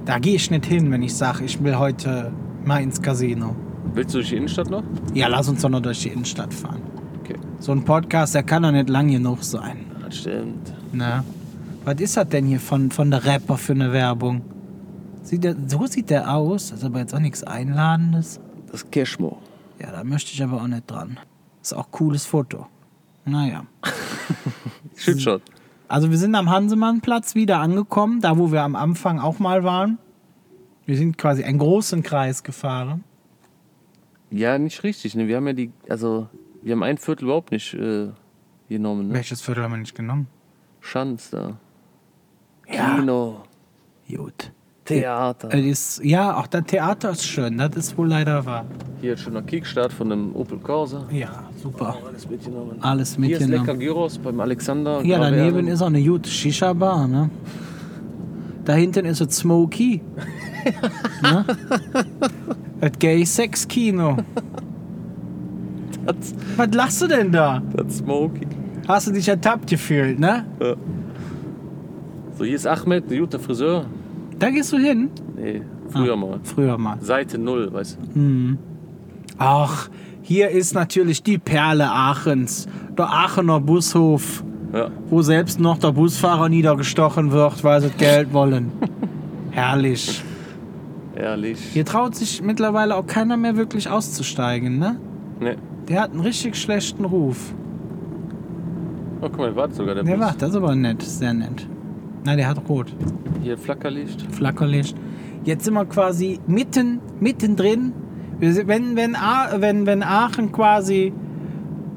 Speaker 2: Da gehe ich nicht hin, wenn ich sage, ich will heute mal ins Casino.
Speaker 1: willst du durch die Innenstadt noch?
Speaker 2: Ja, lass uns doch noch durch die Innenstadt fahren.
Speaker 1: Okay.
Speaker 2: So ein Podcast, der kann doch nicht lang genug sein.
Speaker 1: Ja, stimmt.
Speaker 2: Na? Was ist das denn hier von, von der Rapper für eine Werbung? Sieht der, so sieht der aus. Das ist aber jetzt auch nichts Einladendes.
Speaker 1: Das Cashmo.
Speaker 2: Ja, da möchte ich aber auch nicht dran. Ist auch cooles Foto. Naja.
Speaker 1: Schildschott.
Speaker 2: Also wir sind am Hansemannplatz wieder angekommen, da wo wir am Anfang auch mal waren. Wir sind quasi einen großen Kreis gefahren.
Speaker 1: Ja, nicht richtig, ne? Wir haben ja die, also, wir haben ein Viertel überhaupt nicht äh, genommen, ne?
Speaker 2: Welches Viertel haben wir nicht genommen?
Speaker 1: Schanz da.
Speaker 2: Ja.
Speaker 1: Kino,
Speaker 2: Gut.
Speaker 1: Theater.
Speaker 2: Es Äh, ist, ja, auch das Theater ist schön, das ist wohl leider wahr.
Speaker 1: Hier ist schon der Kickstart von einem Opel Corsa.
Speaker 2: Ja, super.
Speaker 1: Alles mitgenommen.
Speaker 2: Alles
Speaker 1: Hier ist lecker also-
Speaker 2: mitgenommen.
Speaker 1: Gyros beim Alexander.
Speaker 2: Ja,
Speaker 1: Graverden.
Speaker 2: daneben ist auch eine gute Shisha-Bar, ne? Da hinten ist es Smokey. ne? Das Gay-Sex-Kino.
Speaker 1: das,
Speaker 2: Was lachst du denn da?
Speaker 1: das Smoky.
Speaker 2: Hast du dich ertappt gefühlt, ne?
Speaker 1: So, hier ist Ahmed, der gute Friseur.
Speaker 2: Da gehst du hin?
Speaker 1: Nee, früher
Speaker 2: Ah,
Speaker 1: mal.
Speaker 2: Früher mal.
Speaker 1: Seite null, weißt du.
Speaker 2: Ach, hier ist natürlich die Perle Aachens, der Aachener Bushof,
Speaker 1: Ja.
Speaker 2: wo selbst noch der Busfahrer niedergestochen wird, weil sie das Geld wollen. Herrlich.
Speaker 1: Ehrlich.
Speaker 2: Hier traut sich mittlerweile auch keiner mehr wirklich auszusteigen, ne?
Speaker 1: Nee.
Speaker 2: Der hat einen richtig schlechten Ruf.
Speaker 1: Oh, guck mal, der wartet sogar. Der,
Speaker 2: Der
Speaker 1: Bus.
Speaker 2: war, das ist aber nett, sehr nett. Nein, der hat rot,
Speaker 1: Hier Flackerlicht.
Speaker 2: Flackerlicht. Jetzt sind wir quasi mitten, mittendrin. Wir sind, wenn, wenn, A- wenn, wenn Aachen quasi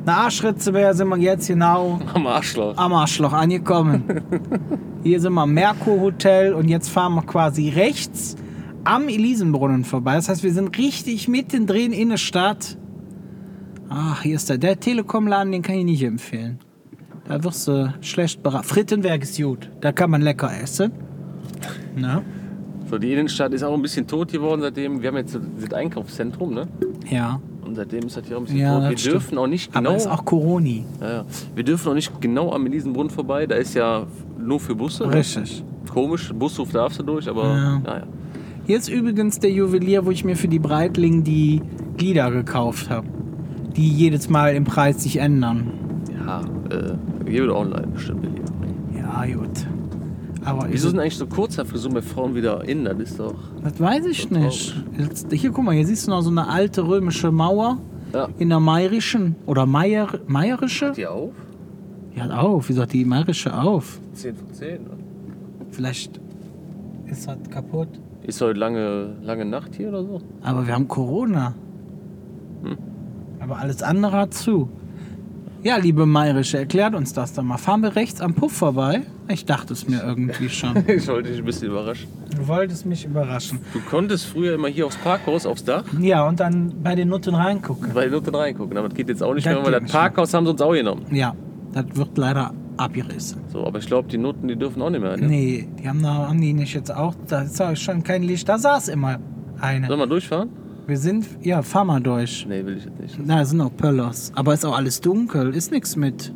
Speaker 2: eine Arschritze wäre, sind wir jetzt genau
Speaker 1: Am Arschloch.
Speaker 2: am Arschloch angekommen. Hier sind wir am Merkur Hotel und jetzt fahren wir quasi rechts am Elisenbrunnen vorbei. Das heißt, wir sind richtig mittendrin in der Stadt. Ach, hier ist der, der Telekom-Laden, den kann ich nicht empfehlen. Da wirst du schlecht beraten. Frittenwerk ist gut, da kann man lecker essen. Na?
Speaker 1: So, die Innenstadt ist auch ein bisschen tot geworden seitdem. Wir haben jetzt so das Einkaufszentrum, ne?
Speaker 2: Ja,
Speaker 1: Und seitdem ist das hier auch ein bisschen
Speaker 2: Ja,
Speaker 1: tot.
Speaker 2: das
Speaker 1: Wir
Speaker 2: stimmt.
Speaker 1: dürfen auch nicht
Speaker 2: aber
Speaker 1: genau.
Speaker 2: ist auch Coroni.
Speaker 1: ja, ja. Wir dürfen auch nicht genau am Elisenbrunnen vorbei. Da ist ja nur für Busse. ne?
Speaker 2: Richtig.
Speaker 1: Komisch, Bushof darfst du durch, aber
Speaker 2: Ja.
Speaker 1: naja.
Speaker 2: Hier ist übrigens der Juwelier, wo ich mir für die Breitling die Glieder gekauft habe. Die jedes Mal im Preis sich ändern.
Speaker 1: Ja, äh, hier wird online bestimmt beliebt.
Speaker 2: Ja, gut. Aber
Speaker 1: Wieso
Speaker 2: ist,
Speaker 1: sind eigentlich so Kurzhaarfrisuren bei Frauen wieder in? Das ist doch.
Speaker 2: das weiß ich nicht. Jetzt, hier, guck mal, hier siehst du noch so eine alte römische Mauer
Speaker 1: Ja.
Speaker 2: in der Mayrischen oder Mayer, Mayerische?
Speaker 1: Die auf?
Speaker 2: Die hat auf. Wieso hat die Mayerische auf?
Speaker 1: 10 von 10.
Speaker 2: Vielleicht ist das kaputt.
Speaker 1: Ist heute lange, lange Nacht hier oder so?
Speaker 2: Aber wir haben Corona. Aber alles andere hat zu. Ja, liebe Mayrische, erklärt uns das doch mal. Fahren wir rechts am Puff vorbei? Ich dachte es mir irgendwie schon.
Speaker 1: Ich wollte dich ein bisschen überraschen.
Speaker 2: Du wolltest mich überraschen.
Speaker 1: Du konntest früher immer hier aufs Parkhaus, aufs Dach,
Speaker 2: Ja, und dann bei den Nutten reingucken.
Speaker 1: bei den Nutten reingucken. Aber das geht jetzt auch nicht
Speaker 2: Das
Speaker 1: mehr, weil
Speaker 2: geht
Speaker 1: das
Speaker 2: nicht
Speaker 1: Parkhaus haben sie uns auch genommen.
Speaker 2: Ja, das wird leider abgerissen.
Speaker 1: So, aber ich glaube, die Nutten, die dürfen auch nicht mehr. Ne?
Speaker 2: Nee, die haben, da, haben die nicht jetzt auch. Da ist ja schon kein Licht. Da saß immer eine.
Speaker 1: Sollen wir durchfahren?
Speaker 2: Wir sind, ja, fahr mal durch.
Speaker 1: Nee, will ich jetzt nicht.
Speaker 2: Na, es sind auch Pöllers. Aber ist auch alles dunkel. Ist nichts mit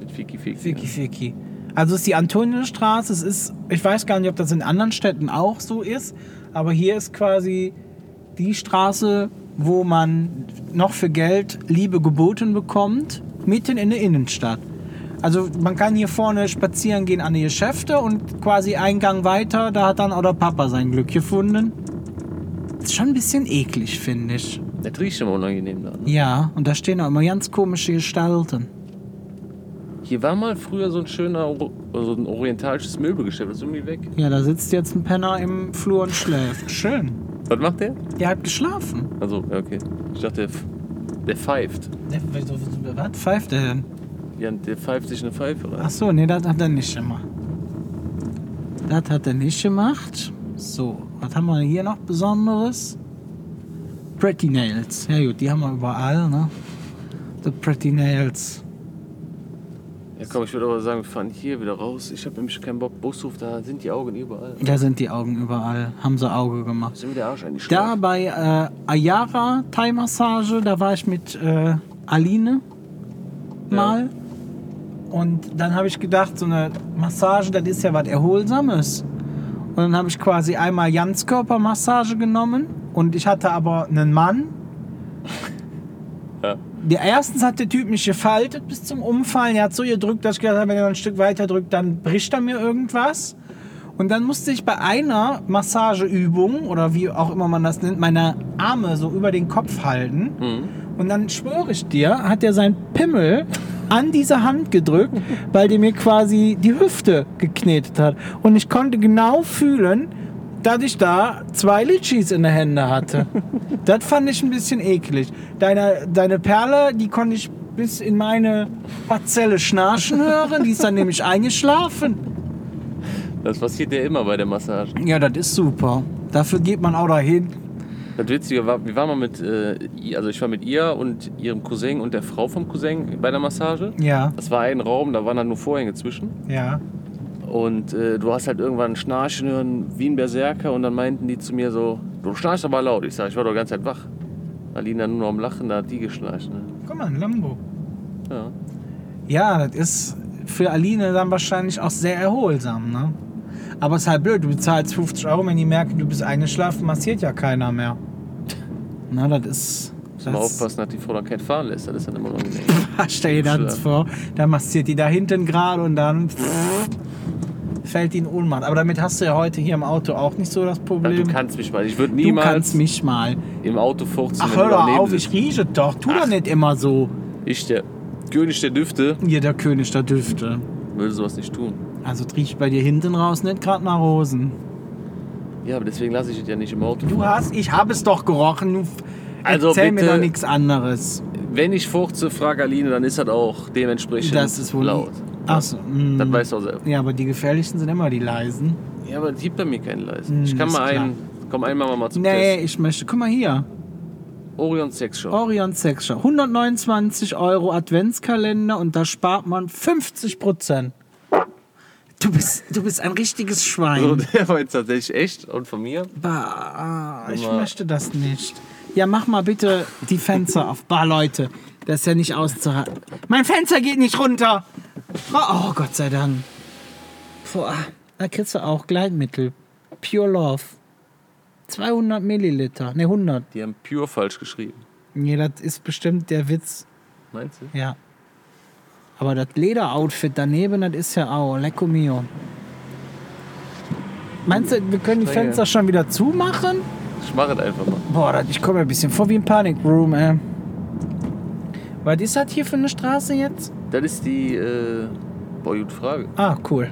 Speaker 1: Mit Fiki Fiki.
Speaker 2: Fiki Fiki. Also es ist die Antonienstraße. Es ist, ich weiß gar nicht, ob das in anderen Städten auch so ist. Aber hier ist quasi die Straße, wo man noch für Geld Liebe geboten bekommt, mitten in der Innenstadt. Also man kann hier vorne spazieren gehen an die Geschäfte und quasi einen Gang weiter, da hat dann auch der Papa sein Glück gefunden. Ist schon ein bisschen eklig, finde ich.
Speaker 1: Ja. Das riecht immer unangenehm da. Ne?
Speaker 2: Ja, und da stehen auch immer ganz komische Gestalten.
Speaker 1: Hier war mal früher so ein schöner, Oro- so ein orientalisches Möbelgeschäft. Das ist irgendwie weg.
Speaker 2: Ja, da sitzt jetzt ein Penner im Flur und schläft. Schön.
Speaker 1: Was macht der?
Speaker 2: Der hat geschlafen.
Speaker 1: Also, ja, okay. Ich dachte, der, f- der pfeift.
Speaker 2: Der, was pfeift der denn?
Speaker 1: Ja, der pfeift sich eine Pfeife rein.
Speaker 2: Ach so, nee, das hat er nicht gemacht. Das hat er nicht gemacht. So, was haben wir hier noch Besonderes? Pretty Nails. Ja gut, die haben wir überall, ne? The Pretty Nails.
Speaker 1: Ja, komm, ich würde aber sagen, wir fahren hier wieder raus. Ich habe nämlich keinen Bock. Bushof, da sind die Augen überall.
Speaker 2: Da sind die Augen überall. Haben sie Auge gemacht.
Speaker 1: Sind wir der Arsch eigentlich
Speaker 2: Da bei äh, Ayara Thai Massage, da war ich mit äh, Aline mal. Und dann habe ich gedacht, so eine Massage, das ist ja was Erholsames. Und dann habe ich quasi einmal Ganzkörpermassage genommen und ich hatte aber einen Mann.
Speaker 1: Ja.
Speaker 2: Der erstens hat der Typ mich gefaltet bis zum Umfallen. Er hat so gedrückt, dass ich gedacht habe, wenn er noch ein Stück weiter drückt, dann bricht er mir irgendwas. Und dann musste ich bei einer Massageübung oder wie auch immer man das nennt, meine Arme so über den Kopf halten. Und dann schwöre ich dir, hat er seinen Pimmel an diese Hand gedrückt, weil der mir quasi die Hüfte geknetet hat. Und ich konnte genau fühlen, dass ich da zwei Litschis in der Hände hatte. das fand ich ein bisschen eklig. Deine, deine Perle, die konnte ich bis in meine Parzelle schnarchen hören. Die ist dann nämlich eingeschlafen.
Speaker 1: Das passiert ja immer bei der Massage.
Speaker 2: Ja, das ist super. Dafür geht man auch dahin.
Speaker 1: Das Witzige war, wir waren mal mit, äh, ihr- also ich war mit ihr und ihrem Cousin und der Frau vom Cousin bei der Massage.
Speaker 2: Ja,
Speaker 1: Das war ein Raum, da waren dann nur Vorhänge zwischen.
Speaker 2: ja.
Speaker 1: Und äh, du hast halt irgendwann Schnarchen hören, wie ein Berserker. Und dann meinten die zu mir so, du schnarchst aber laut. Ich sag, ich war doch die ganze Zeit wach. Alina nur noch am Lachen, da hat die geschnarcht. Ne?
Speaker 2: Guck mal, ein Lambo.
Speaker 1: Ja.
Speaker 2: Ja, das ist für Aline dann wahrscheinlich auch sehr erholsam, ne? Aber es ist halt blöd, du bezahlst 50 Euro, wenn die merken, du bist eingeschlafen, massiert ja keiner mehr. Na, das ist.
Speaker 1: Muss mal
Speaker 2: Das
Speaker 1: aufpassen, dass die Frau dann keinen fahren lässt. Das ist dann immer noch unangenehm.
Speaker 2: stell dir das
Speaker 1: Schön.
Speaker 2: vor. Dann massiert die da hinten gerade und dann fällt die in Ohnmacht. Aber damit hast du ja heute hier im Auto auch nicht so das
Speaker 1: Du
Speaker 2: Problem.
Speaker 1: kannst mich mal. Ich würde
Speaker 2: du
Speaker 1: niemals
Speaker 2: kannst mich mal.
Speaker 1: im Auto furzen.
Speaker 2: Ach,
Speaker 1: wenn du
Speaker 2: hör doch
Speaker 1: daneben
Speaker 2: auf,
Speaker 1: sitzt.
Speaker 2: ich rieche doch. Tu doch nicht immer so.
Speaker 1: Ich, der König der Düfte,
Speaker 2: Ihr, der König der Düfte.
Speaker 1: würde sowas nicht tun.
Speaker 2: Also es riecht bei dir hinten raus nicht gerade nach Rosen.
Speaker 1: Ja, aber deswegen lasse ich es ja nicht im Auto.
Speaker 2: Du hast, ich habe es doch gerochen. Du f-
Speaker 1: Also
Speaker 2: erzähl mir
Speaker 1: bitte-
Speaker 2: doch nichts anderes.
Speaker 1: Wenn ich furze, frage Aline, dann ist das auch dementsprechend
Speaker 2: Das ist wohl Hm.
Speaker 1: laut.
Speaker 2: Achso.
Speaker 1: Das weißt du auch selber.
Speaker 2: mm. Ja, aber die gefährlichsten sind immer die leisen.
Speaker 1: Ja, aber es gibt bei mir keinen Leisten. ich kann
Speaker 2: Hm, ist
Speaker 1: mal
Speaker 2: klar.
Speaker 1: einen. Komm, einmal mal zum
Speaker 2: Nee, Oh.
Speaker 1: Test.
Speaker 2: ich möchte. Guck mal hier.
Speaker 1: Orion Sex Shop.
Speaker 2: Orion Sex Shop. 129 Euro Adventskalender und da spart man 50 Prozent. Du bist, du bist ein richtiges
Speaker 1: So,
Speaker 2: Schwein.
Speaker 1: der war jetzt tatsächlich echt und von mir.
Speaker 2: Bah, ah, ich
Speaker 1: Nummer-
Speaker 2: möchte das nicht. Ja, mach mal bitte die Fenster auf. Bah, Leute, das ist ja nicht auszuhalten. Mein Fenster geht nicht runter. Oh, oh Gott sei Dank. Boah, da kriegst du auch Gleitmittel. Pure Love. 200 Milliliter. Ne, 100.
Speaker 1: Die haben pure falsch geschrieben.
Speaker 2: Nee, das ist bestimmt der Witz.
Speaker 1: Meinst du?
Speaker 2: Ja. Aber das Lederoutfit daneben, das ist ja auch Lecco Mio. Meinst du, wir können
Speaker 1: Strenge.
Speaker 2: die Fenster schon wieder zumachen?
Speaker 1: Ich mache es einfach mal.
Speaker 2: Boah, das, ich komme mir ein bisschen vor wie ein Panic Room, ey. Was ist das hier für eine Straße jetzt?
Speaker 1: Das ist die. Äh, boah, gute Frage.
Speaker 2: Ah, cool.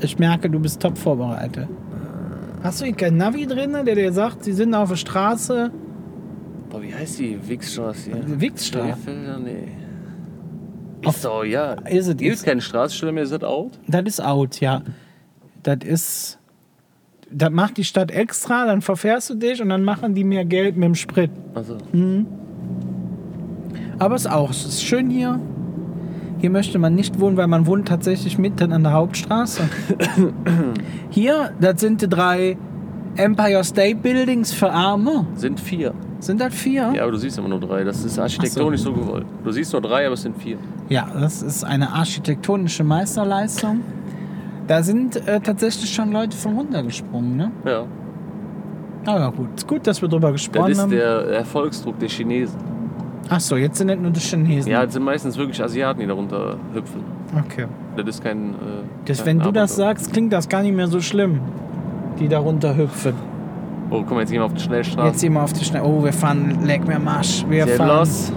Speaker 2: Ich merke, du bist top vorbereitet. Hast du hier kein Navi drin, der dir sagt, sie sind auf der Straße?
Speaker 1: Boah, wie heißt die Wichsstraße hier?
Speaker 2: Wichsstraße.
Speaker 1: Krefelder? Nee.
Speaker 2: Auf-
Speaker 1: Ist doch, ja.
Speaker 2: Ist es-
Speaker 1: Gibt
Speaker 2: ist-
Speaker 1: es keinen Straßenstelle mehr? Ist das out?
Speaker 2: Das ist out, ja. Das ist. Das macht die Stadt extra, dann verfährst du dich und dann machen die mehr Geld mit dem Sprit.
Speaker 1: Also,
Speaker 2: Hm. Aber es ist auch, es ist schön hier. Hier möchte man nicht wohnen, weil man wohnt tatsächlich mitten an der Hauptstraße. hier, das sind die drei Empire State Buildings für Arme?
Speaker 1: Sind vier.
Speaker 2: Sind das vier?
Speaker 1: Ja, aber du siehst immer nur drei. Das ist architektonisch so. gewollt. Du siehst nur drei, aber es sind vier.
Speaker 2: Ja, das ist eine architektonische Meisterleistung. Da sind äh, tatsächlich schon Leute von runtergesprungen, ne?
Speaker 1: Ja.
Speaker 2: Aber gut, ist gut, dass wir drüber
Speaker 1: Das
Speaker 2: gesprochen
Speaker 1: ist
Speaker 2: haben.
Speaker 1: der Erfolgsdruck der Chinesen.
Speaker 2: Ach so, jetzt sind nicht nur die Chinesen.
Speaker 1: Ja, es sind meistens wirklich Asiaten, die darunter hüpfen.
Speaker 2: Okay.
Speaker 1: Das ist kein. Äh,
Speaker 2: Das,
Speaker 1: kein
Speaker 2: wenn du das
Speaker 1: Abenteuer.
Speaker 2: sagst, klingt das gar nicht mehr so schlimm, die darunter hüpfen.
Speaker 1: Oh, guck mal, jetzt gehen wir auf die
Speaker 2: Jetzt
Speaker 1: Schnellstraße.
Speaker 2: immer auf die Schnelle. Oh, wir fahren leck mir am Arsch. Wir
Speaker 1: Jetzt
Speaker 2: fahren.
Speaker 1: los.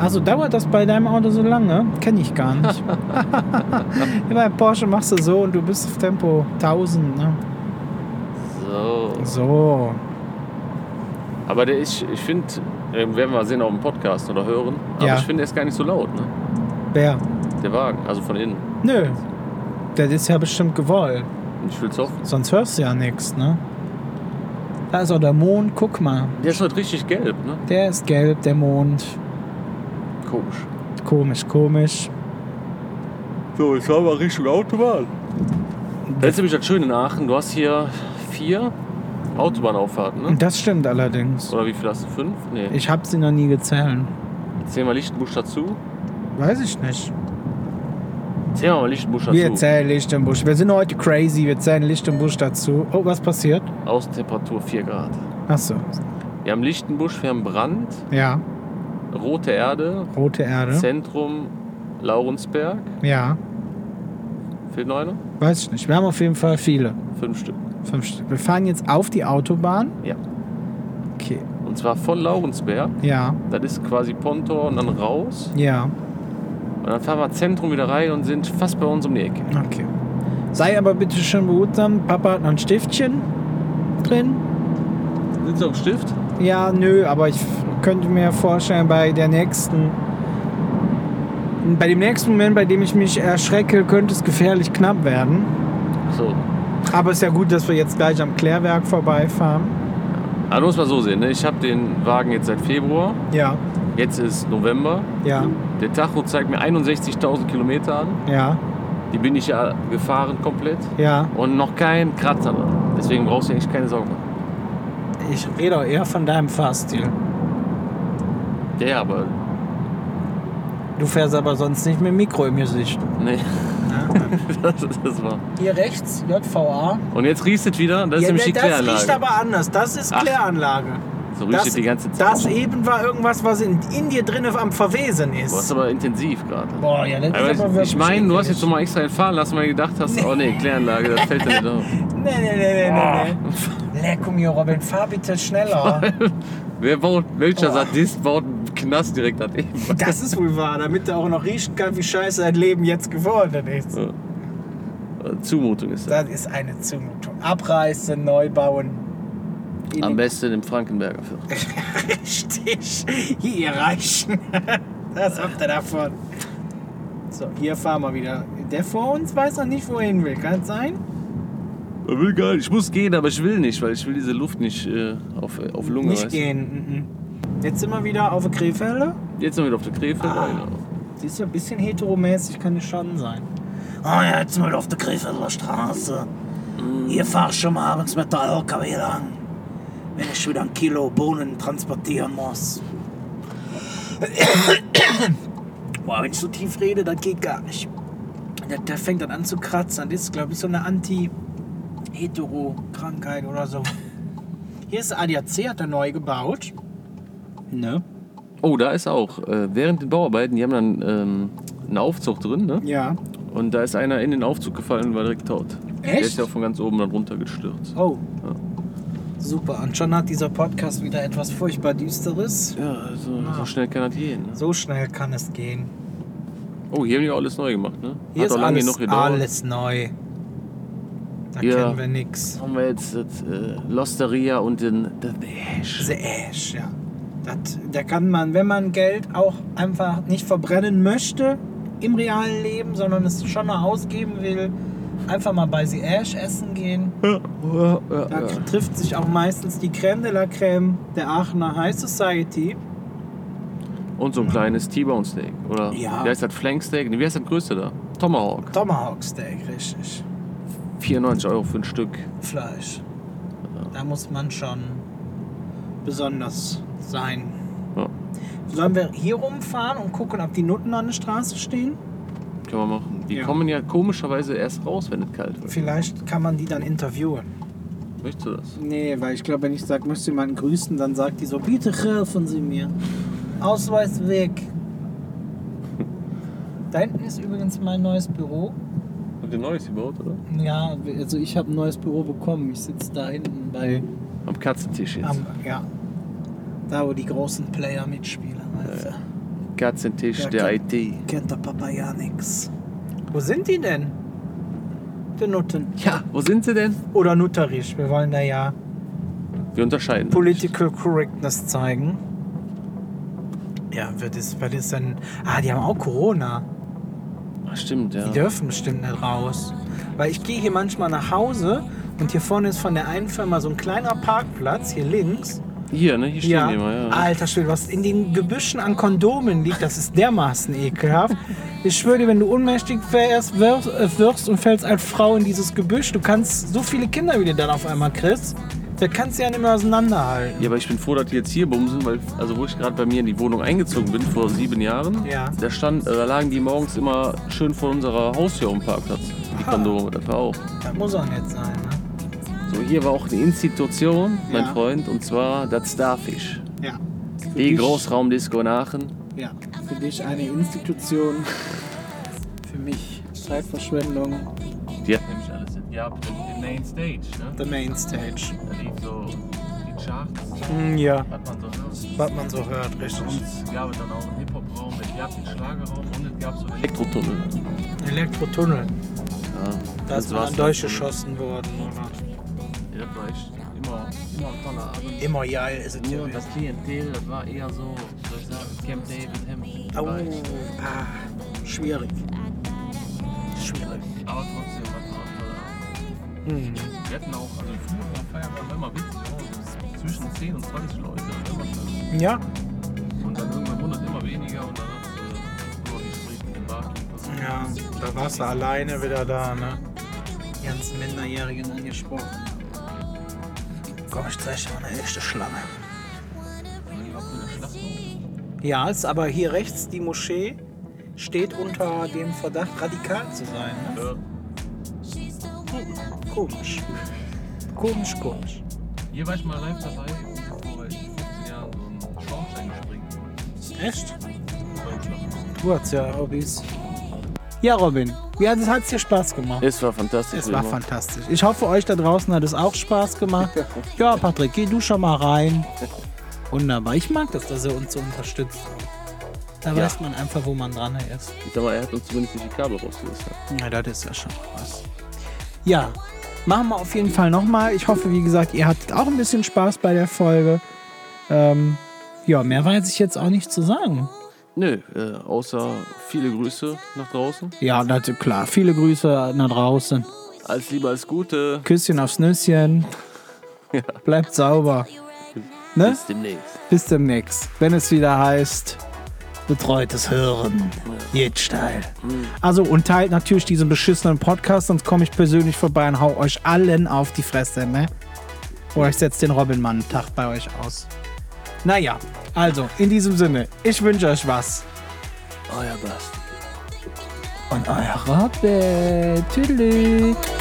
Speaker 2: Also dauert das bei deinem Auto so lange? Kenne ich gar nicht. Ja, bei Porsche machst du so und du bist auf Tempo 1000. Ne?
Speaker 1: So.
Speaker 2: So.
Speaker 1: Aber der ist, ich finde, werden wir mal sehen, ob im Podcast oder hören. Aber
Speaker 2: Ja.
Speaker 1: ich finde, er ist gar nicht so laut, ne?
Speaker 2: Wer?
Speaker 1: Der Wagen, also von innen.
Speaker 2: Nö. Das ist ja bestimmt gewollt.
Speaker 1: Und Ich will's hoffen.
Speaker 2: Sonst hörst du ja nichts, ne? Da ist auch der Mond. Guck mal.
Speaker 1: Der ist heute richtig gelb, ne?
Speaker 2: Der ist gelb, der Mond.
Speaker 1: Komisch.
Speaker 2: Komisch, komisch.
Speaker 1: So, jetzt fahren wir Richtung Autobahn. Das ist nämlich das Schöne in Aachen. Du hast hier vier Autobahnauffahrten, ne?
Speaker 2: Das stimmt allerdings.
Speaker 1: Oder wie viel hast du? Fünf? Nee.
Speaker 2: Ich hab sie noch nie gezählt.
Speaker 1: Zählen wir Lichtenbusch dazu.
Speaker 2: Weiß ich nicht.
Speaker 1: Zählen wir mal Lichtenbusch dazu.
Speaker 2: Wir zählen Licht im Busch. Wir sind heute crazy. Wir zählen Licht im Busch dazu. Oh, was passiert?
Speaker 1: Außentemperatur 4 Grad.
Speaker 2: Achso.
Speaker 1: Wir haben Lichtenbusch, wir haben Brand,
Speaker 2: Ja.
Speaker 1: Rote Erde,
Speaker 2: Rote Erde.
Speaker 1: Zentrum, Laurensberg.
Speaker 2: Ja.
Speaker 1: Fehlt noch einer?
Speaker 2: Weiß ich nicht. Wir haben auf jeden Fall viele.
Speaker 1: Fünf Stück.
Speaker 2: Fünf Stück. Wir fahren jetzt auf die Autobahn.
Speaker 1: Ja.
Speaker 2: Okay.
Speaker 1: Und zwar von Laurensberg.
Speaker 2: Ja.
Speaker 1: Das ist quasi Pontor und dann raus.
Speaker 2: Ja.
Speaker 1: Und dann fahren wir Zentrum wieder rein und sind fast bei uns um die Ecke.
Speaker 2: Okay. Sei aber bitte schön behutsam. Papa hat noch ein Stiftchen drin.
Speaker 1: Sitzt du am Stift?
Speaker 2: Ja, nö, aber ich könnte mir vorstellen, bei der nächsten. Bei dem nächsten Moment, bei dem ich mich erschrecke, könnte es gefährlich knapp werden.
Speaker 1: So.
Speaker 2: Aber ist ja gut, dass wir jetzt gleich am Klärwerk vorbeifahren.
Speaker 1: Also muss man so sehen, ne? ich habe den Wagen jetzt seit Februar.
Speaker 2: Ja,
Speaker 1: Jetzt ist November.
Speaker 2: ja,
Speaker 1: Der Tacho zeigt mir 61.000 Kilometer an.
Speaker 2: ja,
Speaker 1: Die bin ich ja gefahren komplett.
Speaker 2: ja.
Speaker 1: Und noch kein Kratzer. dran. Deswegen brauchst du eigentlich keine Sorgen machen.
Speaker 2: Ich rede auch eher von deinem Fahrstil.
Speaker 1: Ja, ja, aber.
Speaker 2: Du fährst aber sonst nicht mit Mikro im Gesicht.
Speaker 1: Nee. das, ist- das war.
Speaker 2: Hier rechts, JVA.
Speaker 1: Und jetzt riecht es wieder. Das ist nämlich die
Speaker 2: ne, das
Speaker 1: Kläranlage.
Speaker 2: riecht aber anders. Das ist
Speaker 1: Ach.
Speaker 2: Kläranlage.
Speaker 1: so riecht
Speaker 2: Das,
Speaker 1: es die ganze Zeit.
Speaker 2: das eben war irgendwas, was in, in dir drin am Verwesen ist.
Speaker 1: Boah, ist aber intensiv gerade.
Speaker 2: Boah, ja, das
Speaker 1: Aber
Speaker 2: ist aber
Speaker 1: ich- ich
Speaker 2: wirklich
Speaker 1: meine, du hast
Speaker 2: eklig.
Speaker 1: jetzt nochmal extra entfahren lassen, weil du gedacht hast, oh nee, Kläranlage, das fällt dir nicht auf.
Speaker 2: Nee, nee, nee, nee, nee, nee. Leck um hier, Robin, fahr bitte schneller.
Speaker 1: Wer baut, welcher Sadist baut einen Knast direkt an ihm?
Speaker 2: Das ist wohl wahr, damit er auch noch riechen kann, wie scheiße sein Leben jetzt geworden ist.
Speaker 1: Zumutung ist das.
Speaker 2: Das ist eine Zumutung. Abreißen, neu bauen.
Speaker 1: Am besten im Frankenberger Viertel.
Speaker 2: Richtig. Hier ihr reichen. Das habt ihr davon. So, hier fahren wir wieder. Der vor uns weiß noch nicht, wohin will. Kann es sein?
Speaker 1: Ich will gar nicht, ich muss gehen, aber ich will nicht, weil ich will diese Luft nicht äh, auf, auf Lunge
Speaker 2: nicht
Speaker 1: weißt du.
Speaker 2: gehen. mhm. Jetzt sind wir wieder auf der Krefelde.
Speaker 1: Jetzt sind wir wieder auf der Krefeld. ja,
Speaker 2: Ah.
Speaker 1: genau.
Speaker 2: Die ist ja ein bisschen heteromäßig, kann es schon sein. Ah ja, jetzt mal auf der Krefelder Straße. Hier fahr ich schon mal abends mit der LKW lang. Wenn ich wieder ein Kilo Bohnen transportieren muss. Boah, wenn ich so tief rede, das geht gar nicht. Der, der fängt dann an zu kratzen. Das ist, glaube ich, so eine Anti-Hetero-Krankheit oder so. Hier ist ADAC, hat er neu gebaut. Ne?
Speaker 1: Oh, da ist auch. Äh, während den Bauarbeiten, die haben dann ähm, einen Aufzug drin, ne?
Speaker 2: Ja.
Speaker 1: Und da ist einer in den Aufzug gefallen und war direkt tot. Der
Speaker 2: Echt?
Speaker 1: ist ja von ganz oben dann runtergestürzt.
Speaker 2: Oh.
Speaker 1: Ja.
Speaker 2: Super. Und schon hat dieser Podcast wieder etwas furchtbar Düsteres.
Speaker 1: Ja, also, so
Speaker 2: Ah.
Speaker 1: schnell kann das gehen. Ne?
Speaker 2: So schnell kann es gehen.
Speaker 1: Oh, hier haben die auch alles neu gemacht, ne?
Speaker 2: Hier
Speaker 1: Hat
Speaker 2: ist
Speaker 1: auch lange
Speaker 2: alles,
Speaker 1: genug gedauert.
Speaker 2: alles neu. Da
Speaker 1: Ja.
Speaker 2: kennen wir nix.
Speaker 1: haben wir jetzt das, äh, Losteria und den The Bash.
Speaker 2: The Ash, ja. Das, da kann man, wenn man Geld auch einfach nicht verbrennen möchte im realen Leben, sondern es schon noch ausgeben will, einfach mal bei The Ash essen gehen. Da trifft sich auch meistens die Creme de la Creme der Aachener High Society.
Speaker 1: Und so ein kleines T-Bone Steak. Oder
Speaker 2: Ja.
Speaker 1: wie heißt das? Flank Steak? Nee, wie heißt das größte da? Tomahawk.
Speaker 2: Tomahawk Steak, richtig.
Speaker 1: 94 Euro für ein Stück.
Speaker 2: Fleisch. Da muss man schon besonders sein.
Speaker 1: Ja.
Speaker 2: Sollen wir hier rumfahren und gucken, ob die Nutten an der Straße stehen?
Speaker 1: Können wir machen. Die
Speaker 2: Ja.
Speaker 1: kommen ja komischerweise erst raus, wenn es kalt wird.
Speaker 2: Vielleicht kann man die dann interviewen.
Speaker 1: Möchtest du das?
Speaker 2: Nee, weil ich glaube, wenn ich sage, möchte jemanden grüßen, dann sagt die so, bitte helfen Sie mir. Ausweis weg. da hinten ist übrigens mein neues Büro.
Speaker 1: Habt ihr neues gebaut, oder?
Speaker 2: Ja, also ich habe ein neues Büro bekommen. Ich sitze da hinten bei
Speaker 1: Am Katzentisch jetzt.
Speaker 2: Am, ja. Da, wo die großen Player mitspielen. Weißt du?
Speaker 1: Katzentisch
Speaker 2: Ja,
Speaker 1: der
Speaker 2: klar.
Speaker 1: IT.
Speaker 2: Kennt der Papa ja nix. Wo sind die denn? Die Nutten.
Speaker 1: Ja, wo sind sie denn?
Speaker 2: Oder Nutterisch. Wir wollen da ja
Speaker 1: Wir unterscheiden.
Speaker 2: Political Correctness zeigen. Ja, wird es, wird es denn. Ah, die haben auch Corona.
Speaker 1: Ach, Ah, stimmt, ja.
Speaker 2: Die dürfen bestimmt nicht raus. Weil ich gehe hier manchmal nach Hause und hier vorne ist von der einen Firma so ein kleiner Parkplatz, hier links.
Speaker 1: Hier, ne? Hier stehen
Speaker 2: Ja. Ah.
Speaker 1: die immer, ja.
Speaker 2: Alter Schwede, was in den Gebüschen an Kondomen liegt, das ist dermaßen ekelhaft. Ich schwöre dir, wenn du ohnmächtig wärst, wirst, äh, wirst und fällst als Frau in dieses Gebüsch, du kannst so viele Kinder, wie du dann auf einmal kriegst, da kannst du ja nicht mehr auseinanderhalten.
Speaker 1: Ja, aber ich bin froh, dass die jetzt hier bumsen, weil, also wo ich gerade bei mir in die Wohnung eingezogen bin, vor sieben Jahren,
Speaker 2: Ja.
Speaker 1: da, stand, äh, da lagen die morgens immer schön vor unserer Haustür auf dem Parkplatz. Die Kondome, das war auch.
Speaker 2: Das muss auch nicht sein, ne?
Speaker 1: So, hier war auch eine Institution, mein
Speaker 2: Ja.
Speaker 1: Freund, und zwar das Starfish.
Speaker 2: Ja.
Speaker 1: Die Großraumdisco Nachen.
Speaker 2: Ja. Für dich eine Institution. Für mich Zeitverschwendung.
Speaker 1: Die hat nämlich alles in Japan, den Main Stage, ne?
Speaker 2: The Main Stage.
Speaker 1: Da lief so die Charts,
Speaker 2: Ja.
Speaker 1: hat man so hört.
Speaker 2: Was man so hört, richtig.
Speaker 1: Es gab dann auch einen Hip-Hop-Raum, es gab den Schlagerraum und es gab so einen Elektrotunnel.
Speaker 2: Elektrotunnel.
Speaker 1: Ja,
Speaker 2: Da ist man an Deutsch geschossen worden, oder?
Speaker 1: Ja, das war echt immer, immer ein toller Abend.
Speaker 2: Immer geil ist es
Speaker 1: Nur
Speaker 2: gewesen.
Speaker 1: das Klientel, das war eher so, wie soll ich sagen, Camp David Hemd.
Speaker 2: Au,
Speaker 1: War echt.
Speaker 2: Oh, ah, schwierig. Schwierig.
Speaker 1: Aber trotzdem, das war ein toller Abend.
Speaker 2: Mhm.
Speaker 1: Wir hatten auch, also früher war Feierabend immer witzig, so zwischen 10 und 20 Leute. Immer schon.
Speaker 2: Ja,
Speaker 1: und dann irgendwann wundert immer weniger und dann hast du nur die Sprich mit dem Barkeeper.
Speaker 2: ja, da warst du alleine wieder da, ne? Die ganzen Minderjährigen angesprochen. Komm, ich zeige dir mal eine echte Schlange. Ja, ist aber hier rechts die Moschee steht unter dem Verdacht, radikal zu sein. Ne? Hm,
Speaker 1: Ja.
Speaker 2: Komisch. Komisch, komisch.
Speaker 1: Hier war ich mal live dabei, vor 15 Jahren so einen Schornstein gesprengt.
Speaker 2: Echt?
Speaker 1: Voll
Speaker 2: Du hast ja Hobbys. Ja, Robin, ja, das hat dir Spaß gemacht.
Speaker 1: Es war fantastisch.
Speaker 2: Es war fantastisch. Ich hoffe, euch da draußen hat es auch Spaß gemacht. Ja, Patrick, geh du schon mal rein. Wunderbar. Ich mag das, dass er uns so unterstützt. Da
Speaker 1: Ja.
Speaker 2: weiß man einfach, wo man dran ist.
Speaker 1: Ich sag mal, er hat uns zumindest nicht die Kabel rausgerissen.
Speaker 2: Ja, das ist ja schon was. Ja, machen wir auf jeden Fall nochmal. Ich hoffe, wie gesagt, ihr hattet auch ein bisschen Spaß bei der Folge. Ähm, ja, mehr weiß ich jetzt auch nicht zu sagen.
Speaker 1: Nö, äh, außer viele Grüße nach draußen.
Speaker 2: Ja, na, klar. Viele Grüße nach draußen.
Speaker 1: Alles Liebe, alles Gute.
Speaker 2: Küsschen aufs Nüsschen. Bleibt sauber. Ne?
Speaker 1: Bis demnächst.
Speaker 2: Bis demnächst, wenn es wieder heißt Betreutes Hören. Jetzt steil. Also und teilt natürlich diesen beschissenen Podcast, sonst komme ich persönlich vorbei und hau euch allen auf die Fresse, ne? Oder ich setze den Robin-Mann-Tag bei euch aus. Naja, also in diesem Sinne, ich wünsche euch was.
Speaker 1: Euer Bast.
Speaker 2: Und euer Robin. Tschüss.